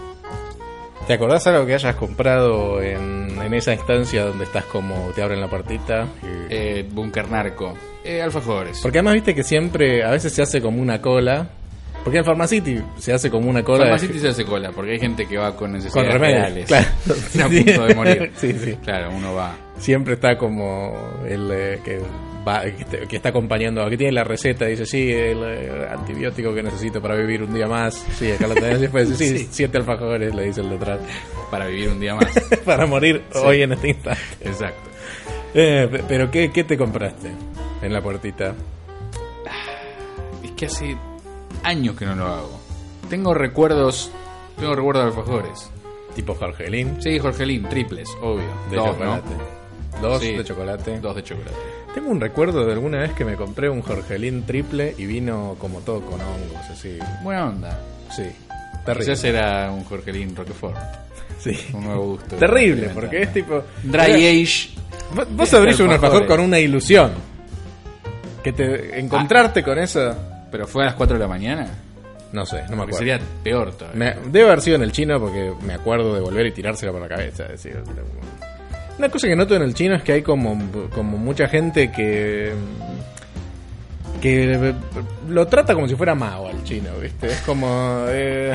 [SPEAKER 3] ¿Te acordás algo que hayas comprado en, en esa instancia donde estás como te abren la partita? y-
[SPEAKER 2] Eh, búnker narco. Eh, alfajores.
[SPEAKER 3] Porque además viste que siempre, a veces se hace como una cola. Porque en Pharmacity se hace como una cola. de-
[SPEAKER 2] Pharmacity se hace cola, porque hay gente que va con
[SPEAKER 3] con
[SPEAKER 2] necesidades
[SPEAKER 3] remedios.
[SPEAKER 2] reales.
[SPEAKER 3] Claro.
[SPEAKER 2] Está a punto de morir.
[SPEAKER 3] Sí, sí.
[SPEAKER 2] Claro, uno va.
[SPEAKER 3] Siempre está como el eh, que, va- que te- que está acompañando, que tiene la receta, dice, sí, el eh, antibiótico que necesito para vivir un día más. Sí, acá lo tenés. Y después, sí, siete alfajores, le dice el detrás.
[SPEAKER 2] para vivir un día más.
[SPEAKER 3] para morir hoy en este instante.
[SPEAKER 2] Exacto.
[SPEAKER 3] Eh, pe- pero ¿qué, qué te compraste en la puertita?
[SPEAKER 2] Es que hace años que no lo hago. Tengo recuerdos. Tengo recuerdos de alfajores.
[SPEAKER 3] Tipo Jorgelín.
[SPEAKER 2] Sí, Jorgelín, triples, obvio.
[SPEAKER 3] De
[SPEAKER 2] Dos,
[SPEAKER 3] chocolate. Dos
[SPEAKER 2] Sí.
[SPEAKER 3] de chocolate.
[SPEAKER 2] ¿no? Dos de chocolate.
[SPEAKER 3] Tengo un recuerdo de alguna vez que me compré un Jorgelín triple y vino como todo con hongos, así.
[SPEAKER 2] Buena onda.
[SPEAKER 3] Sí. Terrible.
[SPEAKER 2] Quizás era un Jorgelín Roquefort.
[SPEAKER 3] Sí.
[SPEAKER 2] Un nuevo gusto.
[SPEAKER 3] Terrible, porque es tipo. Mira,
[SPEAKER 2] Dry Age.
[SPEAKER 3] vos- Vos abrís un
[SPEAKER 2] alfajores.
[SPEAKER 3] alfajor con una ilusión. Que te encontrarte con eso.
[SPEAKER 2] Pero fue a las 4 de la mañana.
[SPEAKER 3] No sé, no me
[SPEAKER 2] Porque
[SPEAKER 3] acuerdo.
[SPEAKER 2] sería peor todavía.
[SPEAKER 3] Me- debe haber sido en el chino porque me acuerdo de volver y tirársela por la cabeza. es decir, este, una cosa que noto en el chino es que hay como, como mucha gente que. que lo trata como si fuera mago al chino, ¿viste? Es como. eh,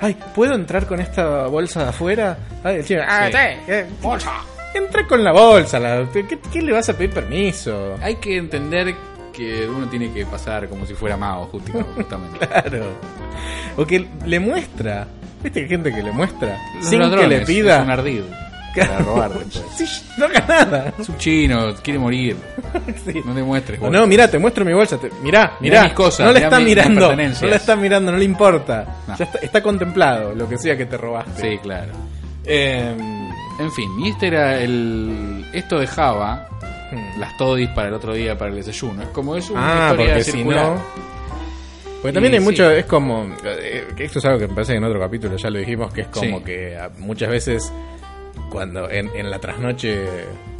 [SPEAKER 3] Ay, ¿puedo entrar con esta bolsa de afuera? Ay, el chino. Ah,
[SPEAKER 2] Sí.
[SPEAKER 3] sí, eh, Entra con la bolsa. la- ¿qué, qué le vas a pedir permiso?
[SPEAKER 2] Hay que entender que uno tiene que pasar como si fuera Mao, justi- justamente.
[SPEAKER 3] Claro. O que le muestra. ¿Viste que hay gente que le muestra?
[SPEAKER 2] Los
[SPEAKER 3] sin que
[SPEAKER 2] ladrones,
[SPEAKER 3] le pida.
[SPEAKER 2] Es un ardido. Para robar después.
[SPEAKER 3] Sí, no hagas nada.
[SPEAKER 2] Es un chino, quiere morir.
[SPEAKER 3] Sí.
[SPEAKER 2] No te muestres,
[SPEAKER 3] No,
[SPEAKER 2] vos.
[SPEAKER 3] no, mirá, te muestro mi bolsa. te- mirá, mirá.
[SPEAKER 2] Mirá mis cosas,
[SPEAKER 3] no le
[SPEAKER 2] mirá
[SPEAKER 3] está
[SPEAKER 2] mis- mis
[SPEAKER 3] mirando.
[SPEAKER 2] pertenencias.
[SPEAKER 3] No le está mirando, no le importa.
[SPEAKER 2] No.
[SPEAKER 3] Ya está, está contemplado lo que sea que te robaste.
[SPEAKER 2] Sí, claro.
[SPEAKER 3] Eh,
[SPEAKER 2] En fin, y este era el. Esto dejaba
[SPEAKER 3] hmm.
[SPEAKER 2] las todis para el otro día, para el desayuno. Es como es una
[SPEAKER 3] ah,
[SPEAKER 2] historia
[SPEAKER 3] porque si
[SPEAKER 2] circular.
[SPEAKER 3] no. Porque también
[SPEAKER 2] Y
[SPEAKER 3] hay
[SPEAKER 2] sí.
[SPEAKER 3] mucho, es como, eh, que esto es algo que me parece que en otro capítulo ya lo dijimos, que es como
[SPEAKER 2] Sí.
[SPEAKER 3] que ah, muchas veces cuando en, en la trasnoche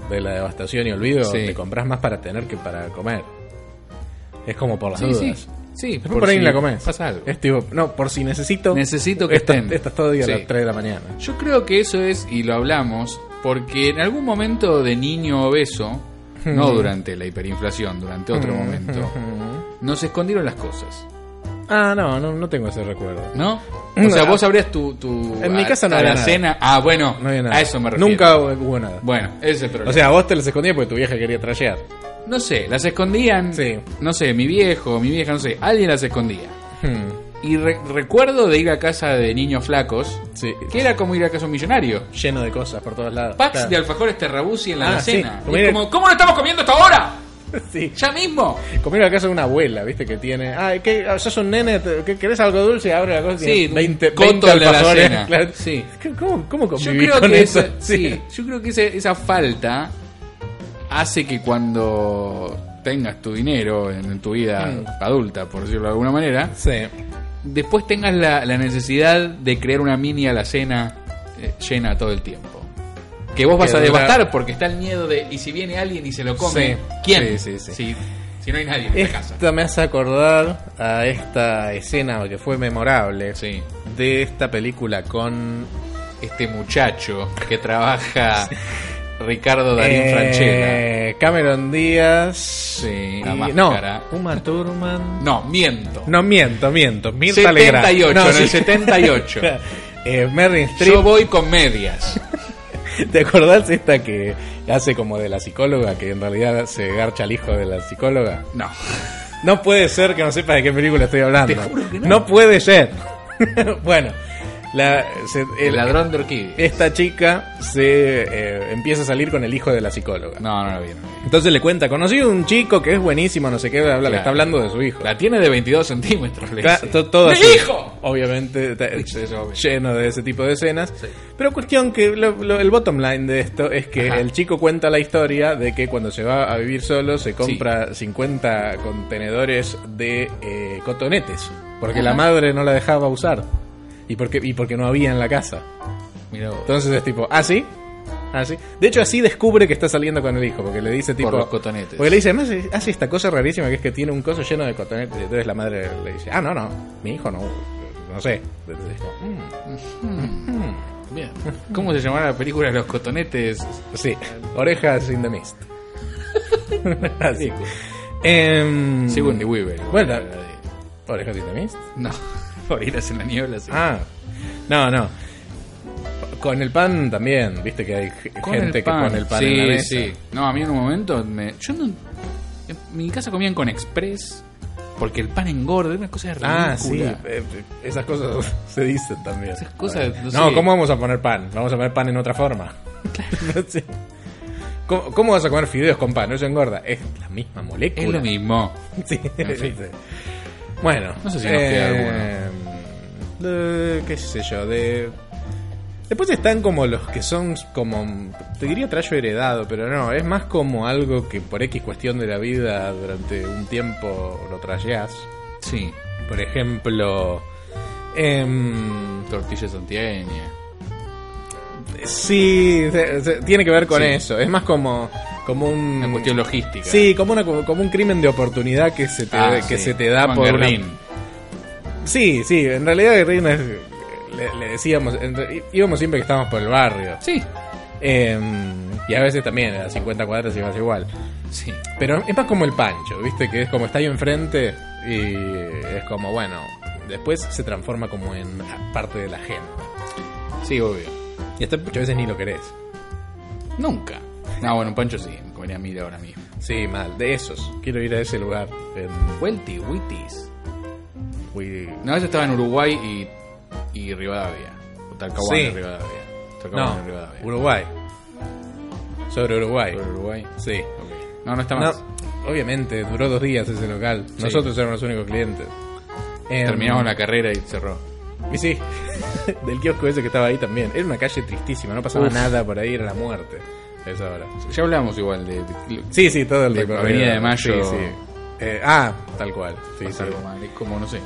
[SPEAKER 3] de la devastación y olvido,
[SPEAKER 2] Sí.
[SPEAKER 3] te compras más para tener que para comer. Es como por las
[SPEAKER 2] Sí,
[SPEAKER 3] dudas.
[SPEAKER 2] sí. Sí,
[SPEAKER 3] Después por, ahí
[SPEAKER 2] si
[SPEAKER 3] la comes.
[SPEAKER 2] Pasa algo.
[SPEAKER 3] Es tipo, no, por si necesito.
[SPEAKER 2] Necesito que
[SPEAKER 3] Esta-
[SPEAKER 2] estén.
[SPEAKER 3] Esta es todo día a
[SPEAKER 2] Sí.
[SPEAKER 3] las 3 de la mañana.
[SPEAKER 2] Yo creo que eso es, y lo hablamos, porque en algún momento de niño obeso, no durante la hiperinflación, durante otro momento, nos escondieron las cosas,
[SPEAKER 3] Ah, no, no, no tengo ese recuerdo.
[SPEAKER 2] ¿no? O sea, vos abrías tu. tu
[SPEAKER 3] En mi
[SPEAKER 2] a-
[SPEAKER 3] casa no
[SPEAKER 2] a
[SPEAKER 3] había
[SPEAKER 2] la
[SPEAKER 3] nada.
[SPEAKER 2] cena. Ah, bueno,
[SPEAKER 3] No había nada.
[SPEAKER 2] a eso me refiero.
[SPEAKER 3] Nunca hubo nada.
[SPEAKER 2] Bueno, ese es el problema.
[SPEAKER 3] O sea, vos te los escondías porque tu vieja quería trashear.
[SPEAKER 2] no sé, las escondían.
[SPEAKER 3] Sí.
[SPEAKER 2] No sé, mi viejo, mi vieja, no sé, alguien las escondía.
[SPEAKER 3] Hmm.
[SPEAKER 2] Y re- recuerdo de ir a casa de niños flacos,
[SPEAKER 3] Sí.
[SPEAKER 2] que era como ir a casa de un millonario.
[SPEAKER 3] Lleno de cosas por todos lados.
[SPEAKER 2] Packs
[SPEAKER 3] Claro.
[SPEAKER 2] de alfajores terrabusi en la
[SPEAKER 3] Ah,
[SPEAKER 2] cena.
[SPEAKER 3] sí. Comida-
[SPEAKER 2] como, ¿cómo lo estamos comiendo hasta ahora?
[SPEAKER 3] Sí.
[SPEAKER 2] ¡Ya mismo!
[SPEAKER 3] Comieron a casa de una abuela, viste, que tiene. Ah, ¿qué? Ah, ¿Sos un nene? Te- ¿Qué, ¿Querés algo dulce? Abre la cosa.
[SPEAKER 2] Sí,
[SPEAKER 3] tiene
[SPEAKER 2] un
[SPEAKER 3] 20,
[SPEAKER 2] coto
[SPEAKER 3] 20
[SPEAKER 2] de la
[SPEAKER 3] alfajores.
[SPEAKER 2] cena.
[SPEAKER 3] Claro.
[SPEAKER 2] Sí.
[SPEAKER 3] ¿Cómo, cómo
[SPEAKER 2] Yo
[SPEAKER 3] convivís
[SPEAKER 2] creo,
[SPEAKER 3] con
[SPEAKER 2] que
[SPEAKER 3] eso?
[SPEAKER 2] esa, sí, yo creo que ese- esa falta hace que cuando tengas tu dinero en tu vida
[SPEAKER 3] Mm.
[SPEAKER 2] adulta, por decirlo de alguna manera,
[SPEAKER 3] Sí.
[SPEAKER 2] después tengas la, la necesidad de crear una mini alacena eh, llena todo el tiempo. Que vos vas
[SPEAKER 3] Que
[SPEAKER 2] a
[SPEAKER 3] dura-
[SPEAKER 2] devastar porque está el miedo de, y si viene alguien y se lo come,
[SPEAKER 3] Sí,
[SPEAKER 2] ¿quién?
[SPEAKER 3] sí, sí, sí.
[SPEAKER 2] Si, si no hay nadie en esta casa.
[SPEAKER 3] Esta me hace acordar a esta escena que fue memorable
[SPEAKER 2] Sí.
[SPEAKER 3] de esta película con
[SPEAKER 2] Este muchacho que trabaja Ricardo Darín
[SPEAKER 3] eh,
[SPEAKER 2] Franchella.
[SPEAKER 3] Cameron Díaz.
[SPEAKER 2] Sí,
[SPEAKER 3] y-
[SPEAKER 2] la
[SPEAKER 3] no,
[SPEAKER 2] máscara.
[SPEAKER 3] Uma Thurman.
[SPEAKER 2] No, miento.
[SPEAKER 3] No miento, miento. Mirta Legrand.
[SPEAKER 2] 78,
[SPEAKER 3] No,
[SPEAKER 2] en el
[SPEAKER 3] sí.
[SPEAKER 2] 78.
[SPEAKER 3] Eh, Meryl
[SPEAKER 2] Yo
[SPEAKER 3] Streep,
[SPEAKER 2] voy con medias.
[SPEAKER 3] ¿te acordás esta que hace como de la psicóloga, que en realidad se garcha al hijo de la psicóloga?
[SPEAKER 2] No.
[SPEAKER 3] No puede ser que no sepas de qué película estoy hablando.
[SPEAKER 2] Te juro que no.
[SPEAKER 3] puede ser. bueno, La, se-
[SPEAKER 2] El
[SPEAKER 3] el-
[SPEAKER 2] ladrón de orquídeas.
[SPEAKER 3] Esta chica se eh, empieza a salir con el hijo de la psicóloga.
[SPEAKER 2] No, no la vieron.
[SPEAKER 3] Entonces le cuenta, conocí a un chico que es buenísimo, no sé qué, bla, bla, bla".
[SPEAKER 2] Claro.
[SPEAKER 3] le está hablando de su hijo.
[SPEAKER 2] La tiene de 22 centímetros. Le
[SPEAKER 3] Cla-
[SPEAKER 2] dice.
[SPEAKER 3] to- todo
[SPEAKER 2] ¡Mi
[SPEAKER 3] así.
[SPEAKER 2] hijo!
[SPEAKER 3] Obviamente ta-
[SPEAKER 2] es obvio.
[SPEAKER 3] lleno de ese tipo de escenas. Pero cuestión que lo- lo- el bottom line de esto es que
[SPEAKER 2] Ajá.
[SPEAKER 3] el chico cuenta la historia de que cuando se va a vivir solo se compra 50 contenedores de eh, cotonetes. Porque la madre no la dejaba usar. Y porque, y porque no había en la casa.
[SPEAKER 2] Mira vos.
[SPEAKER 3] Entonces es tipo, ¿ah, sí? ¿Ah, sí? De hecho, así descubre que está saliendo con el hijo, porque le dice tipo...
[SPEAKER 2] los cotonetes.
[SPEAKER 3] Porque le dice, además, hace esta cosa rarísima que es que tiene un coso lleno de cotonetes. Y entonces la madre le dice, ah, no, no, mi hijo no, no sé. Entonces, "Mm,
[SPEAKER 2] Bien. ¿Cómo se llamaba la película de los cotonetes?
[SPEAKER 3] Sí, orejas in the mist. así. Em,
[SPEAKER 2] Sí, Wendy Weaver. igual,
[SPEAKER 3] Bueno.
[SPEAKER 2] la de-
[SPEAKER 3] Orejas in the mist.
[SPEAKER 2] No, por irás en la niebla. sí.
[SPEAKER 3] Ah, no, no. Con el pan también, viste que hay
[SPEAKER 2] Con
[SPEAKER 3] gente
[SPEAKER 2] el pan.
[SPEAKER 3] que pone el pan
[SPEAKER 2] sí,
[SPEAKER 3] en la mesa.
[SPEAKER 2] sí. No, a mí en un momento me, yo no, en mi casa comían con express porque el pan engorda, era una cosa ridícula.
[SPEAKER 3] Ah, sí, eh, esas cosas se dicen también.
[SPEAKER 2] Esas cosas, no
[SPEAKER 3] no,
[SPEAKER 2] sé.
[SPEAKER 3] ¿cómo vamos a poner pan? Vamos a poner pan en otra forma. Sí. ¿Cómo, cómo vas a comer fideos con pan? No se engorda. Es la misma molécula.
[SPEAKER 2] Es lo mismo.
[SPEAKER 3] Sí,
[SPEAKER 2] En fin.
[SPEAKER 3] sí. Bueno. eh,
[SPEAKER 2] No sé si nos queda
[SPEAKER 3] de- qué sé yo, de... Después están como los que son como... Te diría trayo heredado, pero no. Es más como algo que por X cuestión de la vida durante un tiempo lo trayeas.
[SPEAKER 2] Sí,
[SPEAKER 3] Por ejemplo... em,
[SPEAKER 2] tortilla santiagueña.
[SPEAKER 3] sí, se- se- tiene que ver con
[SPEAKER 2] Sí.
[SPEAKER 3] eso. Es más como, como un...
[SPEAKER 2] Una cuestión logística.
[SPEAKER 3] Mm. Sí, como, una, como un crimen de oportunidad que se te,
[SPEAKER 2] Ah,
[SPEAKER 3] que
[SPEAKER 2] sí.
[SPEAKER 3] se te da
[SPEAKER 2] Juan
[SPEAKER 3] por una-
[SPEAKER 2] Guerrín.
[SPEAKER 3] Sí, sí, en realidad Guerrín es- le, le decíamos, en re- íbamos siempre que estábamos por el barrio.
[SPEAKER 2] Sí,
[SPEAKER 3] Em, y a veces también, a 50 cuadras ibas igual.
[SPEAKER 2] sí.
[SPEAKER 3] Pero es más como el pancho, ¿viste? Que es como está ahí enfrente y es como, bueno, después se transforma como en parte de la agenda.
[SPEAKER 2] Sí, obvio.
[SPEAKER 3] Y hasta muchas veces ni lo querés.
[SPEAKER 2] Nunca. No, bueno, Pancho sí, me comería mil ahora mismo.
[SPEAKER 3] Sí, mal, de esos. Quiero ir a ese lugar. en-
[SPEAKER 2] Welty, Wittis.
[SPEAKER 3] Wi-
[SPEAKER 2] No, yo estaba en Uruguay y, y Rivadavia. O Talcahuano
[SPEAKER 3] Sí.
[SPEAKER 2] y Rivadavia. Talcahuano
[SPEAKER 3] No,
[SPEAKER 2] y Rivadavia.
[SPEAKER 3] Uruguay. Sobre Uruguay.
[SPEAKER 2] Por Uruguay.
[SPEAKER 3] Sí.
[SPEAKER 2] Ok. No, no está
[SPEAKER 3] No, Em.
[SPEAKER 2] más.
[SPEAKER 3] obviamente, duró dos días ese local. Nosotros éramos los únicos clientes. Em,
[SPEAKER 2] Terminamos la carrera y cerró.
[SPEAKER 3] Y sí, del kiosco ese que estaba ahí también. Era una calle tristísima, no pasaba
[SPEAKER 2] Uf.
[SPEAKER 3] nada por ahí, era la muerte. a Esa hora.
[SPEAKER 2] Ya hablamos igual de. de-
[SPEAKER 3] Sí, sí, todo el
[SPEAKER 2] De
[SPEAKER 3] recorrido.
[SPEAKER 2] Avenida de Mayo.
[SPEAKER 3] Sí, sí. Eh, ah, tal cual. Sí,
[SPEAKER 2] pasar
[SPEAKER 3] sí.
[SPEAKER 2] algo mal, es como no sé.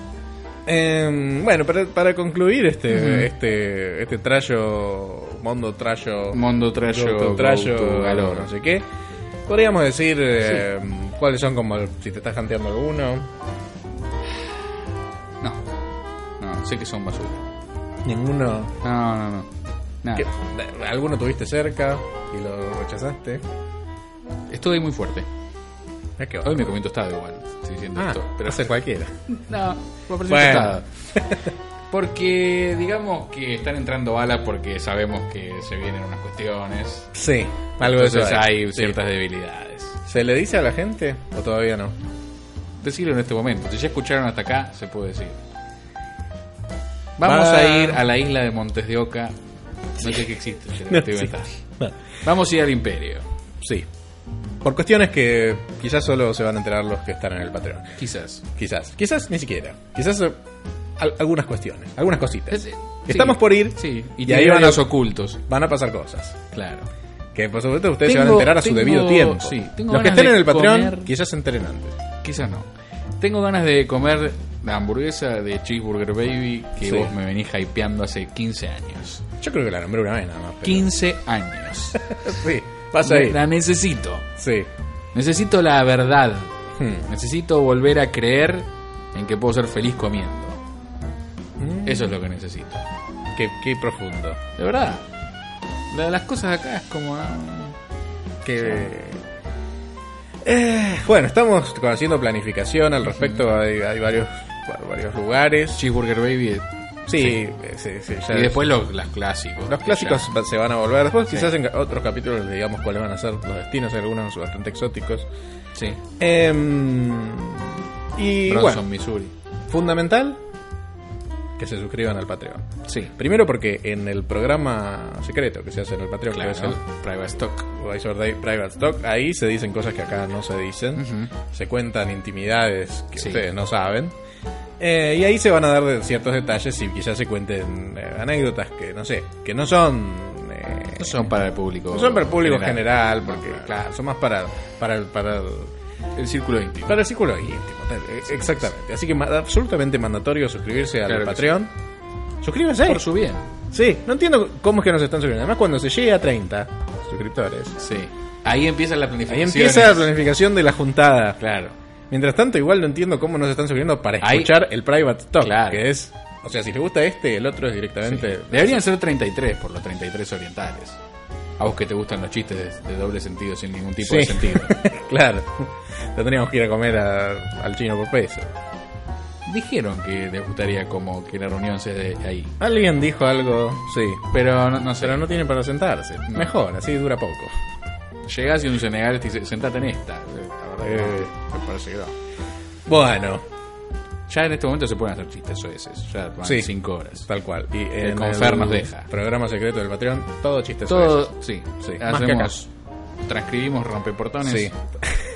[SPEAKER 3] Em, bueno, para, para concluir este, este, este trayo, mondo trayo,
[SPEAKER 2] Mondo Trayo,
[SPEAKER 3] Trayo, trayo
[SPEAKER 2] Gautu, Galor.
[SPEAKER 3] no sé qué. Podríamos decir eh, cuáles son como el- si te estás janteando alguno.
[SPEAKER 2] No. No, sé que son basura.
[SPEAKER 3] Ninguno.
[SPEAKER 2] No, no, no. Nada.
[SPEAKER 3] que- alguno tuviste cerca y lo rechazaste.
[SPEAKER 2] Estuve muy fuerte.
[SPEAKER 3] Es que
[SPEAKER 2] Hoy me comí tostado igual. Estoy diciendo
[SPEAKER 3] ah,
[SPEAKER 2] esto.
[SPEAKER 3] pero hace cualquiera.
[SPEAKER 2] No, me parece
[SPEAKER 3] Bueno.
[SPEAKER 2] tostada. Porque digamos que están entrando balas porque sabemos que se vienen unas cuestiones.
[SPEAKER 3] Sí, algo de eso.
[SPEAKER 2] Entonces
[SPEAKER 3] hay.
[SPEAKER 2] hay
[SPEAKER 3] Sí.
[SPEAKER 2] ciertas debilidades.
[SPEAKER 3] ¿Se le dice a la gente o todavía no?
[SPEAKER 2] decirlo en este momento. Si ya escucharon hasta acá, se puede decir. Vamos
[SPEAKER 3] Va.
[SPEAKER 2] a ir a la isla de Montes de Oca. No sé qué existe, te lo estoy
[SPEAKER 3] sí.
[SPEAKER 2] inventando. Vamos a ir al Imperio.
[SPEAKER 3] Sí. Por cuestiones que quizás solo se van a enterar los que están en el Patreon.
[SPEAKER 2] Quizás.
[SPEAKER 3] Quizás, quizás ni siquiera. Quizás eh, al- algunas cuestiones, algunas cositas.
[SPEAKER 2] Es- eh, sí.
[SPEAKER 3] Estamos por ir
[SPEAKER 2] Sí, y,
[SPEAKER 3] y ahí
[SPEAKER 2] ahí
[SPEAKER 3] van
[SPEAKER 2] van
[SPEAKER 3] a-
[SPEAKER 2] los ocultos.
[SPEAKER 3] van a pasar cosas.
[SPEAKER 2] Claro.
[SPEAKER 3] Que por supuesto ustedes se
[SPEAKER 2] Tengo-
[SPEAKER 3] van a enterar a su
[SPEAKER 2] tengo-
[SPEAKER 3] debido tiempo.
[SPEAKER 2] sí, tengo
[SPEAKER 3] los
[SPEAKER 2] ganas
[SPEAKER 3] que estén
[SPEAKER 2] de
[SPEAKER 3] en el Patreon,
[SPEAKER 2] comer-
[SPEAKER 3] quizás se enteren antes.
[SPEAKER 2] Quizás no. Tengo ganas de comer la hamburguesa de Cheeseburger Baby que
[SPEAKER 3] Sí.
[SPEAKER 2] vos me venís hypeando hace 15 años.
[SPEAKER 3] Yo creo que la nombré una vez nada más. pero- eh,
[SPEAKER 2] 15 años.
[SPEAKER 3] Sí, pasa ahí.
[SPEAKER 2] La necesito.
[SPEAKER 3] Sí.
[SPEAKER 2] Necesito la verdad.
[SPEAKER 3] Hmm.
[SPEAKER 2] Necesito volver a creer en que puedo ser feliz comiendo.
[SPEAKER 3] Hmm.
[SPEAKER 2] Eso es lo que necesito.
[SPEAKER 3] Qué, qué profundo.
[SPEAKER 2] De verdad. La de las cosas acá es como... ah,
[SPEAKER 3] Qué... Eh, bueno, estamos conociendo planificación al respecto. Hay, hay varios, varios lugares.
[SPEAKER 2] Cheeseburger Baby.
[SPEAKER 3] Sí, eh, sí, sí, ya-
[SPEAKER 2] Y después los, los clásicos.
[SPEAKER 3] Los
[SPEAKER 2] que
[SPEAKER 3] clásicos
[SPEAKER 2] ya-
[SPEAKER 3] va- se van a volver. Después, quizás en ca- otros capítulos, digamos cuáles van a ser los destinos. Hay algunos bastante exóticos.
[SPEAKER 2] Sí.
[SPEAKER 3] Em, y
[SPEAKER 2] Bronson,
[SPEAKER 3] bueno,
[SPEAKER 2] Missouri.
[SPEAKER 3] fundamental. que se suscriban al Patreon.
[SPEAKER 2] Sí.
[SPEAKER 3] Primero porque en el programa secreto que se hace en el Patreon, que
[SPEAKER 2] Claro,
[SPEAKER 3] es Pues el
[SPEAKER 2] Private Stock.
[SPEAKER 3] Vice or Die Private Stock, ahí se dicen cosas que acá no se dicen. Se cuentan intimidades que
[SPEAKER 2] Sí.
[SPEAKER 3] ustedes no saben. Eh, y ahí se van a dar de- ciertos detalles y quizás se cuenten eh, anécdotas que no sé, que no son... eh,
[SPEAKER 2] No son para el público.
[SPEAKER 3] no son para el público general,
[SPEAKER 2] No,
[SPEAKER 3] porque claro, son más para, para, el- para el
[SPEAKER 2] El círculo íntimo.
[SPEAKER 3] para el círculo íntimo, tal, eh, exactamente. Así que ma- absolutamente mandatorio suscribirse al
[SPEAKER 2] Claro que
[SPEAKER 3] Patreon. Suscríbanse.
[SPEAKER 2] Por su bien.
[SPEAKER 3] Sí, no entiendo cómo es que nos están suscribiendo. Además, cuando se llegue a 30 suscriptores,
[SPEAKER 2] Sí. Ahí empieza la planificación.
[SPEAKER 3] ahí empieza la planificación de la juntada.
[SPEAKER 2] Claro.
[SPEAKER 3] Mientras tanto, igual no entiendo cómo nos están suscribiendo para
[SPEAKER 2] Ahí-
[SPEAKER 3] escuchar el Private Talk,
[SPEAKER 2] Claro.
[SPEAKER 3] que es... O sea, si les gusta este, el otro es directamente...
[SPEAKER 2] Deberían ser 33 por los 33 orientales. A vos que te gustan los chistes de, de doble sentido sin ningún tipo
[SPEAKER 3] Sí.
[SPEAKER 2] de sentido.
[SPEAKER 3] claro. Tendríamos que ir a comer a- al chino por peso.
[SPEAKER 2] Dijeron que les gustaría como que la reunión se dé ahí.
[SPEAKER 3] Alguien dijo algo, sí.
[SPEAKER 2] Pero no, no sé.
[SPEAKER 3] Pero no tienen para sentarse.
[SPEAKER 2] No.
[SPEAKER 3] Mejor, así dura poco.
[SPEAKER 2] Llegás y un senegal te dice, sentate en esta. La verdad que
[SPEAKER 3] Eh.
[SPEAKER 2] no, me parece que no.
[SPEAKER 3] Bueno,
[SPEAKER 2] Ya en este momento se pueden hacer chistes soeces. Ya van
[SPEAKER 3] Sí.
[SPEAKER 2] 5 horas.
[SPEAKER 3] Tal cual. Y
[SPEAKER 2] El
[SPEAKER 3] en
[SPEAKER 2] Confer
[SPEAKER 3] el
[SPEAKER 2] nos deja.
[SPEAKER 3] Programa secreto del Patreon, todo chiste sobre
[SPEAKER 2] Todo, sí,
[SPEAKER 3] Sí, más que
[SPEAKER 2] Hacemos, transcribimos rompeportones
[SPEAKER 3] Sí.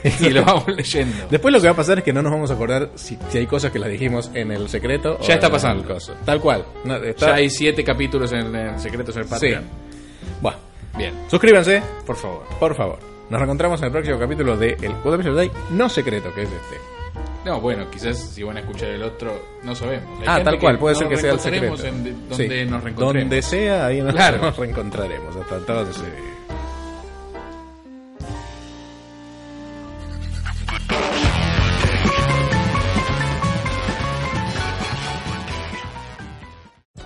[SPEAKER 2] y lo vamos leyendo.
[SPEAKER 3] eso. Después lo que va a pasar es que no nos vamos a acordar si, si hay cosas que las dijimos en el secreto. o
[SPEAKER 2] Ya está
[SPEAKER 3] en el
[SPEAKER 2] pasando.
[SPEAKER 3] coso. Tal cual. No, está-
[SPEAKER 2] Ya hay siete capítulos en, en Secretos del
[SPEAKER 3] Sí.
[SPEAKER 2] Patreon.
[SPEAKER 3] Bueno,
[SPEAKER 2] Bien,
[SPEAKER 3] suscríbanse,
[SPEAKER 2] por favor.
[SPEAKER 3] por favor. Nos encontramos en el próximo capítulo de El Cuadro de Day no secreto, que es este.
[SPEAKER 2] No, bueno, quizás si van a escuchar el otro, no sabemos. Hay
[SPEAKER 3] ah,
[SPEAKER 2] gente
[SPEAKER 3] tal cual, puede
[SPEAKER 2] nos
[SPEAKER 3] ser que sea el secreto.
[SPEAKER 2] reencontremos en de- donde
[SPEAKER 3] Sí.
[SPEAKER 2] nos reencontremos.
[SPEAKER 3] Donde sea, ahí nos,
[SPEAKER 2] Claro.
[SPEAKER 3] nos reencontraremos. Hasta entonces. eh.